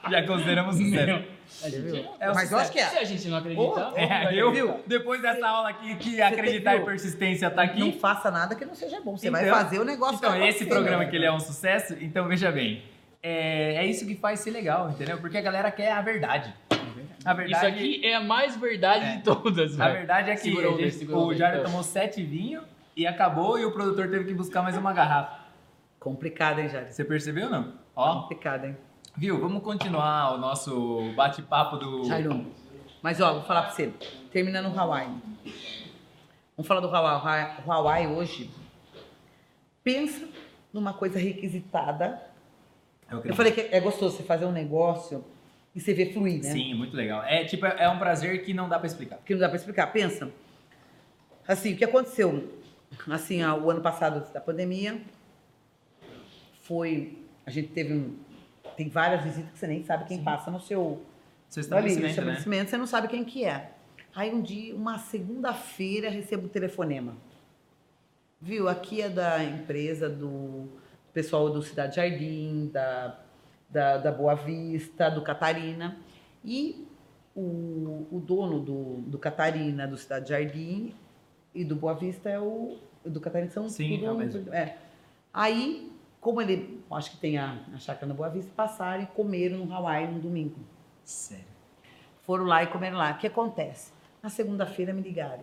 [SPEAKER 2] Já consideramos um sucesso.
[SPEAKER 3] a gente,
[SPEAKER 2] É um
[SPEAKER 1] Mas eu
[SPEAKER 2] sucesso.
[SPEAKER 1] acho que
[SPEAKER 3] se
[SPEAKER 1] é.
[SPEAKER 3] a gente não
[SPEAKER 2] Ou-
[SPEAKER 3] acreditar,
[SPEAKER 2] é, eu, depois dessa aula aqui, que acreditar em
[SPEAKER 1] viu?
[SPEAKER 2] persistência tá aqui.
[SPEAKER 1] Não faça nada que não seja bom. Você vai
[SPEAKER 2] Então-
[SPEAKER 1] fazer o negócio.
[SPEAKER 2] Então,
[SPEAKER 1] vai
[SPEAKER 2] esse
[SPEAKER 1] acontecer,
[SPEAKER 2] programa
[SPEAKER 1] né?
[SPEAKER 2] que ele é um sucesso, então veja bem. É, é isso que faz ser legal, entendeu? Porque a galera quer a verdade. A
[SPEAKER 3] isso
[SPEAKER 2] verdade,
[SPEAKER 3] aqui é a mais verdade
[SPEAKER 2] É.
[SPEAKER 3] de todas,
[SPEAKER 2] a
[SPEAKER 3] velho.
[SPEAKER 2] verdade é que
[SPEAKER 3] Segura
[SPEAKER 2] a
[SPEAKER 3] um
[SPEAKER 2] gente-
[SPEAKER 3] desse, segura um
[SPEAKER 2] o
[SPEAKER 3] desse,
[SPEAKER 2] Jário
[SPEAKER 3] então.
[SPEAKER 2] tomou sete vinhos e acabou e o produtor teve que buscar mais uma garrafa.
[SPEAKER 1] Complicado, hein, Jair?
[SPEAKER 2] Você percebeu ou não? Ó,
[SPEAKER 1] Complicado, hein?
[SPEAKER 2] viu? Vamos continuar o nosso bate-papo do.
[SPEAKER 1] Jairon. Mas ó, vou falar pra você. Terminando o Hawaii. Vamos falar do Hawaii. O Hawaii hoje. Pensa numa coisa requisitada
[SPEAKER 2] Eu acredito.
[SPEAKER 1] Eu falei que é gostoso você fazer um negócio e você ver fluir, né?
[SPEAKER 2] Sim, muito legal. É tipo, é um prazer que não dá pra explicar.
[SPEAKER 1] que não dá para explicar. Pensa, assim, o que aconteceu, assim, ah, o ano passado da pandemia, foi, a gente teve um, tem várias visitas que você nem sabe quem passa no seu, ali, no
[SPEAKER 2] Seu estabelecimento, né?
[SPEAKER 1] estabelecimento, é você não sabe quem que é. Aí um dia, uma segunda-feira, recebo um telefonema. Viu, aqui é da empresa do pessoal do Cidade Jardim, da, da, da Boa Vista, do Catarina. E o, o dono do, do Catarina, do Cidade Jardim e do Boa Vista é o. Do Catarina são
[SPEAKER 2] Sim, é o mesmo.
[SPEAKER 1] é. Aí, como ele, acho que tem a, a chácara na Boa Vista, passaram e comeram no Hawaii no domingo.
[SPEAKER 2] Sério.
[SPEAKER 1] Foram lá e comeram lá. O que acontece? Na segunda-feira me ligaram.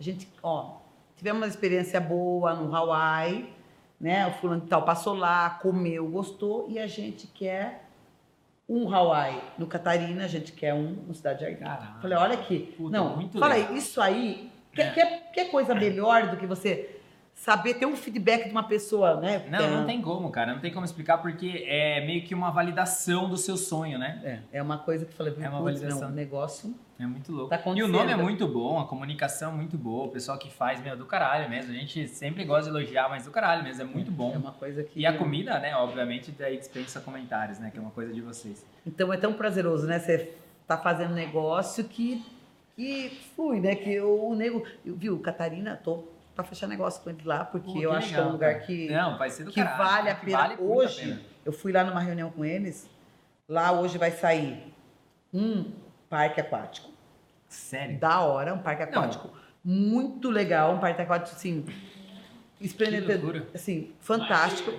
[SPEAKER 1] A gente, ó, tivemos uma experiência boa no Hawaii, né? O fulano de tal passou lá, comeu, gostou, e a gente quer um Hawaii no Catarina, a gente quer um no Cidade Jardim.
[SPEAKER 2] Caralho.
[SPEAKER 1] Falei, olha aqui.
[SPEAKER 2] Puta,
[SPEAKER 1] Não,
[SPEAKER 2] muito
[SPEAKER 1] fala
[SPEAKER 2] legal. É.
[SPEAKER 1] aí, isso aí, quer, quer, quer é coisa melhor do que você saber ter um feedback de uma pessoa, né?
[SPEAKER 2] Não, não tem como, cara. Não tem como explicar porque é meio que uma validação do seu sonho, né?
[SPEAKER 1] É, é uma coisa que eu falei,
[SPEAKER 2] É uma
[SPEAKER 1] putz,
[SPEAKER 2] validação.
[SPEAKER 1] não, o negócio
[SPEAKER 2] É muito louco.
[SPEAKER 1] Tá
[SPEAKER 2] e o
[SPEAKER 1] acontecendo.
[SPEAKER 2] nome é muito bom, a comunicação é muito boa, o pessoal que faz, meu, é do caralho mesmo. A gente sempre gosta de elogiar, mas do caralho mesmo, é muito
[SPEAKER 1] é
[SPEAKER 2] bom.
[SPEAKER 1] uma coisa que...
[SPEAKER 2] E a comida, né, obviamente, daí dispensa comentários, né, que é uma coisa de vocês.
[SPEAKER 1] Então é tão prazeroso, né? Você tá fazendo negócio que, que flui, né? Que o, o nego. eu- Viu, Catarina, tô pra fechar negócio com ele lá, porque
[SPEAKER 2] Pô, que
[SPEAKER 1] eu acho que é um
[SPEAKER 2] legal,
[SPEAKER 1] lugar
[SPEAKER 2] cara.
[SPEAKER 1] que,
[SPEAKER 2] Não, vai ser do
[SPEAKER 1] que
[SPEAKER 2] caralho.
[SPEAKER 1] vale a
[SPEAKER 2] que
[SPEAKER 1] pena.
[SPEAKER 2] vale muito a
[SPEAKER 1] hoje,
[SPEAKER 2] pena.
[SPEAKER 1] eu fui lá numa reunião com eles, lá hoje vai sair um parque aquático.
[SPEAKER 2] Sério.
[SPEAKER 1] Da hora, um parque
[SPEAKER 2] É. Não.
[SPEAKER 1] aquático. Muito legal, um parque aquático, assim, esplendor,
[SPEAKER 3] loucura.
[SPEAKER 1] assim, fantástico.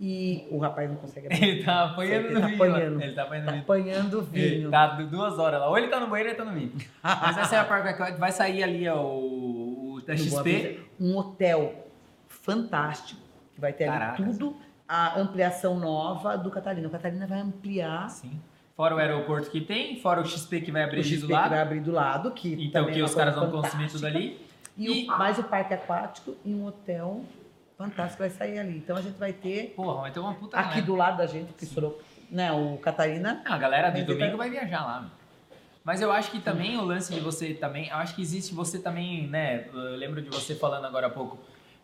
[SPEAKER 1] E o rapaz não consegue abrir.
[SPEAKER 2] Ele tá apanhando
[SPEAKER 1] Ele
[SPEAKER 2] no
[SPEAKER 1] tá
[SPEAKER 2] vinho. lá.
[SPEAKER 1] apanhando.
[SPEAKER 2] Ele tá apanhando
[SPEAKER 1] Tá
[SPEAKER 2] no vinho.
[SPEAKER 1] apanhando
[SPEAKER 2] Ele
[SPEAKER 1] vinho.
[SPEAKER 2] tá du- duas horas lá. Ou ele tá no banheiro ou ele tá no vinho. Mas essa é a parte que vai sair ali, ó, o, o da
[SPEAKER 1] no Boa
[SPEAKER 2] XP.
[SPEAKER 1] Vista, um hotel fantástico, que vai ter
[SPEAKER 2] Caraca.
[SPEAKER 1] ali tudo, a ampliação nova do Catalina. O Catalina vai ampliar
[SPEAKER 2] Ah, Sim. Fora o aeroporto que tem, fora o XP que vai abrir
[SPEAKER 1] o
[SPEAKER 2] do
[SPEAKER 1] XP que
[SPEAKER 2] lado.
[SPEAKER 1] vai abrir do lado, que
[SPEAKER 2] Então,
[SPEAKER 1] também
[SPEAKER 2] que
[SPEAKER 1] é uma
[SPEAKER 2] os caras
[SPEAKER 1] coisa
[SPEAKER 2] vão consumir tudo
[SPEAKER 1] fantástica.
[SPEAKER 2] ali.
[SPEAKER 1] E, o- mais o parque aquático e um hotel fantástico vai sair ali. Então a gente vai ter
[SPEAKER 2] Porra, vai ter uma puta
[SPEAKER 1] aqui
[SPEAKER 2] galera.
[SPEAKER 1] do lado da gente, que Soro- né, o Catarina.
[SPEAKER 2] Ah, A galera de
[SPEAKER 1] Mas ele
[SPEAKER 2] domingo
[SPEAKER 1] tá-
[SPEAKER 2] vai viajar lá, meu. Mas eu acho que também o lance de você também, eu acho que existe você também, né? Eu lembro de você falando agora há pouco,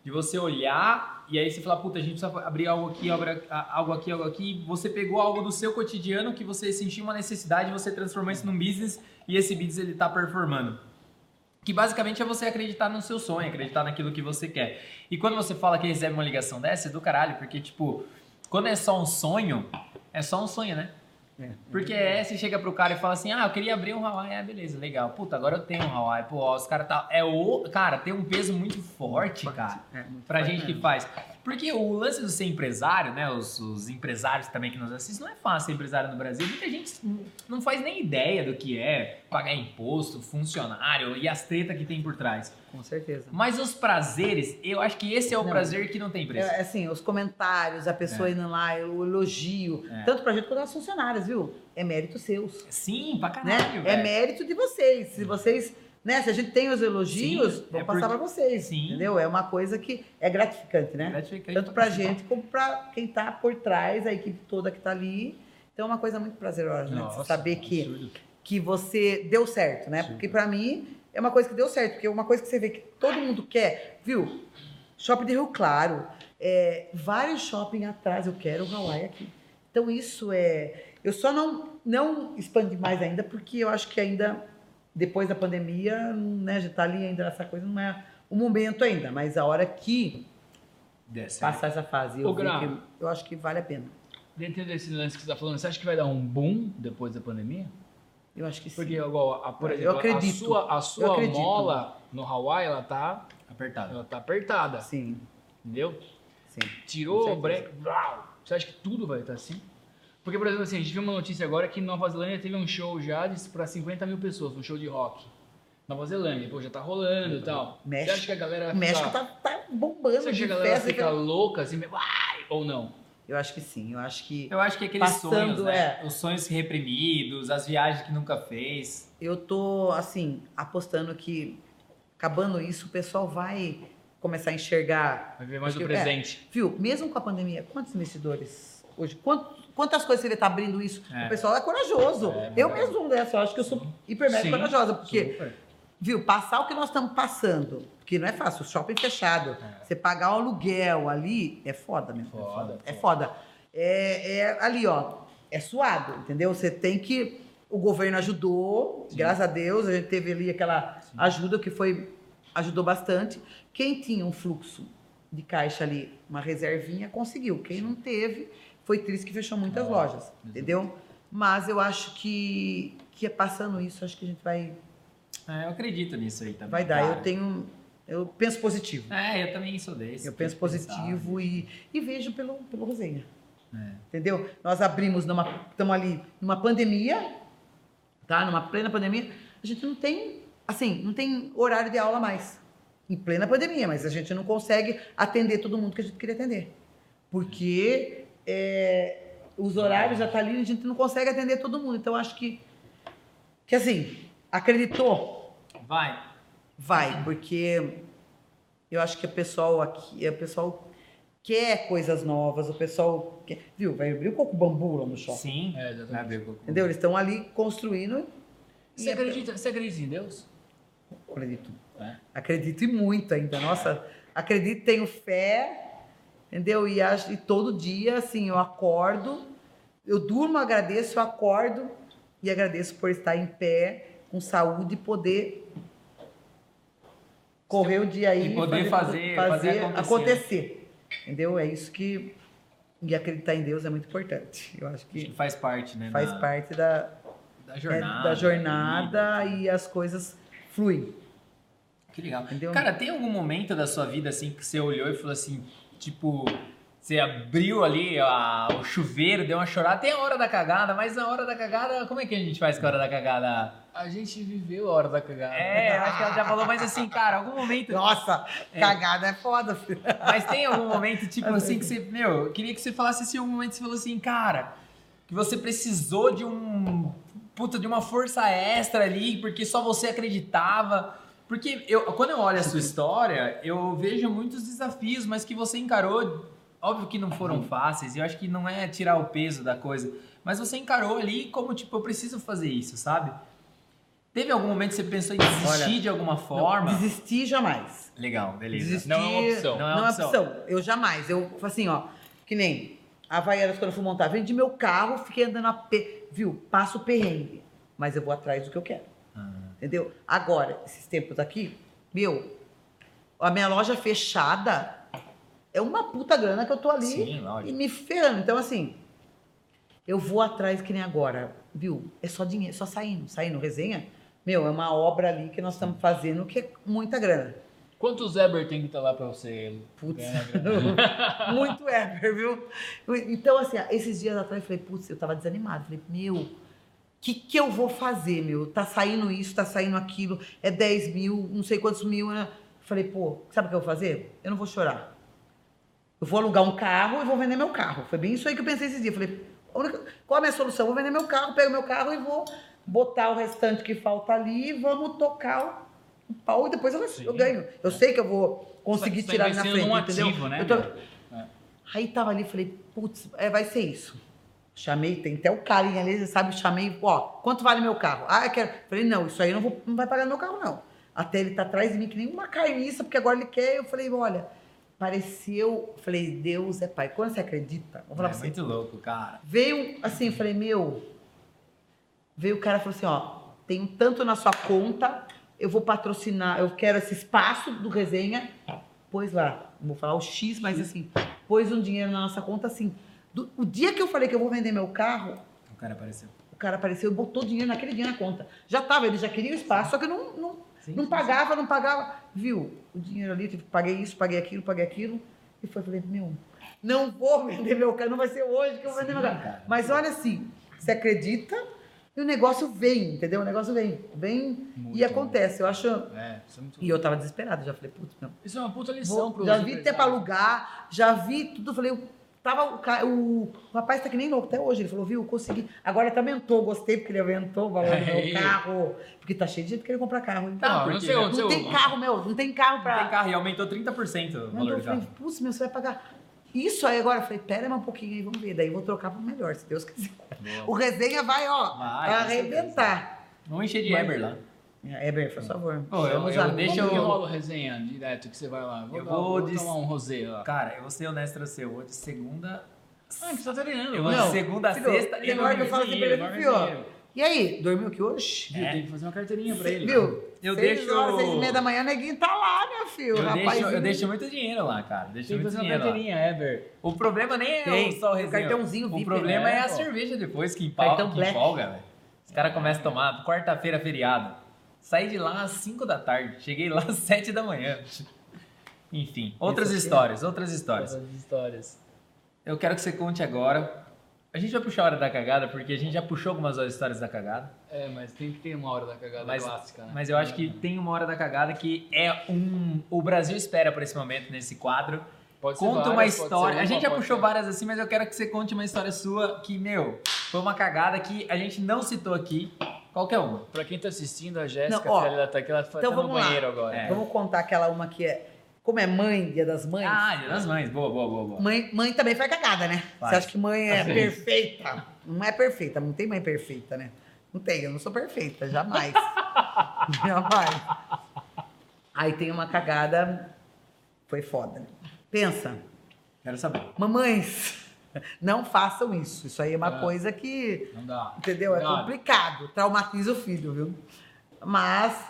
[SPEAKER 2] de você olhar e aí você falar, puta, a gente precisa abrir algo aqui, abra- a- algo aqui, algo aqui. Você pegou algo do seu cotidiano que você sentiu uma necessidade, você transformou isso num business e esse business ele tá performando. Que basicamente é você acreditar no seu sonho, acreditar naquilo que você quer. E quando você fala que recebe uma ligação dessa, é do caralho, porque tipo, quando é só um sonho, é só um sonho, né? Porque é, você chega pro cara e fala assim, ah, eu queria abrir um Hawaii, ah, beleza, legal. Puta, agora eu tenho um Hawaii. Pô, ó, os caras tá... É o... Cara, tem um peso muito forte, cara,
[SPEAKER 1] É, muito
[SPEAKER 2] pra
[SPEAKER 1] forte
[SPEAKER 2] gente que
[SPEAKER 1] mesmo.
[SPEAKER 2] faz. Porque o lance do ser empresário, né, os, os empresários também que nos assistem, não é fácil ser empresário no Brasil. Muita gente não faz nem ideia do que é pagar imposto, funcionário e as tretas que tem por trás.
[SPEAKER 1] Com certeza.
[SPEAKER 2] Mas os prazeres, eu acho que esse é o
[SPEAKER 1] Não.
[SPEAKER 2] prazer que não tem preço.
[SPEAKER 1] É, assim, os comentários, a pessoa indo lá, o elogio.
[SPEAKER 2] É.
[SPEAKER 1] Tanto pra gente quanto as funcionárias, viu? É mérito seus.
[SPEAKER 2] Sim, pra
[SPEAKER 1] né?
[SPEAKER 2] caralho,
[SPEAKER 1] É
[SPEAKER 2] velho.
[SPEAKER 1] mérito de vocês. Se vocês, né? Se a gente tem os elogios,
[SPEAKER 2] Sim,
[SPEAKER 1] vou
[SPEAKER 2] é
[SPEAKER 1] passar
[SPEAKER 2] porque-
[SPEAKER 1] pra vocês,
[SPEAKER 2] Sim. É
[SPEAKER 1] entendeu? É uma coisa que é gratificante, né?
[SPEAKER 2] Gratificante
[SPEAKER 1] Tanto pra
[SPEAKER 2] caralho.
[SPEAKER 1] gente como pra quem tá por trás, a equipe toda que tá ali. Então é uma coisa muito prazerosa, né?
[SPEAKER 2] Nossa, um
[SPEAKER 1] Você saber que,
[SPEAKER 2] absurdo.
[SPEAKER 1] que você deu certo, né? Porque pra mim é uma coisa que deu certo, porque é uma coisa que você vê que todo mundo quer, viu? Shopping de Rio Claro, é, vários shopping atrás, eu quero o Hawaii aqui. Então isso é. Eu só não, não expandi mais ainda, porque eu acho que ainda, depois da pandemia, né, já tá ali ainda nessa coisa, não é o momento ainda, mas a hora que
[SPEAKER 2] Dessa
[SPEAKER 1] passar essa fase, eu,
[SPEAKER 3] Ô,
[SPEAKER 1] vi
[SPEAKER 3] Gra.
[SPEAKER 1] que eu acho que vale a pena.
[SPEAKER 3] Dentro desse lance que você tá falando, você acha que vai dar um boom depois da pandemia?
[SPEAKER 1] Eu acho que sim.
[SPEAKER 3] Porque, igual, a, por
[SPEAKER 1] Eu
[SPEAKER 3] exemplo,
[SPEAKER 1] acredito.
[SPEAKER 3] a sua, a sua
[SPEAKER 1] acredito.
[SPEAKER 3] mola no Hawaii, ela tá,
[SPEAKER 2] apertada.
[SPEAKER 3] ela tá apertada,
[SPEAKER 1] Sim,
[SPEAKER 3] entendeu?
[SPEAKER 1] sim.
[SPEAKER 3] Tirou o
[SPEAKER 1] Com certeza.
[SPEAKER 3] break, uau, você acha que tudo vai estar assim? Porque, por exemplo, assim, a gente viu uma notícia agora que Nova Zelândia teve um show já para 50 mil pessoas, um show de rock. Nova Zelândia, pô, já tá rolando e tal.
[SPEAKER 1] México-
[SPEAKER 3] você acha que a galera vai
[SPEAKER 1] O México
[SPEAKER 3] ficar-
[SPEAKER 1] tá, tá bombando
[SPEAKER 3] Você acha que
[SPEAKER 1] de
[SPEAKER 3] a galera
[SPEAKER 1] festa.
[SPEAKER 3] fica louca assim, uai, ou não?
[SPEAKER 1] Eu acho que sim, eu acho que.
[SPEAKER 2] Eu acho que aqueles
[SPEAKER 1] Passando,
[SPEAKER 2] sonhos, né?
[SPEAKER 1] é.
[SPEAKER 2] Os sonhos reprimidos, as viagens que nunca fez.
[SPEAKER 1] eu tô assim apostando que acabando isso o pessoal vai começar a enxergar.
[SPEAKER 3] Vai ver mais
[SPEAKER 1] Acho
[SPEAKER 3] do
[SPEAKER 1] que- é.
[SPEAKER 3] presente.
[SPEAKER 1] Viu? Mesmo com a pandemia, quantos investidores hoje? Quant- quantas coisas você vê tá abrindo isso? O pessoal é corajoso. eu mesmo dessa, eu acho que eu sou hiper mega
[SPEAKER 3] Sim,
[SPEAKER 1] corajosa, porque
[SPEAKER 3] Super.
[SPEAKER 1] Viu? Passar o que nós estamos passando. Porque não é fácil, o shopping fechado. Você pagar o aluguel ali é foda mesmo.
[SPEAKER 3] Foda,
[SPEAKER 1] é foda. É, é ali, ó. É suado, entendeu? Você tem que. O governo ajudou, graças a Deus, a gente teve ali aquela ajuda que foi. ajudou bastante. Quem tinha um fluxo de caixa ali, uma reservinha, conseguiu. Quem não teve, foi triste que fechou muitas lojas, entendeu? Mas eu acho que, que é passando isso, acho que a gente vai
[SPEAKER 2] É, eu acredito nisso aí também.
[SPEAKER 1] Vai dar.
[SPEAKER 2] cara.
[SPEAKER 1] Eu tenho. Eu penso positivo.
[SPEAKER 2] É, eu também sou desse.
[SPEAKER 1] Eu penso
[SPEAKER 2] Tem que é pensar.
[SPEAKER 1] positivo e, e vejo pelo, pelo resenha.
[SPEAKER 2] É.
[SPEAKER 1] Entendeu? Nós abrimos numa. Estamos ali numa pandemia, tá? Numa plena pandemia. A gente não tem, assim, não tem horário de aula mais. Em plena pandemia, mas a gente não consegue atender todo mundo que a gente queria atender. Porque é, os horários já estão ali e a gente não consegue atender todo mundo. Então, acho que, que assim, acreditou,
[SPEAKER 2] Vai.
[SPEAKER 1] Vai, porque eu acho que o pessoal aqui, o pessoal quer coisas novas, o pessoal quer, viu, vai abrir um coco bambu lá no shopping.
[SPEAKER 2] Sim.
[SPEAKER 3] É,
[SPEAKER 2] Vai
[SPEAKER 3] exatamente.
[SPEAKER 2] abrir o cocô.
[SPEAKER 1] Entendeu? Eles estão ali construindo. é
[SPEAKER 3] Você acredita, você acredita em Deus?
[SPEAKER 1] Acredito.
[SPEAKER 3] É.
[SPEAKER 1] Acredito e muito ainda. Nossa, acredito, tenho fé, entendeu? E, acho, e todo dia, assim, eu acordo, eu durmo, agradeço, eu acordo e agradeço por estar em pé, com saúde e poder correr o dia aí
[SPEAKER 2] E poder fazer- fazer acontecer.
[SPEAKER 1] acontecer. Entendeu? É isso que. E acreditar em Deus é muito importante. Eu acho
[SPEAKER 2] Acho que
[SPEAKER 1] que
[SPEAKER 2] faz parte, né?
[SPEAKER 1] faz
[SPEAKER 2] da-
[SPEAKER 1] parte da,
[SPEAKER 2] da
[SPEAKER 1] é,
[SPEAKER 2] jornada.
[SPEAKER 1] da jornada e as coisas fluem.
[SPEAKER 2] Que legal.
[SPEAKER 1] Entendeu?
[SPEAKER 2] Cara, tem algum momento da sua vida assim que você olhou e falou assim, tipo, você abriu ali a- o chuveiro, deu uma chorada, tem a hora da cagada, mas a hora da cagada, como é que a gente faz com a hora da cagada?
[SPEAKER 3] A gente viveu a hora da cagada.
[SPEAKER 2] É, eu acho que ela já falou, mas assim, cara, algum momento,
[SPEAKER 1] Nossa, cagada é foda, filho.
[SPEAKER 2] mas tem algum momento, tipo assim, que você, meu, eu queria que você falasse assim, algum momento que você falou assim, cara, que você precisou de um, puta, de uma força extra ali, porque só você acreditava. Porque eu, quando eu olho a sua história, eu vejo muitos desafios, mas que você encarou. Óbvio que não foram fáceis, e eu acho que não é tirar o peso da coisa, mas você encarou ali como, tipo, eu preciso fazer isso, sabe? Teve algum momento que você pensou em desistir de alguma forma?
[SPEAKER 1] Desisti jamais.
[SPEAKER 2] Legal, beleza.
[SPEAKER 1] Desistir
[SPEAKER 3] Não é uma opção.
[SPEAKER 2] Não é
[SPEAKER 1] Não é
[SPEAKER 2] opção.
[SPEAKER 1] opção. Eu jamais. Eu falo assim, ó, que nem a Havaianas, quando eu fui montar, vendi meu carro, fiquei andando a pé, viu? Passo perrengue, mas eu vou atrás do que eu quero.
[SPEAKER 2] Ah,
[SPEAKER 1] Entendeu? Agora, esses tempos aqui, meu, a minha loja fechada é uma puta grana que eu tô ali.
[SPEAKER 2] Sim,
[SPEAKER 1] e
[SPEAKER 2] lógico.
[SPEAKER 1] me ferrando. Então, assim, eu vou atrás que nem agora, viu? É só dinheiro, só saindo, saindo resenha. Meu, é uma obra ali que nós estamos fazendo que é muita grana.
[SPEAKER 3] Quantos Eber tem que estar lá pra você?
[SPEAKER 1] Putz,
[SPEAKER 3] ganhar grana?
[SPEAKER 1] muito Ever, viu? Então, assim, esses dias atrás eu falei, putz, eu tava desanimada. Falei, meu, o que, que eu vou fazer, meu? Tá saindo isso, tá saindo aquilo, é 10 mil, não sei quantos mil. né? Falei, pô, sabe o que eu vou fazer? Eu não vou chorar. Eu vou alugar um carro e vou vender meu carro. Foi bem isso aí que eu pensei esses dias. Falei, a única- qual a minha solução? Vou vender meu carro, pego meu carro e vou botar o restante que falta ali e vamos tocar o pau e depois eu, eu ganho. Eu sei que eu vou conseguir
[SPEAKER 3] Você tá
[SPEAKER 1] tirar ali na
[SPEAKER 3] investindo
[SPEAKER 1] frente,
[SPEAKER 3] num
[SPEAKER 1] entendeu?
[SPEAKER 3] ativo, né,
[SPEAKER 1] Eu tô-
[SPEAKER 3] meu?
[SPEAKER 1] Aí tava ali, falei, putz, é, vai ser isso. Chamei, tem até o carinha ali, você sabe, chamei, ó, quanto vale meu carro? Ah, eu quero. Falei, não, isso aí eu não, vou, não vai pagar meu carro, não. Até ele tá atrás de mim, que nem uma carniça, porque agora ele quer. Eu falei, olha, pareceu. Falei, Deus é pai. Quando você acredita, vou falar
[SPEAKER 2] É
[SPEAKER 1] pra você.
[SPEAKER 2] muito louco, cara.
[SPEAKER 1] Veio assim, eu falei, meu. Veio o cara e falou assim: ó, tem um tanto na sua conta, eu vou patrocinar, eu quero esse espaço do resenha. Pôs lá, não vou falar o X, mas assim, pôs um dinheiro na nossa conta assim. Do- o dia que eu falei que eu vou vender meu carro,
[SPEAKER 2] O cara apareceu.
[SPEAKER 1] o cara apareceu e botou dinheiro naquele dia na conta. Já tava, ele já queria o espaço, só que eu não, não,
[SPEAKER 2] Sim,
[SPEAKER 1] não
[SPEAKER 2] sim,
[SPEAKER 1] pagava, não pagava. Viu? O dinheiro ali, tipo, paguei isso, paguei aquilo, paguei aquilo. E foi, falei, meu, não vou vender meu carro, não vai ser hoje que eu vou vender meu carro.
[SPEAKER 2] cara.
[SPEAKER 1] Mas olha assim, você acredita e o negócio vem, entendeu? O negócio vem, vem
[SPEAKER 3] Muito
[SPEAKER 1] e acontece. Eu acho.
[SPEAKER 3] É, isso é muito
[SPEAKER 1] E eu tava desesperada, já falei, putz, meu.
[SPEAKER 3] Isso é uma puta lição
[SPEAKER 1] Vou,
[SPEAKER 3] pro
[SPEAKER 1] já vi até pra alugar, já vi tudo, falei, Tava o, ca- o- o rapaz tá que nem louco até hoje. Ele falou, viu, consegui. Agora ele aumentou, gostei porque ele aumentou o valor do
[SPEAKER 3] Aí.
[SPEAKER 1] meu carro. Porque tá cheio de gente querendo comprar carro. hein?
[SPEAKER 3] Tá,
[SPEAKER 2] É. Não,
[SPEAKER 3] não
[SPEAKER 2] porque
[SPEAKER 3] sei
[SPEAKER 2] não é
[SPEAKER 3] onde.
[SPEAKER 1] não tem carro, meu. Não tem carro pra...
[SPEAKER 2] Não tem carro e aumentou 30% o
[SPEAKER 1] Mas
[SPEAKER 2] valor
[SPEAKER 1] eu
[SPEAKER 2] do carro.
[SPEAKER 1] falei, putz, meu, você vai pagar. Isso aí agora, eu falei, pera mais um pouquinho aí, vamos ver. Daí eu vou trocar pro melhor, se Deus quiser. O resenha vai, ó,
[SPEAKER 2] Vai, com
[SPEAKER 1] arrebentar.
[SPEAKER 2] Vamos encher de
[SPEAKER 1] Mas-
[SPEAKER 2] Eber lá.
[SPEAKER 1] Eber, por favor.
[SPEAKER 2] Pô, eu,
[SPEAKER 3] Eu,
[SPEAKER 2] eu- deixa
[SPEAKER 3] eu
[SPEAKER 2] eu.
[SPEAKER 3] rolo resenha direto que você vai lá. Vou,
[SPEAKER 2] Eu
[SPEAKER 3] dar-
[SPEAKER 2] vou
[SPEAKER 3] vou
[SPEAKER 2] des-
[SPEAKER 3] tomar um rosé lá.
[SPEAKER 2] Cara, eu vou ser honesto pra você. Eu vou de segunda.
[SPEAKER 3] Ah, não precisa estar treinando.
[SPEAKER 2] Eu vou de
[SPEAKER 3] Não.
[SPEAKER 2] segunda a
[SPEAKER 1] filho,
[SPEAKER 2] sexta.
[SPEAKER 1] tem
[SPEAKER 2] e
[SPEAKER 1] hora que eu
[SPEAKER 2] domingo.
[SPEAKER 1] falo assim pra ele, viu? E aí, dormiu aqui hoje?
[SPEAKER 2] É.
[SPEAKER 3] Viu, Tem que fazer uma carteirinha pra ele. né?
[SPEAKER 1] Viu?
[SPEAKER 2] Eu
[SPEAKER 1] seis
[SPEAKER 2] deixo-
[SPEAKER 1] horas, seis e meia da manhã, neguinho tá lá, meu filho.
[SPEAKER 2] Eu
[SPEAKER 1] rapaz.
[SPEAKER 2] deixo, eu deixo muito dinheiro lá, cara. Deixo
[SPEAKER 3] Tem que
[SPEAKER 2] muito
[SPEAKER 3] fazer uma
[SPEAKER 2] dinheiro lá.
[SPEAKER 3] carteirinha, é, Ever.
[SPEAKER 2] O problema nem é
[SPEAKER 1] Tem,
[SPEAKER 2] o só o
[SPEAKER 1] o
[SPEAKER 2] resenha.
[SPEAKER 1] cartãozinho
[SPEAKER 2] O
[SPEAKER 1] VIP,
[SPEAKER 2] problema
[SPEAKER 3] né,
[SPEAKER 2] é a
[SPEAKER 3] pô?
[SPEAKER 2] cerveja depois que empolga,
[SPEAKER 1] Cartão
[SPEAKER 2] que
[SPEAKER 1] Black.
[SPEAKER 2] empolga velho. Os caras começam a tomar quarta-feira feriado. Saí de lá às 5 da tarde, cheguei lá às 7 da manhã. Enfim, outras
[SPEAKER 1] aqui é-
[SPEAKER 2] histórias, outras histórias.
[SPEAKER 3] Essas histórias.
[SPEAKER 2] Eu quero que você conte agora. A gente vai puxar a hora da cagada, porque a gente já puxou algumas histórias da cagada.
[SPEAKER 3] É, mas tem que ter uma hora da cagada
[SPEAKER 2] Mas,
[SPEAKER 3] clássica, né?
[SPEAKER 2] mas eu acho que tem uma hora da cagada que é um. O Brasil espera por esse momento nesse quadro.
[SPEAKER 3] É. Pode ser
[SPEAKER 2] Conta
[SPEAKER 3] várias,
[SPEAKER 2] uma
[SPEAKER 3] pode ser
[SPEAKER 2] história. a gente já
[SPEAKER 3] pode
[SPEAKER 2] puxou
[SPEAKER 3] ser-
[SPEAKER 2] várias assim, mas eu quero que você conte uma história sua que, meu, foi uma cagada que a gente não citou aqui. Qualquer uma.
[SPEAKER 3] Pra quem tá assistindo, a Jéssica,
[SPEAKER 1] Não, ó,
[SPEAKER 3] se ela tá aqui, ela tá
[SPEAKER 1] então
[SPEAKER 3] no
[SPEAKER 1] vamos lá.
[SPEAKER 3] banheiro agora.
[SPEAKER 2] É.
[SPEAKER 1] Vamos contar aquela uma que é. Como é mãe, dia das mães?
[SPEAKER 2] Ah, Dia das Mães. Boa, boa, boa, boa.
[SPEAKER 1] Mãe, mãe também faz cagada, né?
[SPEAKER 2] Faz.
[SPEAKER 1] Você acha que mãe é
[SPEAKER 3] Às vezes.
[SPEAKER 1] perfeita? Não é perfeita, não tem mãe perfeita, né? Não tem, eu não sou perfeita, jamais. jamais. Aí tem uma cagada, foi foda. né? Pensa,
[SPEAKER 2] Quero saber.
[SPEAKER 1] mamães, não façam isso. Isso aí é uma
[SPEAKER 3] Ah.
[SPEAKER 1] coisa que,
[SPEAKER 3] Não dá.
[SPEAKER 1] entendeu? É
[SPEAKER 3] Claro.
[SPEAKER 1] complicado, traumatiza o filho, viu? Mas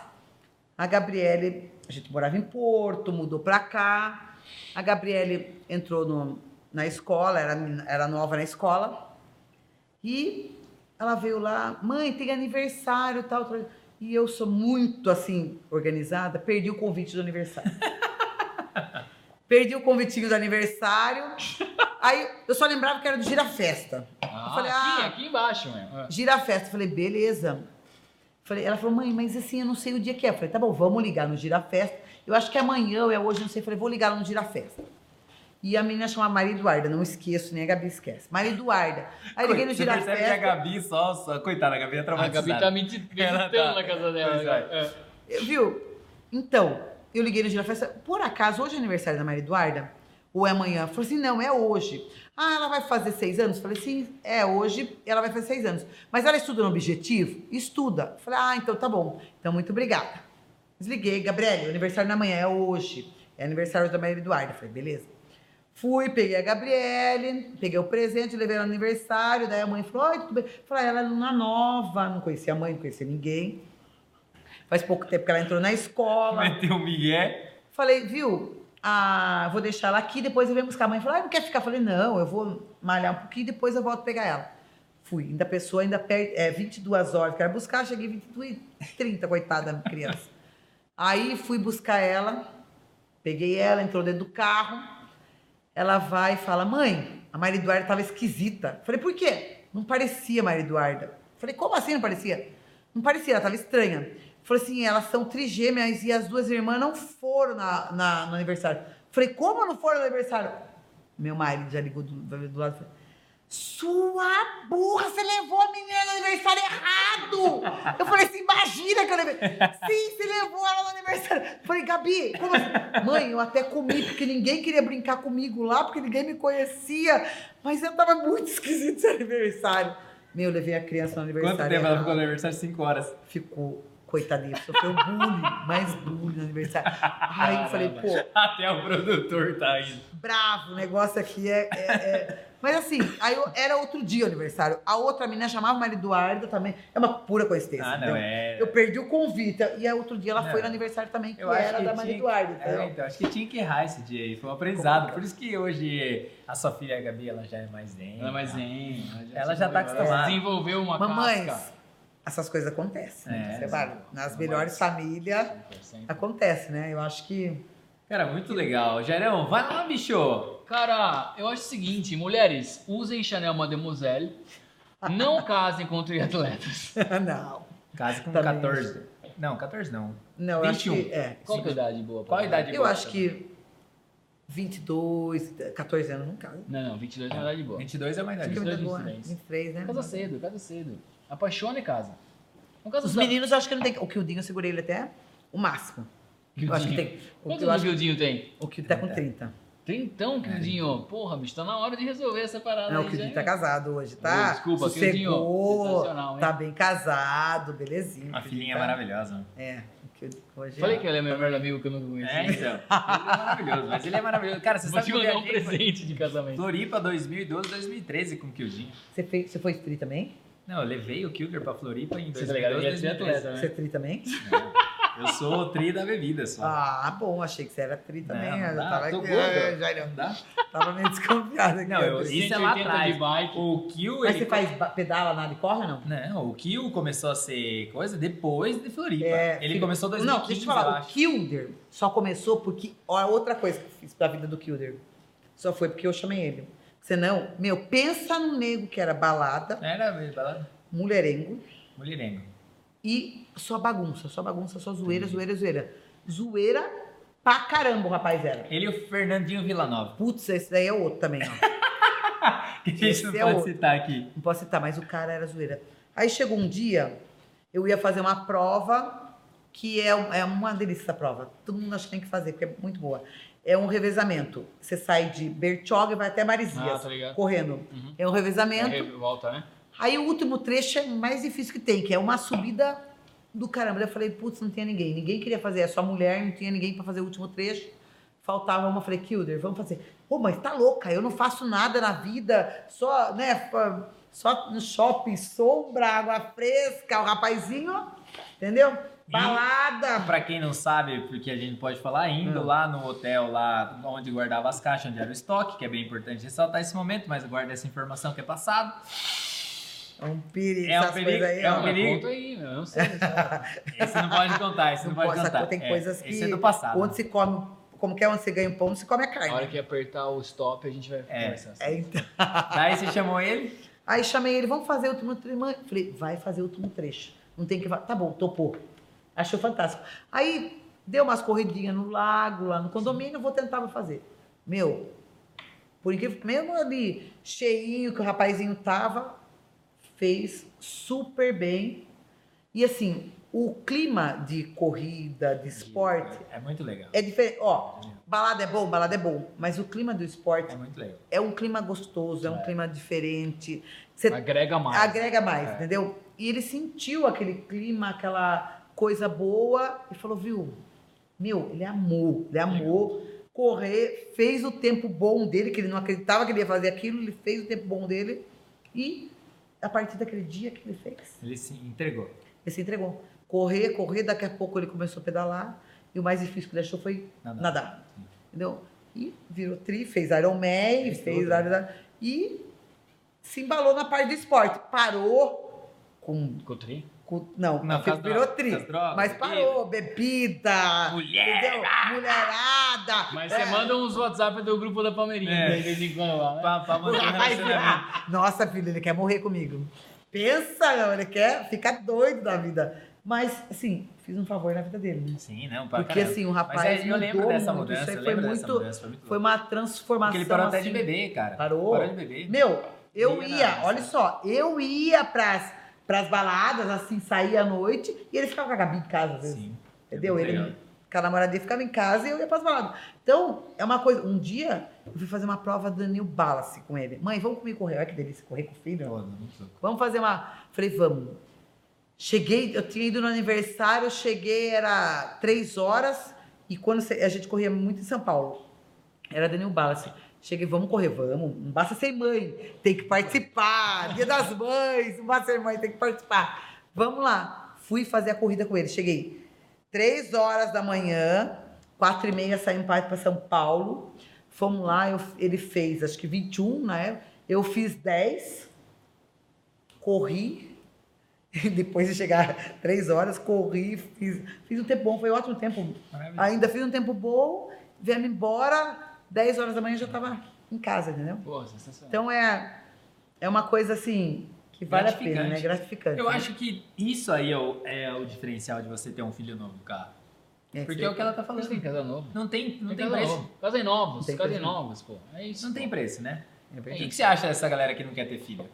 [SPEAKER 1] a Gabriele, a gente morava em Porto, mudou pra cá. A Gabriele entrou no- na escola, era, men- era nova na escola. E ela veio lá, mãe, tem aniversário e tal. tal. E eu sou muito assim, organizada, perdi o convite do aniversário. perdi o convitinho do aniversário. Aí eu só lembrava que era do Gira Festa.
[SPEAKER 3] Ah,
[SPEAKER 1] falei,
[SPEAKER 3] aqui,
[SPEAKER 1] ah.
[SPEAKER 3] aqui embaixo mesmo. É.
[SPEAKER 1] Gira a festa. Eu Falei, beleza. Falei, ela falou, mãe, mas assim, eu não sei o dia que é. Eu falei, tá bom, vamos ligar no Gira Festa. Eu acho que é amanhã ou é hoje, não sei. Eu Falei, vou ligar lá no Gira Festa. E a menina chama Maria Eduarda, não esqueço, nem a Gabi esquece. Maria Eduarda. Aí liguei no
[SPEAKER 2] Você
[SPEAKER 1] Gira
[SPEAKER 2] percebe que a
[SPEAKER 1] Festa.
[SPEAKER 2] Gabi só, só- Coitada, a Gabi é
[SPEAKER 3] A
[SPEAKER 2] traumatizada.
[SPEAKER 3] Gabi tá me di-
[SPEAKER 2] Ela tá.
[SPEAKER 3] visitando na casa dela.
[SPEAKER 2] Pois é.
[SPEAKER 3] né? É.
[SPEAKER 1] Eu- Viu? Então, eu liguei no Gira Festa. Por acaso, hoje é aniversário da Maria Eduarda? Ou é amanhã? Ela Falou assim, não, é hoje. Ah, ela vai fazer seis anos? Eu Falei, sim, é hoje, ela vai fazer seis anos. Mas ela estuda no objetivo? Estuda. Eu Falei, ah, então tá bom. Então, muito obrigada. Desliguei, Gabriele, o aniversário da manhã é hoje. É aniversário da Maria Eduarda. Eu Falei, beleza. Fui, peguei a Gabriele, peguei o presente, levei ela no aniversário. Daí a mãe falou: Oi, tudo bem? Eu Falei, ela é aluna nova, não conhecia a mãe, não conhecia ninguém. Faz pouco tempo que ela entrou na escola.
[SPEAKER 2] Meteu um o Miguel.
[SPEAKER 1] Falei, viu? Ah, vou deixar ela aqui, depois eu venho buscar a mãe. Falei, ah, não quer ficar? Falei, não, eu vou malhar um pouquinho e depois eu volto pegar ela. Fui. Ainda a pessoa ainda perde é, 22 horas que ela ia buscar, cheguei 22 e 30, coitada da criança. Aí fui buscar ela, peguei ela, entrou dentro do carro. Ela vai e fala: Mãe, a Maria Eduarda estava esquisita. Falei: Por quê? Não parecia Maria Eduarda. Falei: Como assim não parecia? Não parecia, ela estava estranha. Falei assim: Elas são trigêmeas e as duas irmãs não foram na, na- no aniversário. Falei: Como não foram no aniversário? Meu marido já ligou do, do lado e falou: sua burra, você levou a menina no aniversário errado! Eu falei assim, imagina que eu levei. Sim, você levou ela no aniversário. Eu Falei, Gabi, como assim? Mãe, eu até comi, porque ninguém queria brincar comigo lá, porque ninguém me conhecia. Mas eu tava muito esquisito esse aniversário. Meu, eu levei a criança no aniversário.
[SPEAKER 2] Quanto tempo ela
[SPEAKER 1] errado.
[SPEAKER 2] ficou no aniversário? 5 horas.
[SPEAKER 1] Ficou, coitadinha, sofreu bullying, mais bullying no aniversário. Aí eu falei, pô,
[SPEAKER 2] Até o produtor tá indo.
[SPEAKER 1] bravo, o negócio aqui é. é- é- Mas assim, aí eu- era outro dia o aniversário. A outra menina chamava Maria Eduarda também. É uma pura coincidência.
[SPEAKER 2] Ah, não,
[SPEAKER 1] entendeu?
[SPEAKER 2] é.
[SPEAKER 1] Eu perdi o convite. E aí outro dia ela
[SPEAKER 2] Não.
[SPEAKER 1] foi no aniversário também, que
[SPEAKER 2] Eu acho
[SPEAKER 1] era
[SPEAKER 2] que
[SPEAKER 1] da
[SPEAKER 2] tinha
[SPEAKER 1] Maria
[SPEAKER 2] que-
[SPEAKER 1] Eduarda. entendeu?
[SPEAKER 2] É, então, acho que tinha que errar esse dia aí. Foi um aprendizado. Por isso que hoje a sua filha, a Gabi, ela já é mais zen.
[SPEAKER 3] Ela é mais zen.
[SPEAKER 2] Ela já tá acostumada.
[SPEAKER 3] Desenvolveu uma
[SPEAKER 1] Mamães,
[SPEAKER 3] casca.
[SPEAKER 1] essas coisas acontecem. né?
[SPEAKER 2] É,
[SPEAKER 1] Você vai nas
[SPEAKER 3] mamães.
[SPEAKER 1] melhores famílias, acontece, né? Eu acho que.
[SPEAKER 2] Cara, muito legal. Jairão, vai lá, bicho.
[SPEAKER 3] Cara, eu acho o seguinte, mulheres, usem Chanel Mademoiselle, não casem com triatletas.
[SPEAKER 1] não.
[SPEAKER 2] Casa com
[SPEAKER 1] Também.
[SPEAKER 2] 14. Não, 14 não.
[SPEAKER 1] Não, eu acho
[SPEAKER 2] 21.
[SPEAKER 1] que. É.
[SPEAKER 3] Qual que é a idade boa? pra
[SPEAKER 2] Qual a
[SPEAKER 3] casar?
[SPEAKER 2] idade
[SPEAKER 1] Eu
[SPEAKER 2] boa
[SPEAKER 1] acho
[SPEAKER 2] também?
[SPEAKER 1] que 22, 14 anos, não casa.
[SPEAKER 3] Não, não, 22 é uma idade boa.
[SPEAKER 2] 22 é uma idade.
[SPEAKER 1] Fica
[SPEAKER 3] dois,
[SPEAKER 1] muito boa.
[SPEAKER 3] 23.
[SPEAKER 1] 23, né?
[SPEAKER 3] Casa cedo, casa cedo. Apaixona e casa. Não casa
[SPEAKER 1] Os
[SPEAKER 3] cedo.
[SPEAKER 1] meninos, eu acho que não tem. O Kildinho eu segurei ele até o máximo. Eu acho que tem. O,
[SPEAKER 3] Quantos
[SPEAKER 1] eu
[SPEAKER 3] anos é o
[SPEAKER 1] acho,
[SPEAKER 3] Guildinho tem?
[SPEAKER 1] o Kildinho tá com 30.
[SPEAKER 3] Trintão, Guildinho. Porra, bicho, tá na hora de resolver essa parada
[SPEAKER 1] Não,
[SPEAKER 3] aí.
[SPEAKER 1] o Kildinho
[SPEAKER 3] já, é.
[SPEAKER 1] tá
[SPEAKER 3] hein?
[SPEAKER 1] casado hoje, tá?
[SPEAKER 3] Ô, desculpa, Kildinho,
[SPEAKER 1] Sossegou,
[SPEAKER 3] sensacional, hein?
[SPEAKER 1] Tá bem casado, belezinho.
[SPEAKER 4] A
[SPEAKER 1] Kildinho
[SPEAKER 4] filhinha é
[SPEAKER 1] tá-
[SPEAKER 4] maravilhosa.
[SPEAKER 1] É, o Kildinho hoje.
[SPEAKER 3] Falei que ele é meu melhor amigo que eu nunca conheci.
[SPEAKER 2] É, então. Ele é maravilhoso, mas ele é maravilhoso. Cara, você
[SPEAKER 3] Vou
[SPEAKER 2] sabe
[SPEAKER 3] te
[SPEAKER 2] que eu
[SPEAKER 3] mandar um
[SPEAKER 2] viajei pra
[SPEAKER 3] presente de casamento.
[SPEAKER 2] Floripa 2012, 2013 com o Kildinho.
[SPEAKER 1] Você, fez, você foi free também?
[SPEAKER 2] Não, eu levei o Kilder pra Floripa em
[SPEAKER 3] Você tá ligado?
[SPEAKER 2] 2012,
[SPEAKER 3] Ele é
[SPEAKER 2] 2013.
[SPEAKER 3] triatleta,
[SPEAKER 1] Você é
[SPEAKER 3] né?
[SPEAKER 1] tri também?
[SPEAKER 2] É. Eu sou o tri da bebida só.
[SPEAKER 1] Ah, bom, achei que você era tri também.
[SPEAKER 2] Não,
[SPEAKER 1] eu
[SPEAKER 2] não dá,
[SPEAKER 1] tava,
[SPEAKER 2] tô gordo.
[SPEAKER 1] é, já não
[SPEAKER 2] Tá?
[SPEAKER 1] dá. Tava meio desconfiado aqui.
[SPEAKER 2] Não, eu-
[SPEAKER 1] André.
[SPEAKER 2] Isso é lá
[SPEAKER 3] 180
[SPEAKER 2] atrás.
[SPEAKER 3] de bike.
[SPEAKER 2] O Kill,
[SPEAKER 1] Mas
[SPEAKER 2] ele...
[SPEAKER 1] você faz ba- pedala na bicorna, não?
[SPEAKER 2] Não, o Kill começou a ser coisa depois de Floripa.
[SPEAKER 1] É,
[SPEAKER 2] Né? ele
[SPEAKER 1] filho-
[SPEAKER 2] começou em 2015,
[SPEAKER 1] Não, deixa eu te
[SPEAKER 2] eu
[SPEAKER 1] falar, o
[SPEAKER 2] acho.
[SPEAKER 1] Kilder só começou porque. Ó, outra coisa que eu fiz pra vida do Kilder. Só foi porque eu chamei ele. Senão, meu, pensa num nego que era balada,
[SPEAKER 2] Era meio balada.
[SPEAKER 1] mulherengo
[SPEAKER 2] Mulherengo.
[SPEAKER 1] e só bagunça, só bagunça, só zoeira, zoeira, zoeira. Zoeira pra caramba o rapaz era.
[SPEAKER 2] Ele e o Fernandinho Villanova.
[SPEAKER 1] Putz, esse daí é outro também, ó.
[SPEAKER 2] Que a gente não
[SPEAKER 1] Esse é
[SPEAKER 2] pode
[SPEAKER 1] outro.
[SPEAKER 2] citar aqui.
[SPEAKER 1] Não posso citar, mas o cara era zoeira. Aí chegou um dia, eu ia fazer uma prova, que é, um- é uma delícia essa prova. Todo mundo acha que tem que fazer, porque é muito boa. É um revezamento. Você sai de Bertioga e vai até
[SPEAKER 3] Ah,
[SPEAKER 1] Marizias,
[SPEAKER 3] tá ligado.
[SPEAKER 1] correndo.
[SPEAKER 3] Uhum.
[SPEAKER 1] É um revezamento.
[SPEAKER 3] É, volta, né?
[SPEAKER 1] Aí o último trecho é o mais difícil que tem, que é uma subida do caramba. Daí Eu falei, putz, não tinha ninguém. Ninguém queria fazer, é só mulher, não tinha ninguém pra fazer o último trecho. Faltava uma, eu falei, Kilder, vamos fazer. Pô, mas tá louca, eu não faço nada na vida, só, né, fa- só no shopping, sombra, água fresca, o rapazinho, entendeu? Balada.
[SPEAKER 2] Pra quem não sabe, porque a gente pode falar,
[SPEAKER 1] Hum.
[SPEAKER 2] indo lá no hotel, lá onde guardava as caixas, onde era o estoque, que é bem importante ressaltar esse momento, mas guarda essa informação que é passado.
[SPEAKER 1] É um perigo,
[SPEAKER 2] É um
[SPEAKER 1] essas
[SPEAKER 2] perigo,
[SPEAKER 1] coisas aí,
[SPEAKER 2] é
[SPEAKER 1] ó.
[SPEAKER 2] um
[SPEAKER 3] Não, mas
[SPEAKER 2] perigo.
[SPEAKER 3] conta aí, meu. Eu não sei.
[SPEAKER 2] Esse não pode contar, esse não,
[SPEAKER 1] Não
[SPEAKER 2] pode
[SPEAKER 1] pode,
[SPEAKER 2] contar.
[SPEAKER 1] tem
[SPEAKER 2] É,
[SPEAKER 1] coisas que-
[SPEAKER 2] Esse é do passado.
[SPEAKER 1] Onde se come, como que é onde você ganha o pão, se come a carne.
[SPEAKER 3] Na hora que apertar o stop, a gente vai conversar.
[SPEAKER 1] É, então.
[SPEAKER 2] Daí você chamou ele?
[SPEAKER 1] Aí chamei ele, vamos fazer o último trecho. mãe? Falei, vai fazer o último trecho. Não tem que. va- Tá bom, topou. Achou fantástico. Aí deu umas corridinhas no lago, lá no condomínio, vou tentar vou fazer. Meu, por incrível que mesmo ali, cheinho que o rapazinho tava, fez super bem. E assim, o clima de corrida, de esporte,
[SPEAKER 2] É muito legal.
[SPEAKER 1] é diferente. Ó, balada é bom, balada é bom, mas o clima do
[SPEAKER 2] É
[SPEAKER 1] esporte
[SPEAKER 2] muito legal.
[SPEAKER 1] é um clima gostoso, é um clima diferente. Você
[SPEAKER 3] Agrega mais.
[SPEAKER 1] agrega mais,
[SPEAKER 2] É.
[SPEAKER 1] entendeu? E ele sentiu aquele clima, aquela coisa boa e falou, viu? Meu, ele amou, ele amou correr, fez o tempo bom dele, que ele não acreditava que ele ia fazer aquilo, ele fez o tempo bom dele e a partir daquele dia que ele fez,
[SPEAKER 2] Ele se entregou.
[SPEAKER 1] ele se entregou. Correr, correr, daqui a pouco ele começou a pedalar e o mais difícil que ele achou foi
[SPEAKER 2] Nada.
[SPEAKER 1] nadar. Entendeu? E virou tri, fez Iron Man,
[SPEAKER 2] Fez
[SPEAKER 1] fez,
[SPEAKER 2] tudo,
[SPEAKER 1] Iron- e se embalou na parte do esporte. Parou com.
[SPEAKER 3] Encontrei.
[SPEAKER 1] com- não,
[SPEAKER 2] Não, com
[SPEAKER 1] virou
[SPEAKER 2] as drogas,
[SPEAKER 1] tri.
[SPEAKER 2] com as drogas,
[SPEAKER 1] mas parou, bebida,
[SPEAKER 2] Mulher!
[SPEAKER 1] entendeu? Mulherada.
[SPEAKER 3] Mas
[SPEAKER 1] é.
[SPEAKER 3] você manda uns WhatsApp do grupo da Palmeirinha
[SPEAKER 2] É.
[SPEAKER 3] de vez em quando lá, né?
[SPEAKER 2] Pra, pra manter um
[SPEAKER 1] Mas-
[SPEAKER 2] relacionamento.
[SPEAKER 1] Nossa, filho, ele quer morrer comigo. Pensa, não, ele quer ficar doido da vida. Mas, assim, fiz um favor na vida dele. né?
[SPEAKER 2] Sim, não, pra
[SPEAKER 1] Porque,
[SPEAKER 2] caramba.
[SPEAKER 1] assim, o
[SPEAKER 2] Mas
[SPEAKER 1] rapaz.
[SPEAKER 2] é, eu lembro
[SPEAKER 1] mudou
[SPEAKER 2] dessa
[SPEAKER 1] muito. Isso
[SPEAKER 2] mudança,
[SPEAKER 1] aí
[SPEAKER 2] eu
[SPEAKER 1] foi
[SPEAKER 2] lembro dessa
[SPEAKER 1] muito.
[SPEAKER 2] mudança, foi muito
[SPEAKER 1] Foi
[SPEAKER 2] louco.
[SPEAKER 1] uma transformação.
[SPEAKER 2] Porque ele parou até de
[SPEAKER 1] assim,
[SPEAKER 2] beber, cara.
[SPEAKER 1] Parou?
[SPEAKER 2] Parou de beber.
[SPEAKER 1] Meu, eu
[SPEAKER 2] Ia na
[SPEAKER 1] ia,
[SPEAKER 2] nossa.
[SPEAKER 1] olha só, eu ia pras, pras baladas, assim, saía à noite, e ele ficava com a Gabi em casa, às vezes.
[SPEAKER 2] Sim. é
[SPEAKER 1] entendeu?
[SPEAKER 2] Muito
[SPEAKER 1] Ele,
[SPEAKER 2] legal.
[SPEAKER 1] com a namorada dele, ficava em casa e eu ia pras baladas. Então, é uma coisa. Um dia, eu fui fazer uma prova do Daniel Balance com ele. Mãe, vamos comigo correr. Olha que delícia, correr com o filho.
[SPEAKER 2] Pô, muito louco.
[SPEAKER 1] Vamos fazer uma. Falei, vamos. Cheguei, eu tinha ido no aniversário, cheguei, era três horas, e quando cê- a gente corria muito em São Paulo. Era Daniel Ballas. Cheguei, vamos correr, vamos. Não basta ser mãe, tem que participar. Dia das mães, não basta ser mãe, tem que participar. Vamos lá. Fui fazer a corrida com ele. Cheguei três horas da manhã, quatro e meia saí em paz para São Paulo. Fomos lá, eu- ele fez acho que 21 na época. né, Eu fiz 10 corri. Depois de chegar três horas, corri, fiz, fiz um tempo bom, foi um ótimo tempo.
[SPEAKER 2] Maravilhoso.
[SPEAKER 1] Ainda fiz um tempo bom, viemos embora, 10 horas da manhã já estava em casa, entendeu?
[SPEAKER 3] Porra, sensacional.
[SPEAKER 1] Então é, é uma coisa assim que vale a pena, né? Gratificante.
[SPEAKER 2] Eu
[SPEAKER 1] né?
[SPEAKER 2] acho que isso aí é o, é o diferencial de você ter um filho novo, cara.
[SPEAKER 1] É,
[SPEAKER 2] Porque é o que ela tá falando.
[SPEAKER 3] Eles têm que casar novo.
[SPEAKER 2] Não tem, não tem
[SPEAKER 3] casar
[SPEAKER 2] preço.
[SPEAKER 3] novo. Casem novos,
[SPEAKER 1] Tem
[SPEAKER 3] casem
[SPEAKER 1] casar
[SPEAKER 3] novos, pô. É isso.
[SPEAKER 2] Não
[SPEAKER 3] pô.
[SPEAKER 2] tem preço, né?
[SPEAKER 1] é
[SPEAKER 2] O
[SPEAKER 1] verdade.
[SPEAKER 2] que, que você acha dessa galera que não quer ter filho?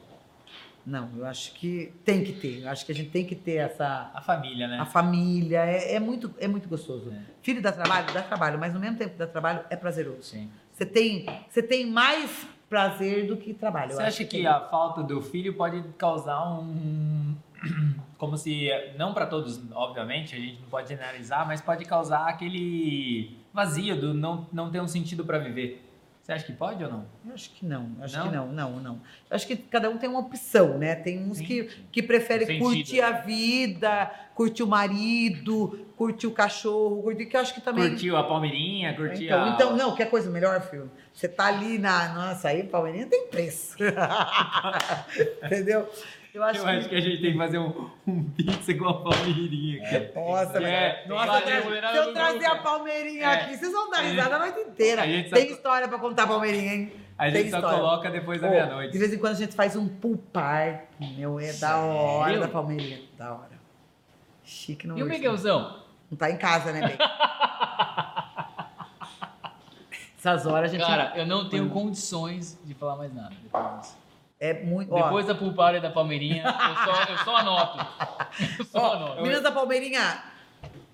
[SPEAKER 1] Não, eu acho que tem que ter. Eu acho que a gente tem que ter essa.
[SPEAKER 2] A família, né?
[SPEAKER 1] A família. É, é muito, é muito gostoso.
[SPEAKER 2] É.
[SPEAKER 1] Filho dá trabalho? Dá trabalho, mas no mesmo tempo que dá trabalho, é prazeroso.
[SPEAKER 2] Sim.
[SPEAKER 1] Você tem, você tem mais prazer do que trabalho. eu
[SPEAKER 2] Você
[SPEAKER 1] acho
[SPEAKER 2] acha que a falta do filho pode causar um. Como se. Não para todos, obviamente, a gente não pode generalizar, mas pode causar aquele vazio do não, não ter um sentido para viver. Você acha que pode ou não?
[SPEAKER 1] Eu acho que não, eu acho
[SPEAKER 2] Não?
[SPEAKER 1] que não, não, não. Eu acho que cada um tem uma opção, né? Tem uns
[SPEAKER 2] Sim.
[SPEAKER 1] que, que preferem
[SPEAKER 3] Sentido,
[SPEAKER 1] curtir
[SPEAKER 3] né?
[SPEAKER 1] a vida, curtir o marido, curtir o cachorro, curtir, que eu acho que também.
[SPEAKER 2] Curtiu a Palmeirinha, curtiu
[SPEAKER 1] então,
[SPEAKER 2] a.
[SPEAKER 1] então, não, quer coisa melhor, filho? Você tá ali na. Nossa, aí Palmeirinha tem preço. Entendeu? Eu acho
[SPEAKER 2] Eu acho
[SPEAKER 1] que.
[SPEAKER 2] que a gente tem que fazer um, um pizza com a Palmeirinha. cara.
[SPEAKER 1] Nossa,
[SPEAKER 2] É, um
[SPEAKER 1] velho.
[SPEAKER 2] tem
[SPEAKER 1] Nossa,
[SPEAKER 2] várias
[SPEAKER 1] se eu-
[SPEAKER 3] mulheradas
[SPEAKER 1] se eu
[SPEAKER 3] no
[SPEAKER 1] trazer
[SPEAKER 3] grupo.
[SPEAKER 1] a Palmeirinha
[SPEAKER 2] É.
[SPEAKER 1] aqui, vocês vão dar
[SPEAKER 2] A gente-
[SPEAKER 1] risada a noite inteira.
[SPEAKER 2] a gente só-
[SPEAKER 1] Tem história pra contar, Palmeirinha, hein?
[SPEAKER 2] A
[SPEAKER 1] Tem
[SPEAKER 2] gente só
[SPEAKER 1] história.
[SPEAKER 2] coloca depois da
[SPEAKER 1] Pô, De
[SPEAKER 2] meia-noite.
[SPEAKER 1] vez em quando a gente faz um pool party, meu. É da hora
[SPEAKER 3] Sério?
[SPEAKER 1] da Palmeirinha. Da hora. Chique não
[SPEAKER 3] E o
[SPEAKER 1] urge, né?
[SPEAKER 3] Miguelzão?
[SPEAKER 1] Não tá em casa, né, bem? Essas horas a gente.
[SPEAKER 3] Cara, eu não tenho condições de falar mais nada depois disso.
[SPEAKER 1] é muito. Ó,
[SPEAKER 3] Depois da pulpária da Palmeirinha, eu só, eu só anoto. Eu só
[SPEAKER 1] ó,
[SPEAKER 3] anoto.
[SPEAKER 1] meninas da Palmeirinha,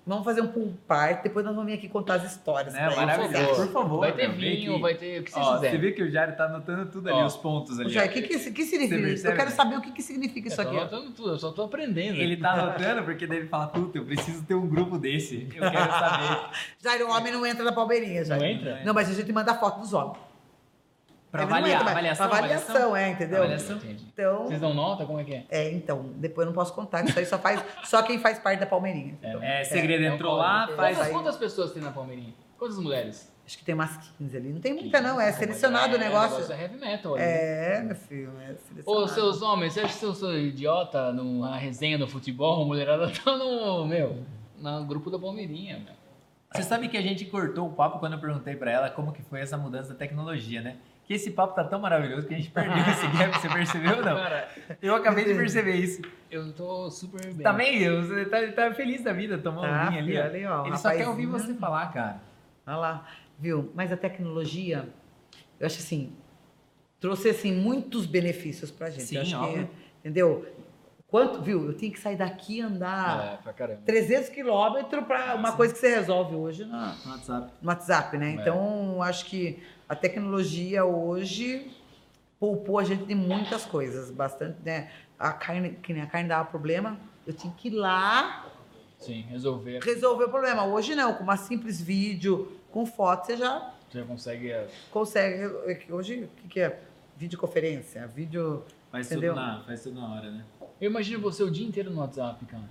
[SPEAKER 1] vamos fazer um pool party. Depois nós vamos vir aqui contar as histórias.
[SPEAKER 2] Né?
[SPEAKER 1] pra eles.
[SPEAKER 2] Maravilhoso. Por favor.
[SPEAKER 3] Vai ter
[SPEAKER 2] meu, vem
[SPEAKER 3] vinho,
[SPEAKER 2] aqui.
[SPEAKER 3] vai ter o que vocês
[SPEAKER 2] Ó,
[SPEAKER 3] quiserem.
[SPEAKER 2] Você viu que o Jairo tá anotando tudo ali,
[SPEAKER 3] Ó.
[SPEAKER 2] os pontos ali.
[SPEAKER 1] Ô, Jair,
[SPEAKER 2] ó.
[SPEAKER 1] o que, que, que
[SPEAKER 2] Você
[SPEAKER 1] significa isso?
[SPEAKER 2] percebe,
[SPEAKER 1] Eu quero
[SPEAKER 2] né?
[SPEAKER 1] saber o que, que significa isso
[SPEAKER 3] Eu
[SPEAKER 1] aqui.
[SPEAKER 3] tô anotando tudo, eu só tô
[SPEAKER 1] é?
[SPEAKER 3] aprendendo.
[SPEAKER 2] Ele tá anotando porque daí ele fala, puta, eu preciso ter um grupo desse. Eu quero saber.
[SPEAKER 1] Jair, o homem não entra na Palmeirinha, Jair.
[SPEAKER 3] Não entra?
[SPEAKER 1] Não, mas a gente manda foto dos homens.
[SPEAKER 2] Pra
[SPEAKER 1] Ele não
[SPEAKER 2] avaliar,
[SPEAKER 1] entra, mas-
[SPEAKER 2] avaliação,
[SPEAKER 1] pra avaliação,
[SPEAKER 2] avaliação.
[SPEAKER 1] é, entendeu?
[SPEAKER 2] Avaliação.
[SPEAKER 3] Entendi.
[SPEAKER 1] Então.
[SPEAKER 3] Vocês dão nota? Como é que é?
[SPEAKER 1] É, então, depois eu não posso contar, que isso aí só faz só quem faz parte da Palmeirinha. Então,
[SPEAKER 2] É, segredo
[SPEAKER 3] Não
[SPEAKER 2] entrou
[SPEAKER 3] pode.
[SPEAKER 2] lá,
[SPEAKER 1] Não
[SPEAKER 2] faz.
[SPEAKER 3] Quantas,
[SPEAKER 1] aí.
[SPEAKER 3] quantas pessoas tem na Palmeirinha? Quantas mulheres?
[SPEAKER 1] Acho que tem umas 15 ali. Não tem muita, não. É selecionado o
[SPEAKER 3] É,
[SPEAKER 1] negócio.
[SPEAKER 3] É heavy metal. ali.
[SPEAKER 1] É, meu filho, é selecionado.
[SPEAKER 3] Ô, seus homens, você acha que eu sou idiota no- na resenha do futebol? A mulherada tá no, meu, no grupo da Palmeirinha, meu.
[SPEAKER 2] Você sabe que a gente cortou o papo quando eu perguntei pra ela como que foi essa mudança da tecnologia, né? Que esse papo tá tão maravilhoso que a gente perdeu esse gap, você percebeu ou não?
[SPEAKER 3] Cara,
[SPEAKER 2] Eu acabei de perceber isso.
[SPEAKER 3] eu tô super bem.
[SPEAKER 2] Também, você tá, tá feliz da vida, tomando um
[SPEAKER 1] Tá,
[SPEAKER 2] vinho ali,
[SPEAKER 1] filho,
[SPEAKER 2] ó.
[SPEAKER 1] ali, ó, um
[SPEAKER 2] Ele só quer ouvir
[SPEAKER 1] rapazinho.
[SPEAKER 2] você
[SPEAKER 3] né?
[SPEAKER 2] falar, cara.
[SPEAKER 1] Olha lá, viu? Mas a tecnologia, eu acho assim, trouxe assim, muitos benefícios pra gente.
[SPEAKER 2] Sim,
[SPEAKER 1] Eu acho que- é,
[SPEAKER 2] óbvio.
[SPEAKER 1] entendeu? Quanto, viu? Eu tinha que sair daqui e andar
[SPEAKER 3] É, pra caramba.
[SPEAKER 1] 300 quilômetros pra uma coisa que você resolve hoje na,
[SPEAKER 2] No WhatsApp.
[SPEAKER 1] no WhatsApp, né?
[SPEAKER 3] É.
[SPEAKER 1] Então, acho que a tecnologia hoje poupou a gente de muitas coisas, bastante, né? A carne, que nem a carne dava problema, eu tinha que ir lá
[SPEAKER 3] Sim, resolver.
[SPEAKER 1] resolver o problema. Hoje não, com uma simples vídeo, com foto, você já
[SPEAKER 3] Você consegue. é,
[SPEAKER 1] consegue. Hoje, o que, que é? Videoconferência, vídeo.
[SPEAKER 2] Faz
[SPEAKER 1] Entendeu?
[SPEAKER 2] tudo, na, faz tudo na hora, né?
[SPEAKER 3] Eu imagino você o dia inteiro no WhatsApp, cara.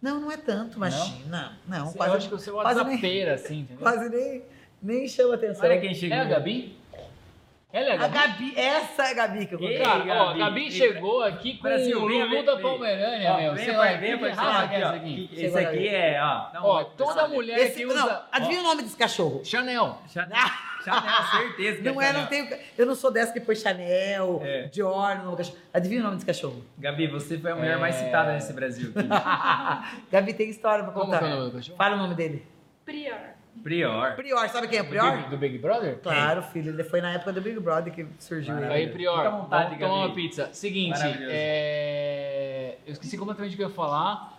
[SPEAKER 1] Não, não é tanto, imagina. Não,
[SPEAKER 3] Você- eu acho
[SPEAKER 1] quase,
[SPEAKER 3] que você é
[SPEAKER 1] quase nem-
[SPEAKER 3] WhatsAppeira, assim, entendeu?
[SPEAKER 1] quase nem, nem chama atenção.
[SPEAKER 2] Olha quem chegou.
[SPEAKER 3] É a Gabi? Ela é a
[SPEAKER 1] A
[SPEAKER 3] Gabi?
[SPEAKER 1] Gabi, essa é a Gabi que eu
[SPEAKER 2] Ei,
[SPEAKER 1] contei.
[SPEAKER 3] Cara, ó, a
[SPEAKER 2] Gabi.
[SPEAKER 3] Gabi chegou aqui com
[SPEAKER 2] Brasil,
[SPEAKER 3] o
[SPEAKER 2] vem,
[SPEAKER 3] Lulu
[SPEAKER 2] vem,
[SPEAKER 3] da
[SPEAKER 2] vem.
[SPEAKER 3] Palmeirânia,
[SPEAKER 2] um Ó,
[SPEAKER 3] meu.
[SPEAKER 2] vem,
[SPEAKER 3] Sei lá,
[SPEAKER 2] pai, vem,
[SPEAKER 3] que
[SPEAKER 2] pai,
[SPEAKER 3] raça
[SPEAKER 2] sai
[SPEAKER 3] que é essa
[SPEAKER 2] ó.
[SPEAKER 3] aqui?
[SPEAKER 2] Que- Esse aqui é, ó. Não,
[SPEAKER 3] Ó,
[SPEAKER 2] vai começar
[SPEAKER 3] toda
[SPEAKER 2] ali.
[SPEAKER 3] mulher
[SPEAKER 1] Esse-
[SPEAKER 3] que usa.
[SPEAKER 1] não, adivinha o nome desse cachorro?
[SPEAKER 3] Chanel.
[SPEAKER 2] Chanel,
[SPEAKER 3] é,
[SPEAKER 2] Chanel, certeza. que
[SPEAKER 1] Não é, não
[SPEAKER 2] Chanel.
[SPEAKER 1] tenho. Eu não sou dessa que põe Chanel,
[SPEAKER 2] É.
[SPEAKER 1] Dior, no cachorro. Adivinha o nome desse cachorro?
[SPEAKER 2] Gabi, você foi a mulher mais
[SPEAKER 3] É.
[SPEAKER 2] citada nesse Brasil.
[SPEAKER 1] Gabi tem história pra
[SPEAKER 3] Como
[SPEAKER 1] contar.
[SPEAKER 3] que é o nome do cachorro?
[SPEAKER 1] Fala o nome dele.
[SPEAKER 5] Prior.
[SPEAKER 2] Prior.
[SPEAKER 1] Prior, sabe quem é o
[SPEAKER 3] Do
[SPEAKER 1] Prior?
[SPEAKER 3] Big, do Big Brother?
[SPEAKER 1] Claro, filho. Ele foi na época do Big Brother que surgiu ele.
[SPEAKER 3] Aí,
[SPEAKER 2] Maravilha.
[SPEAKER 3] Prior,
[SPEAKER 2] Fica à vontade,
[SPEAKER 3] vamos tomar
[SPEAKER 2] Gabi.
[SPEAKER 3] uma pizza. Seguinte,
[SPEAKER 2] Maravilhoso.
[SPEAKER 3] é, eu esqueci completamente o que eu ia falar,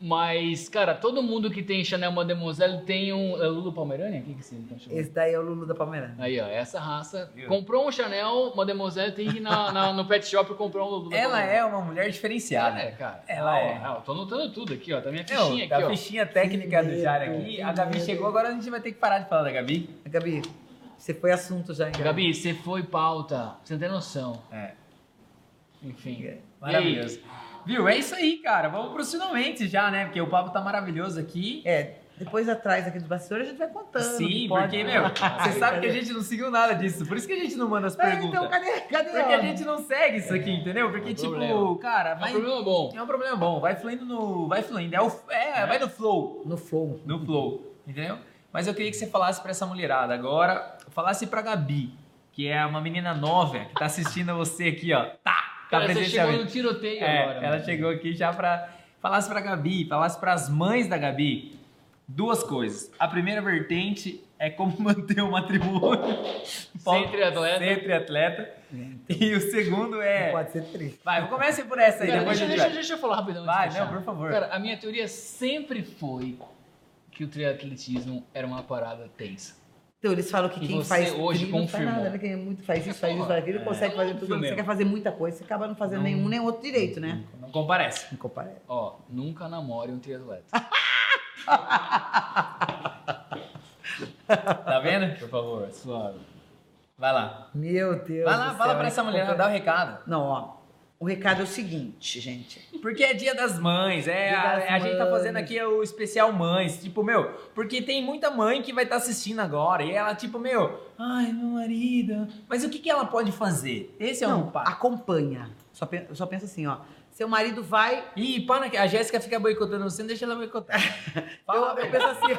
[SPEAKER 3] mas, cara, todo mundo que tem Chanel Mademoiselle tem um... É Lulu Palmerânia? O que que você tá chamando?
[SPEAKER 1] Esse daí é o Lulu da Palmeira.
[SPEAKER 3] Aí, ó, essa raça.
[SPEAKER 2] Viu?
[SPEAKER 3] Comprou um Chanel Mademoiselle, tem que ir na, na- no pet shop e comprar um Lulu. da
[SPEAKER 2] Ela
[SPEAKER 3] Palmerânia.
[SPEAKER 2] é uma mulher diferenciada.
[SPEAKER 3] É, cara.
[SPEAKER 2] Ela
[SPEAKER 3] Ah,
[SPEAKER 2] é.
[SPEAKER 3] ó, ah, eu tô anotando tudo aqui, ó. Tá minha
[SPEAKER 2] Não,
[SPEAKER 3] fichinha
[SPEAKER 2] da
[SPEAKER 3] aqui, ó.
[SPEAKER 2] fichinha técnica do Jairo aqui. A Gabi chegou, agora a gente vai ter que parar de falar da Gabi.
[SPEAKER 1] Gabi, você foi assunto já, hein,
[SPEAKER 3] Gabi, você foi pauta. Você não tem noção.
[SPEAKER 2] É.
[SPEAKER 3] Enfim.
[SPEAKER 2] Maravilhoso. Viu? É isso aí, cara. Vamos pros finalmente já, né? Porque o papo tá maravilhoso aqui.
[SPEAKER 1] É, depois atrás aqui dos bastidores a gente vai contando.
[SPEAKER 2] Sim,
[SPEAKER 1] que pode.
[SPEAKER 2] porque, meu, você sabe que a gente não seguiu nada disso. Por isso que a gente não manda as
[SPEAKER 1] É,
[SPEAKER 2] perguntas.
[SPEAKER 1] então, cadê, cadê
[SPEAKER 2] Porque a
[SPEAKER 1] ela?
[SPEAKER 2] gente não segue isso aqui, entendeu? Porque,
[SPEAKER 3] É um
[SPEAKER 2] tipo,
[SPEAKER 3] problema.
[SPEAKER 2] cara,
[SPEAKER 3] É um
[SPEAKER 2] vai.
[SPEAKER 3] problema bom. Né?
[SPEAKER 2] É um problema bom, vai fluindo no. Vai fluindo. É, o, é, vai no flow.
[SPEAKER 1] No flow.
[SPEAKER 2] No flow, entendeu? Mas eu queria que você falasse pra essa mulherada agora, falasse pra Gabi, que é uma menina nova que tá assistindo você aqui, ó. Tá! Tá
[SPEAKER 3] Cara, você chegou no
[SPEAKER 2] presencialmente.
[SPEAKER 3] tiroteio
[SPEAKER 2] É,
[SPEAKER 3] agora.
[SPEAKER 2] ela
[SPEAKER 3] mano.
[SPEAKER 2] chegou aqui já pra. Falasse pra Gabi, falasse pras mães da Gabi. duas coisas. A primeira vertente é como manter o matrimônio
[SPEAKER 3] Sem triatleta.
[SPEAKER 2] Sem triatleta. E o segundo
[SPEAKER 1] Não
[SPEAKER 2] é.
[SPEAKER 1] pode ser triste.
[SPEAKER 2] Vai, comece por essa aí,
[SPEAKER 3] Cara,
[SPEAKER 2] depois
[SPEAKER 3] deixa,
[SPEAKER 2] a gente
[SPEAKER 3] deixa,
[SPEAKER 2] vai.
[SPEAKER 3] deixa eu falar rapidão.
[SPEAKER 2] Vai,
[SPEAKER 3] antes de
[SPEAKER 2] não,
[SPEAKER 3] fechar.
[SPEAKER 2] por favor.
[SPEAKER 3] Cara, a minha teoria sempre foi que o triatletismo era uma parada tensa.
[SPEAKER 1] Então, eles falam que
[SPEAKER 3] E
[SPEAKER 1] quem
[SPEAKER 3] você
[SPEAKER 1] faz
[SPEAKER 3] hoje
[SPEAKER 1] trilho não faz
[SPEAKER 3] confirmou.
[SPEAKER 1] nada, né? Quem muito faz isso, faz isso, faz
[SPEAKER 2] É.
[SPEAKER 1] aquilo, consegue fazer tudo.
[SPEAKER 3] Confirmei.
[SPEAKER 1] Você quer fazer muita coisa, você acaba não fazendo nenhum nem outro direito, né?
[SPEAKER 2] Não comparece.
[SPEAKER 1] Não comparece.
[SPEAKER 3] Ó, nunca namore um triatleta.
[SPEAKER 2] Tá vendo?
[SPEAKER 3] Por favor, suave.
[SPEAKER 2] Vai lá.
[SPEAKER 1] Meu Deus.
[SPEAKER 2] Vai
[SPEAKER 1] do
[SPEAKER 2] lá,
[SPEAKER 1] céu,
[SPEAKER 2] fala pra
[SPEAKER 1] é
[SPEAKER 2] essa mulher,
[SPEAKER 1] complicado.
[SPEAKER 2] dá o recado.
[SPEAKER 1] Não, ó. O recado é o seguinte, gente.
[SPEAKER 2] Porque é dia das mães, é.
[SPEAKER 1] Dia
[SPEAKER 2] a,
[SPEAKER 1] das
[SPEAKER 2] a gente tá
[SPEAKER 1] mães.
[SPEAKER 2] fazendo aqui o especial mães. Tipo, meu, porque tem muita mãe que vai estar assistindo agora. E ela, tipo, meu, ai, meu marido. Mas o que, que ela pode fazer? Esse é um
[SPEAKER 1] Não,
[SPEAKER 2] passo.
[SPEAKER 1] acompanha. Só, pe- só pensa assim, ó. Seu marido vai.
[SPEAKER 2] Ih, para que a Jéssica fica boicotando você, não deixa ela boicotar.
[SPEAKER 1] Eu,
[SPEAKER 2] Fala,
[SPEAKER 1] eu
[SPEAKER 2] velho.
[SPEAKER 1] penso assim,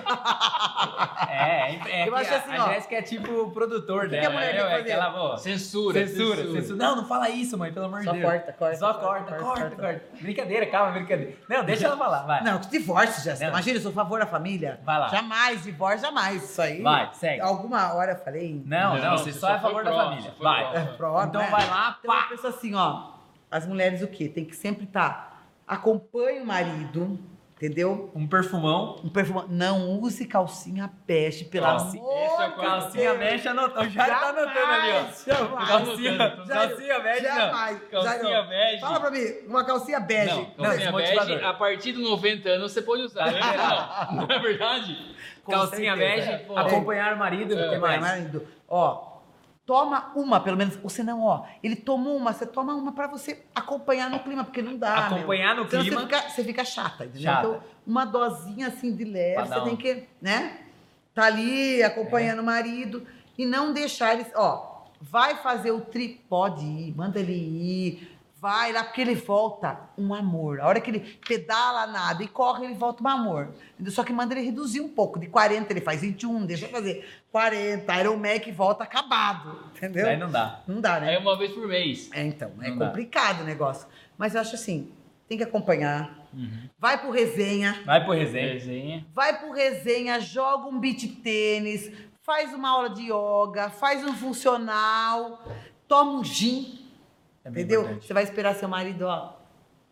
[SPEAKER 2] É, é, é
[SPEAKER 1] Eu
[SPEAKER 2] que
[SPEAKER 1] acho
[SPEAKER 2] a-
[SPEAKER 1] assim,
[SPEAKER 2] a,
[SPEAKER 1] ó.
[SPEAKER 2] Jéssica é tipo o produtor
[SPEAKER 1] que
[SPEAKER 2] dela.
[SPEAKER 1] a mulher tem
[SPEAKER 2] é,
[SPEAKER 1] que
[SPEAKER 2] é
[SPEAKER 1] fazer?
[SPEAKER 2] ela, ó,
[SPEAKER 3] Censura,
[SPEAKER 2] Censura, censura. Não, não fala isso, mãe, pelo amor de
[SPEAKER 1] Só
[SPEAKER 2] Deus.
[SPEAKER 1] corta, corta,
[SPEAKER 2] Só
[SPEAKER 1] corta,
[SPEAKER 2] corta, corta,
[SPEAKER 1] corta,
[SPEAKER 2] corta,
[SPEAKER 1] corta.
[SPEAKER 2] Brincadeira, calma, brincadeira. Não, deixa ela falar, vai.
[SPEAKER 1] Não, que divórcio, Jéssica.
[SPEAKER 2] Não.
[SPEAKER 1] Imagina, eu sou a favor da família.
[SPEAKER 2] Vai lá.
[SPEAKER 1] Jamais, divórcio, jamais. Isso aí.
[SPEAKER 2] Vai, segue.
[SPEAKER 1] Alguma hora eu falei.
[SPEAKER 2] Não, não, você só é a
[SPEAKER 3] foi
[SPEAKER 2] favor da
[SPEAKER 3] pró,
[SPEAKER 2] família.
[SPEAKER 3] você foi
[SPEAKER 2] Vai.
[SPEAKER 3] pró.
[SPEAKER 1] É pró,
[SPEAKER 2] Então
[SPEAKER 1] né?
[SPEAKER 2] vai lá,
[SPEAKER 1] Então
[SPEAKER 2] pá.
[SPEAKER 1] eu penso assim, ó. As mulheres o quê? Tem que sempre estar. acompanhe o marido, entendeu?
[SPEAKER 2] Um perfumão.
[SPEAKER 1] Um perfume. Não use calcinha peste, pelo
[SPEAKER 2] Calcinha-
[SPEAKER 1] amor
[SPEAKER 3] esse é o
[SPEAKER 1] de
[SPEAKER 3] quadro.
[SPEAKER 2] Calcinha
[SPEAKER 1] Deus.
[SPEAKER 2] mexe, anotou. Já tá anotando ali, ó.
[SPEAKER 1] Jamais,
[SPEAKER 2] Calcinha,
[SPEAKER 3] anotando,
[SPEAKER 1] tô
[SPEAKER 2] calcinha mexe, não.
[SPEAKER 1] Jamais.
[SPEAKER 2] Calcinha
[SPEAKER 1] jamais.
[SPEAKER 2] bege.
[SPEAKER 1] Fala pra mim, uma calcinha bege.
[SPEAKER 3] Não,
[SPEAKER 2] Não, esse
[SPEAKER 3] calcinha
[SPEAKER 2] motivador.
[SPEAKER 3] é
[SPEAKER 1] é
[SPEAKER 3] bege, a partir dos 90 anos você pode usar. Não, não é verdade?
[SPEAKER 1] Com
[SPEAKER 2] Calcinha
[SPEAKER 1] certeza. É.
[SPEAKER 2] bege,
[SPEAKER 3] É, pô.
[SPEAKER 2] acompanhar o marido, o que
[SPEAKER 1] Vai,
[SPEAKER 2] mais?
[SPEAKER 1] marido. Ó, toma uma, pelo menos. Ou senão, ó, ele tomou uma, você toma uma pra você acompanhar no clima, porque não dá. meu.
[SPEAKER 2] Acompanhar no
[SPEAKER 1] Senão
[SPEAKER 2] clima.
[SPEAKER 1] Você fica, você fica chata, entendeu?
[SPEAKER 2] Chata.
[SPEAKER 1] Então, uma dosinha assim de leve,
[SPEAKER 2] Pra dar
[SPEAKER 1] você tem
[SPEAKER 2] um-
[SPEAKER 1] que, né? Tá ali acompanhando o marido e não deixar eles. Ó, vai fazer o tri, pode ir, manda ele ir. Vai lá, porque ele volta um amor. A hora que ele pedala nada e corre, ele volta um amor. Entendeu? Só que manda ele reduzir um pouco. De 40 ele faz 21, deixa eu fazer 40. Iron Mac volta acabado, entendeu?
[SPEAKER 2] Aí não dá.
[SPEAKER 1] Não dá, né?
[SPEAKER 3] É uma vez por mês.
[SPEAKER 1] É, então, é
[SPEAKER 2] Não dá.
[SPEAKER 1] complicado o negócio. Mas eu acho assim, tem que acompanhar.
[SPEAKER 2] Uhum.
[SPEAKER 1] Vai pro resenha,
[SPEAKER 2] Vai pro
[SPEAKER 3] É.
[SPEAKER 2] resenha.
[SPEAKER 3] Desenha.
[SPEAKER 1] vai pro resenha, joga um beat tênis, faz uma aula de yoga, faz um funcional, toma um gin,
[SPEAKER 2] É bem
[SPEAKER 1] entendeu?
[SPEAKER 2] importante.
[SPEAKER 1] Você vai esperar seu marido, ó,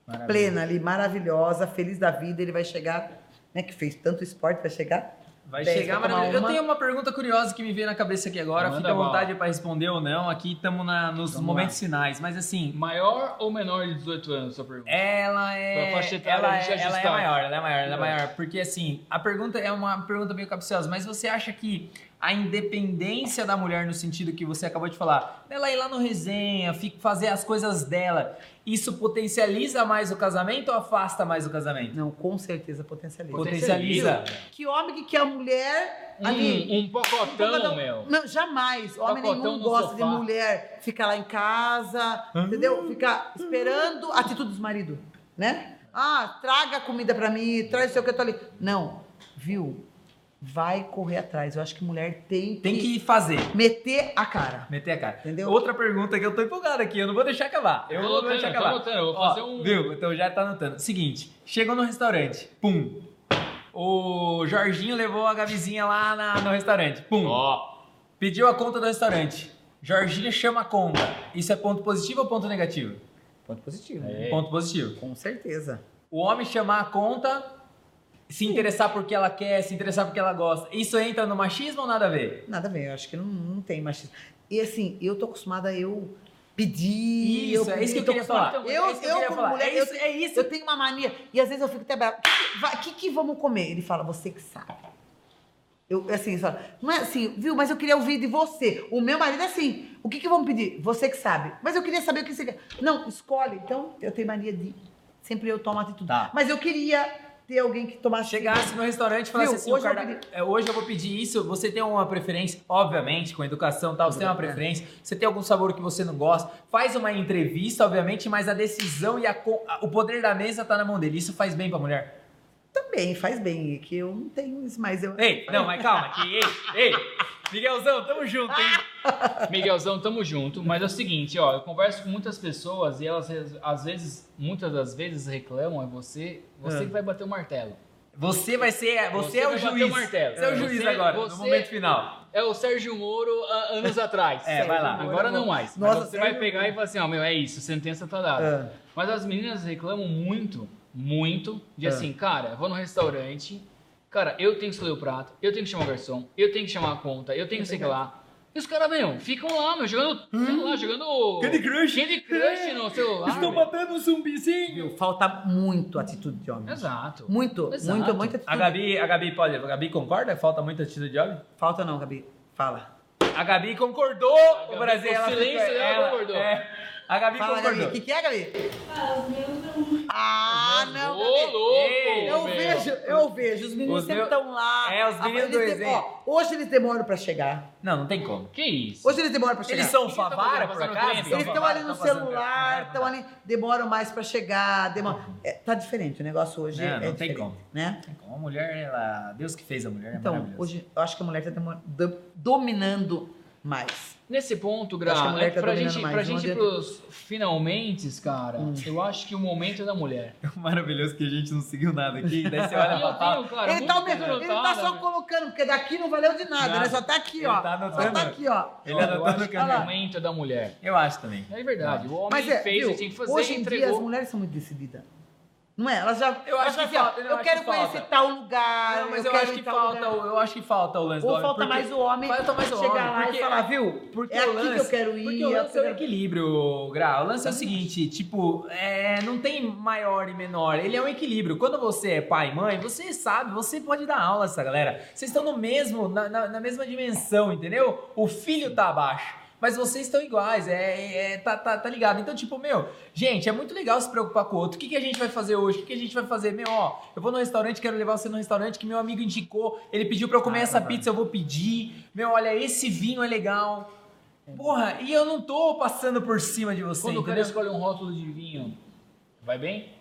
[SPEAKER 2] Maravilha.
[SPEAKER 1] plena ali, maravilhosa, feliz da vida, ele vai chegar, né, que fez tanto esporte, vai chegar.
[SPEAKER 2] Vai
[SPEAKER 1] Dez,
[SPEAKER 2] chegar
[SPEAKER 1] vai tomar
[SPEAKER 2] maravilhoso. Eu
[SPEAKER 1] uma.
[SPEAKER 2] tenho uma pergunta curiosa que me veio na cabeça aqui agora.
[SPEAKER 3] Manda
[SPEAKER 2] Fica à
[SPEAKER 3] bala.
[SPEAKER 2] vontade pra responder ou não. Aqui estamos nos
[SPEAKER 3] Vamos
[SPEAKER 2] momentos finais. Mas assim,
[SPEAKER 3] Maior ou menor de 18 anos, sua pergunta?
[SPEAKER 2] ela é.
[SPEAKER 3] Pra faixa etária,
[SPEAKER 2] Ela
[SPEAKER 3] a gente
[SPEAKER 2] é, ela é
[SPEAKER 3] ajustar.
[SPEAKER 2] maior, ela é maior, ela é maior. Porque assim, a pergunta é uma pergunta meio capciosa, mas você acha que a independência da mulher, no sentido que você acabou de falar, ela ir lá no resenha, fi- fazer as coisas dela, isso potencializa mais o casamento ou afasta mais o casamento?
[SPEAKER 1] Não, com certeza potencializa.
[SPEAKER 2] Potencializa.
[SPEAKER 1] Que homem que quer a mulher ali. Então,
[SPEAKER 3] Um, um pocotão,
[SPEAKER 1] Não,
[SPEAKER 3] meu.
[SPEAKER 1] Não, jamais. Homem
[SPEAKER 3] Pacotão
[SPEAKER 1] nenhum
[SPEAKER 3] no
[SPEAKER 1] gosta de
[SPEAKER 3] sofá.
[SPEAKER 1] mulher ficar lá em casa,
[SPEAKER 2] Ah.
[SPEAKER 1] entendeu? Ficar esperando a atitude dos maridos, né? Ah, traga comida pra mim, traz o seu que eu tô ali. Não, viu? Vai correr atrás. Eu acho que mulher tem que,
[SPEAKER 2] Tem que fazer.
[SPEAKER 1] meter a cara.
[SPEAKER 2] Meter a cara.
[SPEAKER 1] Entendeu?
[SPEAKER 2] Outra pergunta que eu tô empolgado aqui, eu não vou deixar acabar. Eu não
[SPEAKER 3] Tô
[SPEAKER 2] vou
[SPEAKER 3] anotando,
[SPEAKER 2] deixar
[SPEAKER 3] tô
[SPEAKER 2] acabar.
[SPEAKER 3] anotando, eu vou
[SPEAKER 2] Ó,
[SPEAKER 3] fazer um-
[SPEAKER 2] Viu? Então já tá anotando. Seguinte, chegou no restaurante, pum. O Jorginho levou a Gabizinha lá na- no restaurante, pum.
[SPEAKER 3] Ó,
[SPEAKER 2] Pediu a conta do restaurante. Jorginho chama a conta. Isso é ponto positivo ou ponto negativo?
[SPEAKER 1] Ponto positivo.
[SPEAKER 3] É.
[SPEAKER 2] Ponto positivo.
[SPEAKER 1] Com certeza.
[SPEAKER 2] O homem chamar a conta, se interessar por que ela quer, se interessar por que ela gosta. Isso entra no machismo ou nada a ver?
[SPEAKER 1] Nada a ver, eu acho que não, não tem machismo. E assim, eu tô acostumada a eu pedir.
[SPEAKER 2] Isso,
[SPEAKER 1] eu
[SPEAKER 2] é isso que
[SPEAKER 1] pedir,
[SPEAKER 2] eu
[SPEAKER 1] tô
[SPEAKER 2] queria
[SPEAKER 1] acostumada-
[SPEAKER 2] falar.
[SPEAKER 1] Eu,
[SPEAKER 2] É
[SPEAKER 1] eu,
[SPEAKER 2] isso que eu queria
[SPEAKER 1] como
[SPEAKER 2] falar.
[SPEAKER 1] mulher,
[SPEAKER 2] É isso-
[SPEAKER 1] eu,
[SPEAKER 2] é isso.
[SPEAKER 1] eu tenho uma mania. E às vezes eu fico até brava. O que, vai- que, que vamos comer? Ele fala, você que sabe. Eu, assim, só, não é assim, viu? Mas eu queria ouvir de você. O meu marido é assim. O que, que vamos pedir? Você que sabe. Mas eu queria saber o que você quer. Não, escolhe. Então, eu tenho mania de. Sempre eu tomo atitude.
[SPEAKER 2] Tá.
[SPEAKER 1] Mas eu queria ter alguém que tomasse.
[SPEAKER 2] chegasse no restaurante e falasse
[SPEAKER 1] Viu,
[SPEAKER 2] assim, hoje,
[SPEAKER 1] hoje eu
[SPEAKER 2] cardápio,
[SPEAKER 1] vou
[SPEAKER 2] é, hoje eu vou pedir isso, você tem uma preferência, obviamente, com educação e tal, você
[SPEAKER 1] É.
[SPEAKER 2] tem uma preferência, você tem algum sabor que você não gosta, faz uma entrevista, obviamente, mas a decisão e a co- a- o poder da mesa tá na mão dele, isso faz bem pra mulher.
[SPEAKER 1] Também, faz bem. Que eu não tenho isso, mas eu.
[SPEAKER 2] Ei, não, mas calma, que, ei, ei, Miguelzão, tamo junto, hein?
[SPEAKER 3] Miguelzão, tamo junto. Mas é o seguinte, ó, eu converso com muitas pessoas e elas às vezes, muitas das vezes reclamam, é você, você
[SPEAKER 2] Ah.
[SPEAKER 3] que vai bater o martelo.
[SPEAKER 2] Você vai ser. Você,
[SPEAKER 3] Você
[SPEAKER 2] é o
[SPEAKER 3] vai bater
[SPEAKER 2] juiz.
[SPEAKER 3] o martelo.
[SPEAKER 2] Você é o juiz
[SPEAKER 3] Você-
[SPEAKER 2] agora,
[SPEAKER 3] você-
[SPEAKER 2] no momento final.
[SPEAKER 3] É o Sérgio Moro ah, anos atrás.
[SPEAKER 2] É, vai lá.
[SPEAKER 3] Agora não mais. Mas
[SPEAKER 1] Nossa,
[SPEAKER 3] você vai
[SPEAKER 1] Sérgio
[SPEAKER 3] pegar e falar assim, ó, meu, é isso, sentença tá dada.
[SPEAKER 1] Ah,
[SPEAKER 3] Mas as meninas reclamam muito, muito, de
[SPEAKER 2] É.
[SPEAKER 3] assim, cara, eu vou no restaurante, cara, eu tenho que escolher o prato, eu tenho que chamar o garçom, eu tenho que chamar a conta, eu tenho que sei o que lá. E os caras, meu, ficam lá, meu, jogando, sei lá, jogando...
[SPEAKER 2] Candy Crush.
[SPEAKER 3] Candy Crush
[SPEAKER 1] É.
[SPEAKER 3] no celular, velho.
[SPEAKER 2] matando um zumbizinho.
[SPEAKER 1] viu? Falta muito atitude de homem.
[SPEAKER 3] Exato.
[SPEAKER 1] Muito,
[SPEAKER 3] Exato.
[SPEAKER 1] muito, muito atitude.
[SPEAKER 2] A Gabi, a Gabi, pode, a Gabi concorda? Falta muita atitude de homem?
[SPEAKER 1] Falta não, Gabi. Fala.
[SPEAKER 2] A Gabi concordou,
[SPEAKER 3] Gabi,
[SPEAKER 2] o Brasil.
[SPEAKER 3] o
[SPEAKER 2] ela
[SPEAKER 3] silêncio
[SPEAKER 2] ficou-
[SPEAKER 3] dela
[SPEAKER 2] ela-
[SPEAKER 3] concordou.
[SPEAKER 2] é, a Gabi
[SPEAKER 1] Fala, Gabi.
[SPEAKER 2] concordou.
[SPEAKER 1] O que, que é, Gabi?
[SPEAKER 5] Ah, os meus não.
[SPEAKER 1] Ah,
[SPEAKER 3] Ô,
[SPEAKER 1] não, Gabi.
[SPEAKER 3] louco,
[SPEAKER 2] Ei,
[SPEAKER 1] Eu
[SPEAKER 3] meu.
[SPEAKER 1] vejo, eu vejo. Os meninos
[SPEAKER 2] Os
[SPEAKER 1] sempre
[SPEAKER 2] meus-
[SPEAKER 1] estão lá.
[SPEAKER 2] É, os
[SPEAKER 1] Ah,
[SPEAKER 2] meninos
[SPEAKER 1] eles
[SPEAKER 2] dois,
[SPEAKER 1] de-
[SPEAKER 2] hein?
[SPEAKER 1] ó, Hoje eles demoram pra chegar.
[SPEAKER 2] Não, não tem como.
[SPEAKER 3] Que isso?
[SPEAKER 1] Hoje eles demoram pra chegar.
[SPEAKER 2] Eles são
[SPEAKER 3] que tá
[SPEAKER 2] favara,
[SPEAKER 3] fazendo?
[SPEAKER 2] por
[SPEAKER 3] Fazendo
[SPEAKER 2] acaso?
[SPEAKER 3] treino?
[SPEAKER 2] São né? É,
[SPEAKER 1] Eles estão
[SPEAKER 2] favara,
[SPEAKER 1] ali no
[SPEAKER 2] tão fazendo
[SPEAKER 1] celular,
[SPEAKER 2] treino?
[SPEAKER 1] estão ali, demoram mais pra chegar, demora... É, tá diferente, o negócio hoje
[SPEAKER 2] Não,
[SPEAKER 1] é
[SPEAKER 2] não tem
[SPEAKER 1] diferente,
[SPEAKER 2] como.
[SPEAKER 1] né?
[SPEAKER 2] Não tem como. A mulher, ela... Deus que fez a mulher, é
[SPEAKER 1] Então,
[SPEAKER 2] maravilhoso.
[SPEAKER 1] hoje eu acho que a mulher tá demo- do- dominando mais.
[SPEAKER 3] Nesse ponto,
[SPEAKER 1] Acho que a
[SPEAKER 3] Gra,
[SPEAKER 1] mulher
[SPEAKER 3] é
[SPEAKER 1] tá
[SPEAKER 3] pra
[SPEAKER 1] dominando
[SPEAKER 3] gente,
[SPEAKER 1] mais,
[SPEAKER 3] pra
[SPEAKER 1] não
[SPEAKER 3] gente ir
[SPEAKER 1] adianta. Hum.
[SPEAKER 3] pros finalmente, cara, eu acho que o momento é da mulher.
[SPEAKER 2] Maravilhoso que a gente não seguiu nada aqui. Daí você
[SPEAKER 3] E
[SPEAKER 2] olha
[SPEAKER 3] eu
[SPEAKER 2] pra pau.
[SPEAKER 3] tenho, cara,
[SPEAKER 1] ele, tá,
[SPEAKER 3] muito
[SPEAKER 1] me- ele tá
[SPEAKER 3] anotada,
[SPEAKER 1] só
[SPEAKER 3] né?
[SPEAKER 1] colocando, porque daqui não valeu de nada,
[SPEAKER 2] Nada.
[SPEAKER 1] né? Só tá aqui,
[SPEAKER 2] Ele
[SPEAKER 1] ó.
[SPEAKER 2] tá
[SPEAKER 1] só
[SPEAKER 2] anotando.
[SPEAKER 1] tá aqui, ó.
[SPEAKER 2] Ele
[SPEAKER 3] eu
[SPEAKER 2] andou
[SPEAKER 3] acho
[SPEAKER 2] no
[SPEAKER 3] que o
[SPEAKER 1] Olha lá.
[SPEAKER 2] caminho.
[SPEAKER 3] momento é da mulher.
[SPEAKER 2] Eu acho também.
[SPEAKER 3] É verdade. O homem
[SPEAKER 1] Mas é,
[SPEAKER 3] fez
[SPEAKER 1] viu?
[SPEAKER 3] o que tinha que fazer
[SPEAKER 1] hoje
[SPEAKER 3] e
[SPEAKER 1] em dia as
[SPEAKER 3] entregou.
[SPEAKER 1] mulheres são muito decididas. Não é? Elas já.
[SPEAKER 2] Eu acho
[SPEAKER 1] elas
[SPEAKER 2] que
[SPEAKER 1] já-
[SPEAKER 2] falta, eu
[SPEAKER 1] Eu
[SPEAKER 2] acho
[SPEAKER 1] quero
[SPEAKER 2] que falta.
[SPEAKER 1] conhecer tal lugar.
[SPEAKER 2] Não, mas eu,
[SPEAKER 1] quero
[SPEAKER 2] acho
[SPEAKER 1] ir
[SPEAKER 2] que
[SPEAKER 1] em tal
[SPEAKER 2] falta,
[SPEAKER 1] lugar.
[SPEAKER 2] o- eu acho que falta o lance do
[SPEAKER 1] Ou
[SPEAKER 2] homem,
[SPEAKER 1] falta
[SPEAKER 2] porque-
[SPEAKER 1] mais o homem
[SPEAKER 2] falta mais o
[SPEAKER 1] chegar
[SPEAKER 2] homem,
[SPEAKER 1] lá
[SPEAKER 2] porque-
[SPEAKER 1] e falar, viu?
[SPEAKER 2] Porque
[SPEAKER 1] é
[SPEAKER 2] o
[SPEAKER 1] aqui
[SPEAKER 2] lance,
[SPEAKER 1] que eu quero ir.
[SPEAKER 2] Porque o
[SPEAKER 1] é
[SPEAKER 2] lance é o
[SPEAKER 1] aqui que eu
[SPEAKER 2] equilíbrio, Grau. O lance é o seguinte, tipo, é, não tem maior e menor. Ele é um equilíbrio. Quando você é pai e mãe, você sabe, você pode dar aula essa galera. Vocês estão no mesmo, na, na- na mesma dimensão, entendeu? O filho tá abaixo. Mas vocês estão iguais, é, é- tá, tá, tá ligado? Então, tipo, meu, gente, é muito legal se preocupar com o outro. O que, que a gente vai fazer hoje? O que, que a gente vai fazer? Meu, ó, eu vou no restaurante, quero levar você no restaurante que meu amigo indicou. Ele pediu pra eu comer
[SPEAKER 1] Ah,
[SPEAKER 2] essa
[SPEAKER 1] verdade.
[SPEAKER 2] pizza, eu vou pedir. Meu, olha, esse vinho é legal. Porra, e eu não tô passando por cima de você,
[SPEAKER 3] Quando o cara
[SPEAKER 2] entendeu?
[SPEAKER 3] escolhe um rótulo de vinho, vai bem?
[SPEAKER 1] quero.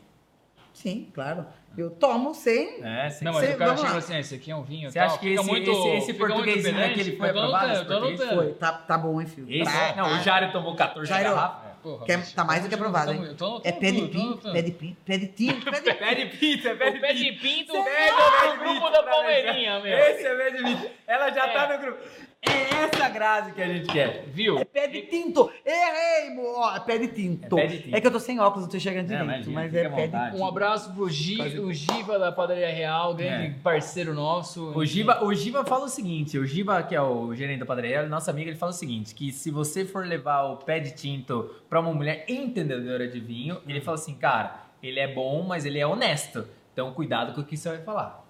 [SPEAKER 1] Sim, claro. Eu tomo sem.
[SPEAKER 2] É, sim.
[SPEAKER 3] Não, mas
[SPEAKER 1] Sim,
[SPEAKER 3] o cara
[SPEAKER 1] vamos
[SPEAKER 3] chega e
[SPEAKER 1] lá.
[SPEAKER 3] fala assim, "Ah, esse aqui é um vinho e
[SPEAKER 2] Você
[SPEAKER 3] tal."
[SPEAKER 2] acha que
[SPEAKER 3] Fica
[SPEAKER 2] esse-
[SPEAKER 3] muito-
[SPEAKER 2] esse- esse
[SPEAKER 3] fica muito
[SPEAKER 2] portuguesinho
[SPEAKER 3] pedante.
[SPEAKER 2] aqui, ele foi
[SPEAKER 3] Eu tô
[SPEAKER 2] aprovado, esse
[SPEAKER 3] anotando, eu tô
[SPEAKER 2] português?
[SPEAKER 3] anotando.
[SPEAKER 1] Foi, tá, tá bom, hein, filho?
[SPEAKER 2] Esse-
[SPEAKER 1] tá, bom.
[SPEAKER 2] não, o Jário tomou 14
[SPEAKER 1] Jairo,
[SPEAKER 2] garrafas.
[SPEAKER 3] Porra,
[SPEAKER 1] Quer-
[SPEAKER 3] bicho,
[SPEAKER 1] tá mais do que
[SPEAKER 3] eu tô
[SPEAKER 1] aprovado,
[SPEAKER 3] anotando, eu tô anotando
[SPEAKER 1] É pé de
[SPEAKER 3] tudo, eu tô
[SPEAKER 1] pinto,
[SPEAKER 3] anotando.
[SPEAKER 1] pé de pinto, pé de tinto, pé
[SPEAKER 3] É.
[SPEAKER 1] de
[SPEAKER 2] Pede pizza,
[SPEAKER 3] O
[SPEAKER 2] pede
[SPEAKER 3] pé
[SPEAKER 2] pizza.
[SPEAKER 3] de pinto
[SPEAKER 2] Você
[SPEAKER 3] é
[SPEAKER 2] pede
[SPEAKER 3] o grupo
[SPEAKER 2] pizza
[SPEAKER 3] da
[SPEAKER 1] tá
[SPEAKER 2] pra nós, né?
[SPEAKER 3] Palmeirinha, meu.
[SPEAKER 2] Esse é pé de pizza. Ela já
[SPEAKER 3] É.
[SPEAKER 2] tá no grupo. É essa grade que a gente quer.
[SPEAKER 3] Viu?
[SPEAKER 1] É pé de tinto! Errei, mo- ó, é pé de tinto.
[SPEAKER 2] É pé de tinto.
[SPEAKER 1] É que eu tô sem óculos, não tô enxergando
[SPEAKER 2] Não,
[SPEAKER 1] direito,
[SPEAKER 2] imagina,
[SPEAKER 1] mas
[SPEAKER 2] fica
[SPEAKER 1] é
[SPEAKER 2] à
[SPEAKER 1] pé de
[SPEAKER 2] vontade.
[SPEAKER 1] tinto.
[SPEAKER 3] Um abraço pro Gi,
[SPEAKER 2] Quase-
[SPEAKER 3] o Giva da Padaria Real, grande parceiro nosso.
[SPEAKER 2] É. O Giba, o Giba fala o seguinte, o Giba, que é o gerente da padaria, nosso amigo, ele fala o seguinte, que se você for levar o pé de tinto pra uma mulher entendedora de vinho, ele fala assim, cara, ele é bom, mas ele é honesto. Então cuidado com o que você vai falar.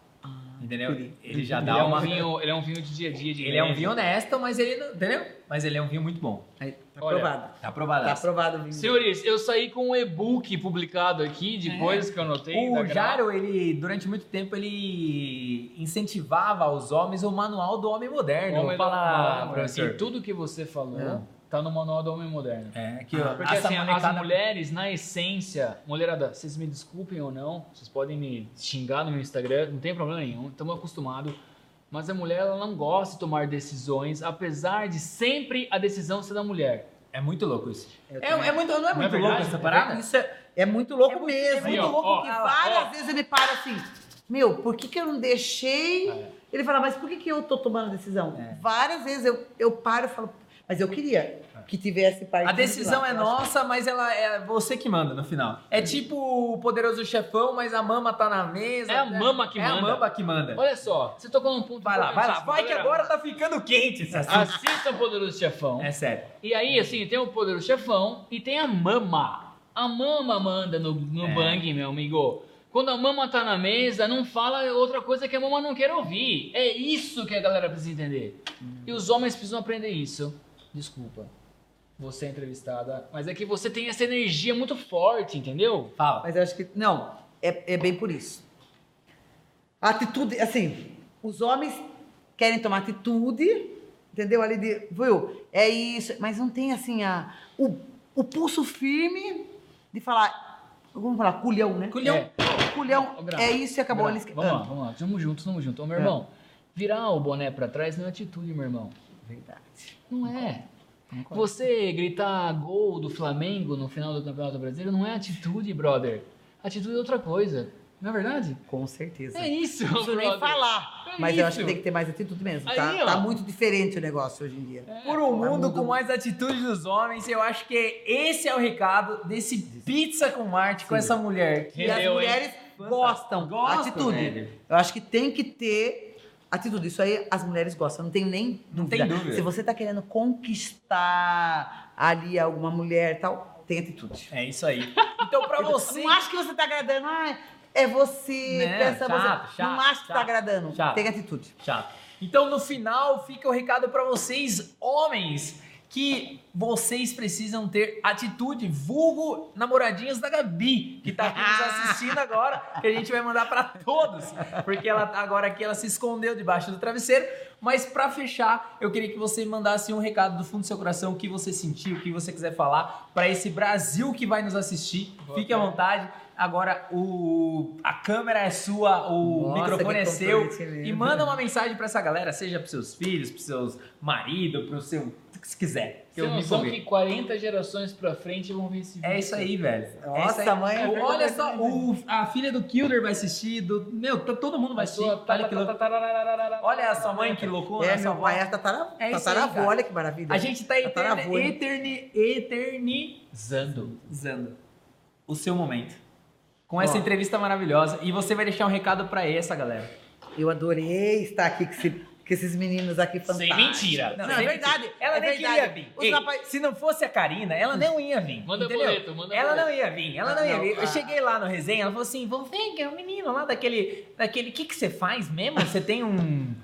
[SPEAKER 2] Entendeu?
[SPEAKER 1] entendi.
[SPEAKER 2] Ele já
[SPEAKER 3] Ele
[SPEAKER 2] dá
[SPEAKER 3] é, um
[SPEAKER 2] uma...
[SPEAKER 3] vinho, ele é um vinho de dia a dia. De
[SPEAKER 2] Ele é um
[SPEAKER 3] leve.
[SPEAKER 2] vinho honesto, mas ele não... Entendeu? Mas ele é um vinho muito bom.
[SPEAKER 1] Aí, tá
[SPEAKER 3] Olha,
[SPEAKER 1] aprovado.
[SPEAKER 2] Tá
[SPEAKER 1] Tá
[SPEAKER 2] aprovado.
[SPEAKER 1] aprovado, Vini.
[SPEAKER 3] Senhores, eu saí com um e-book publicado aqui de coisas que eu anotei. da
[SPEAKER 2] O
[SPEAKER 3] Gra.
[SPEAKER 2] Jaro, ele, durante muito tempo, ele incentivava aos homens o manual do homem moderno.
[SPEAKER 3] Homem
[SPEAKER 2] Fala,
[SPEAKER 3] Moderno.
[SPEAKER 2] professor.
[SPEAKER 3] E tudo que você falou
[SPEAKER 1] É.
[SPEAKER 3] tá no Manual do Homem Moderno.
[SPEAKER 2] É, que ó,
[SPEAKER 3] Porque
[SPEAKER 2] essa
[SPEAKER 3] assim, as
[SPEAKER 2] molecada-
[SPEAKER 3] mulheres, na essência, mulherada, vocês me desculpem ou não, vocês podem me xingar no meu Instagram, não tem problema nenhum, estamos acostumados. Mas a mulher, ela não gosta de tomar decisões, apesar de sempre a decisão ser da mulher.
[SPEAKER 2] É muito louco isso.
[SPEAKER 1] Eu
[SPEAKER 2] É,
[SPEAKER 1] também.
[SPEAKER 2] é muito, não é muito louco
[SPEAKER 3] verdade?
[SPEAKER 2] essa
[SPEAKER 3] É
[SPEAKER 2] parada?
[SPEAKER 1] Isso é, é muito louco
[SPEAKER 2] É muito-
[SPEAKER 1] mesmo.
[SPEAKER 2] é
[SPEAKER 3] muito
[SPEAKER 1] muito louco,
[SPEAKER 3] louco.
[SPEAKER 1] que
[SPEAKER 2] Ó, ó,
[SPEAKER 1] várias
[SPEAKER 3] ó.
[SPEAKER 1] vezes ele para assim, meu, por que, que eu não deixei?
[SPEAKER 3] É.
[SPEAKER 1] Ele fala, mas por que, que eu tô tomando a decisão?
[SPEAKER 2] É.
[SPEAKER 1] Várias vezes eu, eu paro e falo, mas eu queria que tivesse parte.
[SPEAKER 2] A decisão é nossa, mas ela é você que manda no final. É tipo o poderoso chefão, mas a mama tá na mesa.
[SPEAKER 3] É a mama que
[SPEAKER 2] É a
[SPEAKER 3] manda.
[SPEAKER 2] mama que manda.
[SPEAKER 3] Olha só, você tocou num ponto
[SPEAKER 2] Vai lá, vai lá.
[SPEAKER 3] importantíssimo,
[SPEAKER 2] Vai que
[SPEAKER 3] galera.
[SPEAKER 2] agora tá ficando quente esse assunto.
[SPEAKER 3] Assista o Poderoso Chefão.
[SPEAKER 2] É sério.
[SPEAKER 3] E aí, assim, tem o Poderoso Chefão e tem a mama. A mama manda no, no
[SPEAKER 2] É.
[SPEAKER 3] bang, meu amigo. Quando a mama tá na mesa, não fala outra coisa que a mama não quer ouvir. É isso que a galera precisa entender. E os homens precisam aprender isso. Desculpa. Você é entrevistada, mas é que você tem essa energia muito forte, entendeu?
[SPEAKER 2] Fala.
[SPEAKER 1] Mas eu acho que. Não, é, é bem por isso. A atitude, assim, os homens querem tomar atitude, entendeu? Ali de, viu? É isso, mas não tem assim a, o, o pulso firme de falar. Vamos falar, culhão, né?
[SPEAKER 2] Culhão.
[SPEAKER 3] É.
[SPEAKER 1] Culhão,
[SPEAKER 3] Ô, Gra-
[SPEAKER 1] é isso e acabou.
[SPEAKER 3] Gra-
[SPEAKER 1] Eles...
[SPEAKER 3] Vamos lá,
[SPEAKER 1] Ah,
[SPEAKER 3] vamos lá. Tamo junto, tamo junto. Ô, meu irmão, virar o boné pra trás não é atitude, meu irmão.
[SPEAKER 1] Verdade.
[SPEAKER 3] Não é.
[SPEAKER 1] Concordo.
[SPEAKER 3] Você gritar gol do Flamengo no final do Campeonato Brasileiro não é atitude, brother. Atitude é outra coisa. Não é verdade?
[SPEAKER 1] Com certeza.
[SPEAKER 3] É isso,
[SPEAKER 1] não preciso nem
[SPEAKER 3] brother.
[SPEAKER 1] falar.
[SPEAKER 3] É
[SPEAKER 1] mas eu acho
[SPEAKER 3] isso.
[SPEAKER 1] que tem que ter mais atitude mesmo.
[SPEAKER 3] Aí,
[SPEAKER 1] tá,
[SPEAKER 3] ó.
[SPEAKER 1] tá muito diferente o negócio hoje em dia.
[SPEAKER 2] Por um
[SPEAKER 1] Vai
[SPEAKER 2] mundo com
[SPEAKER 1] mudando.
[SPEAKER 2] mais atitude dos homens, eu acho que esse é o recado desse Pizza com Marte com essa mulher.
[SPEAKER 1] E as
[SPEAKER 3] Rendeu, hein?
[SPEAKER 1] mulheres gostam.
[SPEAKER 2] Gostam,
[SPEAKER 1] atitude.
[SPEAKER 2] velho.
[SPEAKER 1] Eu acho que tem que ter atitude. Isso aí as mulheres gostam, não tem nem
[SPEAKER 2] Não
[SPEAKER 1] dúvida.
[SPEAKER 2] tem dúvida.
[SPEAKER 1] Se você tá querendo conquistar ali alguma mulher e tal, tem atitude.
[SPEAKER 2] É isso aí. Então, pra você.
[SPEAKER 1] Não acho que você tá agradando. Ah, é você,
[SPEAKER 2] Né,
[SPEAKER 1] pensa
[SPEAKER 2] chato,
[SPEAKER 1] você.
[SPEAKER 2] chato,
[SPEAKER 1] não acho que
[SPEAKER 2] chato,
[SPEAKER 1] tá agradando.
[SPEAKER 2] chato.
[SPEAKER 1] Tem atitude.
[SPEAKER 2] Chato. Então, no final, fica o recado pra vocês, homens, que vocês precisam ter atitude, vulgo namoradinhas da Gabi, que tá aqui nos assistindo agora, que a gente vai mandar pra todos, porque ela agora aqui ela se escondeu debaixo do travesseiro. Mas pra fechar, eu queria que você mandasse um recado do fundo do seu coração, o que você sentiu, o que você quiser falar pra esse Brasil que vai nos assistir.
[SPEAKER 3] Boa,
[SPEAKER 2] Fique à
[SPEAKER 3] cara.
[SPEAKER 2] vontade. Agora o a câmera é sua, o
[SPEAKER 1] Nossa,
[SPEAKER 2] microfone é
[SPEAKER 1] que
[SPEAKER 2] seu.
[SPEAKER 1] comprometimento.
[SPEAKER 2] E manda uma mensagem pra essa galera, seja pros seus filhos, pros seus maridos, pro seu. o que se quiser. Que
[SPEAKER 3] Tem
[SPEAKER 2] eu me
[SPEAKER 3] noção
[SPEAKER 2] empolguei.
[SPEAKER 3] que 40 gerações pra frente vão ver esse vídeo.
[SPEAKER 2] É isso aí, velho. é isso
[SPEAKER 1] Nossa,
[SPEAKER 2] aí.
[SPEAKER 1] mãe.
[SPEAKER 2] O- Olha só, o- a filha do Kilder vai assistir, do, meu, tá- todo mundo vai
[SPEAKER 3] A
[SPEAKER 2] assistir.
[SPEAKER 3] sua-
[SPEAKER 2] Olha, que louco.
[SPEAKER 3] tá,
[SPEAKER 2] Olha a sua mãe que loucura.
[SPEAKER 1] É,
[SPEAKER 2] a sua
[SPEAKER 1] meu pai
[SPEAKER 2] avó.
[SPEAKER 1] é tatara-
[SPEAKER 2] É isso aí,
[SPEAKER 1] tataravô.
[SPEAKER 2] cara.
[SPEAKER 1] Olha que maravilha.
[SPEAKER 2] A gente tá eterni,
[SPEAKER 1] Tataravô, hein?
[SPEAKER 2] eterni, eternizando
[SPEAKER 3] Zando.
[SPEAKER 2] o seu momento. Com essa
[SPEAKER 1] Ó.
[SPEAKER 2] entrevista maravilhosa. E você vai deixar um recado pra essa galera.
[SPEAKER 1] Eu adorei estar aqui com, esse- com esses meninos aqui fantásticos.
[SPEAKER 3] mentira.
[SPEAKER 1] Não, é verdade.
[SPEAKER 2] Ela
[SPEAKER 1] é
[SPEAKER 2] nem
[SPEAKER 1] verdade.
[SPEAKER 2] queria vir.
[SPEAKER 1] Os
[SPEAKER 2] Ei,
[SPEAKER 1] rapaz-
[SPEAKER 2] Se não fosse a Karina, ela não ia vir.
[SPEAKER 3] Manda
[SPEAKER 2] entendeu?
[SPEAKER 3] boleto, manda
[SPEAKER 2] Ela
[SPEAKER 3] boleto.
[SPEAKER 2] não ia vir, ela não
[SPEAKER 1] Não,
[SPEAKER 2] ia vir.
[SPEAKER 3] ah.
[SPEAKER 2] Eu
[SPEAKER 1] a-
[SPEAKER 2] cheguei lá no resenha, ela falou assim: vamos ver, que é um menino lá daquele. daquele. O que, que você faz mesmo? Você tem um.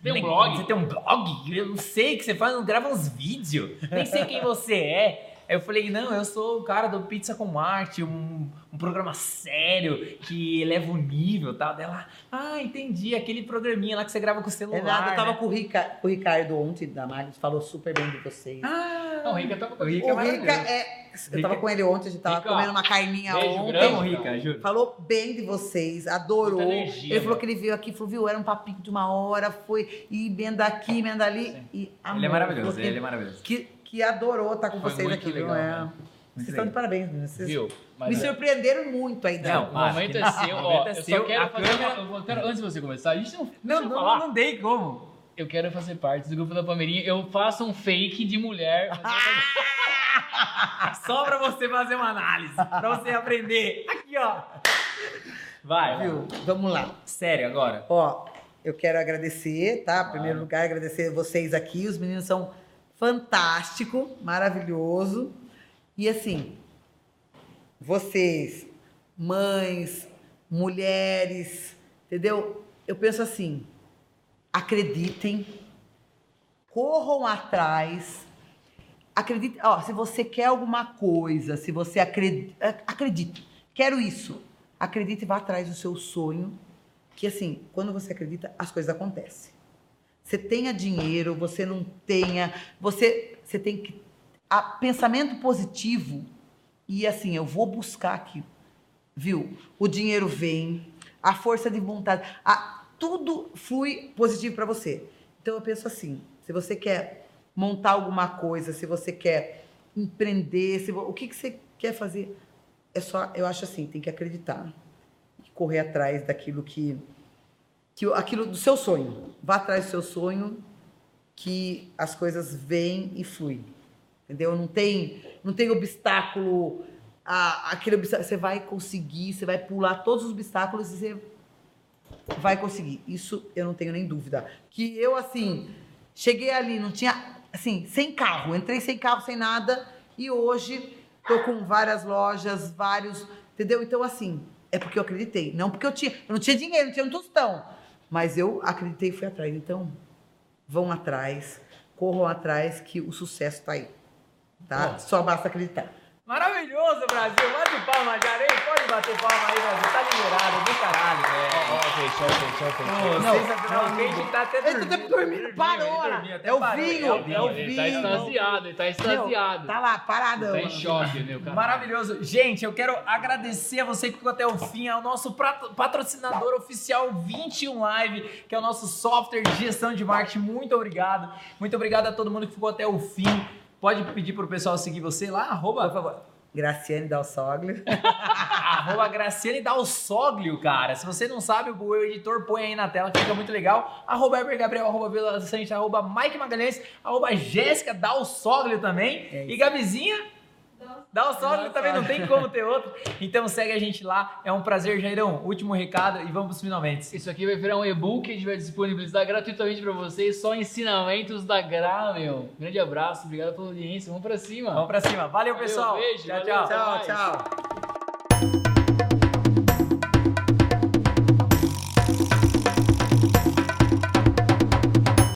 [SPEAKER 3] Tem um blog?
[SPEAKER 2] Você tem um blog? Eu não sei o que você faz, não grava uns vídeos. Nem sei quem você é. Aí eu falei, não, eu sou o cara do Pizza com Marte, um, um programa sério que eleva o nível e tal. Dela, ah, entendi, aquele programinha lá que você grava com o celular.
[SPEAKER 1] É nada, eu tava
[SPEAKER 2] né?
[SPEAKER 1] com o, Rica- com o Ricardo ontem da Magnus, falou super bem de vocês.
[SPEAKER 2] Ah,
[SPEAKER 3] Não, o Rica tava com
[SPEAKER 2] O
[SPEAKER 3] a
[SPEAKER 2] Rica
[SPEAKER 1] o
[SPEAKER 2] é
[SPEAKER 1] Rica
[SPEAKER 2] maravilhoso.
[SPEAKER 1] é. Eu
[SPEAKER 2] Rica-
[SPEAKER 1] tava com ele ontem, a gente tava
[SPEAKER 3] Rica,
[SPEAKER 1] comendo uma carninha
[SPEAKER 3] beijo
[SPEAKER 1] ontem.
[SPEAKER 3] grande.
[SPEAKER 2] Tamo é rica, juro.
[SPEAKER 1] Falou bem de vocês, adorou.
[SPEAKER 3] Muita energia,
[SPEAKER 1] ele falou
[SPEAKER 3] mano.
[SPEAKER 1] que ele veio aqui, falou, viu, era um papinho de uma hora, foi e emenda aqui, emenda ali. E amou.
[SPEAKER 2] Ele é maravilhoso,
[SPEAKER 1] Falou que-
[SPEAKER 2] ele é maravilhoso.
[SPEAKER 1] Que, que adorou estar com
[SPEAKER 3] Foi
[SPEAKER 1] vocês
[SPEAKER 3] muito
[SPEAKER 1] aqui, viu?
[SPEAKER 3] legal,
[SPEAKER 1] É.
[SPEAKER 3] né?
[SPEAKER 1] Vocês
[SPEAKER 2] legal. é.
[SPEAKER 1] estão de parabéns, meninos. Vocês
[SPEAKER 3] Viu?
[SPEAKER 1] me
[SPEAKER 3] Mas-
[SPEAKER 1] surpreenderam muito né? ainda.
[SPEAKER 2] Não,
[SPEAKER 3] O
[SPEAKER 2] Mas-
[SPEAKER 3] momento é seu,
[SPEAKER 2] O
[SPEAKER 3] ó.
[SPEAKER 2] momento é
[SPEAKER 3] Eu só
[SPEAKER 2] seu, a
[SPEAKER 3] quero fazer uma-
[SPEAKER 2] câmera-
[SPEAKER 3] eu vou- quero- Antes de você começar, a gente não. deixa
[SPEAKER 2] Não,
[SPEAKER 3] eu
[SPEAKER 2] não,
[SPEAKER 3] falar.
[SPEAKER 2] não dei como.
[SPEAKER 3] Eu quero fazer parte do grupo da Palmeirinha. Eu faço um fake de mulher.
[SPEAKER 2] Só pra você fazer uma análise, pra você aprender. Aqui, ó. Vai, viu?
[SPEAKER 1] Viu? Vamos lá.
[SPEAKER 2] Sério, agora.
[SPEAKER 1] Ó, eu quero agradecer, tá? Em primeiro lugar, agradecer vocês aqui. Os meninos são fantástico, maravilhoso. E assim, vocês, mães, mulheres, entendeu? Eu penso assim, acreditem, corram atrás. Acredite, ó, se você quer alguma coisa, se você acredita, acredite, quero isso. Acredite e vá atrás do seu sonho, que assim, quando você acredita, as coisas acontecem. Você tenha dinheiro, você não tenha, você você tem que a, pensamento positivo e assim, eu vou buscar aquilo. Viu? O dinheiro vem, a força de vontade, a- tudo flui positivo para você. Então eu penso assim, se você quer montar alguma coisa, se você quer empreender, se, vo- o que, que você quer fazer, é só, eu acho assim, tem que acreditar e correr atrás daquilo que, que o- aquilo do seu sonho. Vá atrás do seu sonho, que as coisas vêm e fluem. Entendeu? Não tem, não tem obstáculo. A, aquele obstáculo, você vai conseguir, você vai pular todos os obstáculos e você vai conseguir. Isso eu não tenho nem dúvida. Que eu, assim, cheguei ali, não tinha, assim, sem carro. Entrei sem carro, sem nada. E hoje tô com várias lojas, vários. Entendeu? Então, assim, é porque eu acreditei. Não porque eu tinha. Eu não tinha dinheiro, não tinha um tostão. Mas eu acreditei e fui atrás. Então, vão atrás, corram atrás, que o sucesso tá aí. Tá? Só basta acreditar.
[SPEAKER 2] Maravilhoso, Brasil. Bate palma, Jarei. Pode bater palma aí, Brasil. Tá liberado do caralho, né? velho. Pô,
[SPEAKER 1] Não,
[SPEAKER 2] sensacional.
[SPEAKER 1] não,
[SPEAKER 2] Quem que tá até
[SPEAKER 1] Ele tá dormindo, parou,
[SPEAKER 2] ele
[SPEAKER 1] lá.
[SPEAKER 2] dormiu, até
[SPEAKER 1] É o
[SPEAKER 2] parou,
[SPEAKER 1] vinho,
[SPEAKER 2] é o vinho,
[SPEAKER 1] é o
[SPEAKER 3] ele tá
[SPEAKER 1] vinho.
[SPEAKER 3] extasiado, ele tá extasiado.
[SPEAKER 1] Tá lá, paradão.
[SPEAKER 3] Tá em choque, meu cara.
[SPEAKER 2] Maravilhoso. Gente, eu quero agradecer a você que ficou até o fim, ao nosso prato- patrocinador oficial 21 Live, que é o nosso software de gestão de marketing. Muito obrigado. Muito obrigado a todo mundo que ficou até o fim. Pode pedir pro pessoal seguir você lá, arroba,
[SPEAKER 1] Graciane Dalsoglio.
[SPEAKER 2] Arroba Graciane Dalsoglio, cara. Se você não sabe, o editor põe aí na tela, que fica muito legal. Arroba Heber Gabriel, arroba Vila Sante, arroba Mike Magalhães, arroba Jéssica Dalsoglio também.
[SPEAKER 1] É isso.
[SPEAKER 2] e Gabizinha, Dalsoglio também, não tem como ter outro. Então segue a gente lá. É um prazer, Jairão. Último recado e vamos pros finalmente.
[SPEAKER 3] Isso aqui vai virar um e-book que a gente vai disponibilizar gratuitamente pra vocês, só ensinamentos da Gra, meu. Grande abraço, obrigado pela audiência, vamos pra cima.
[SPEAKER 2] Vamos pra cima. Valeu,
[SPEAKER 3] Valeu,
[SPEAKER 2] pessoal.
[SPEAKER 3] beijo,
[SPEAKER 2] tchau,
[SPEAKER 3] valeu,
[SPEAKER 2] tchau.
[SPEAKER 1] Tchau, tchau.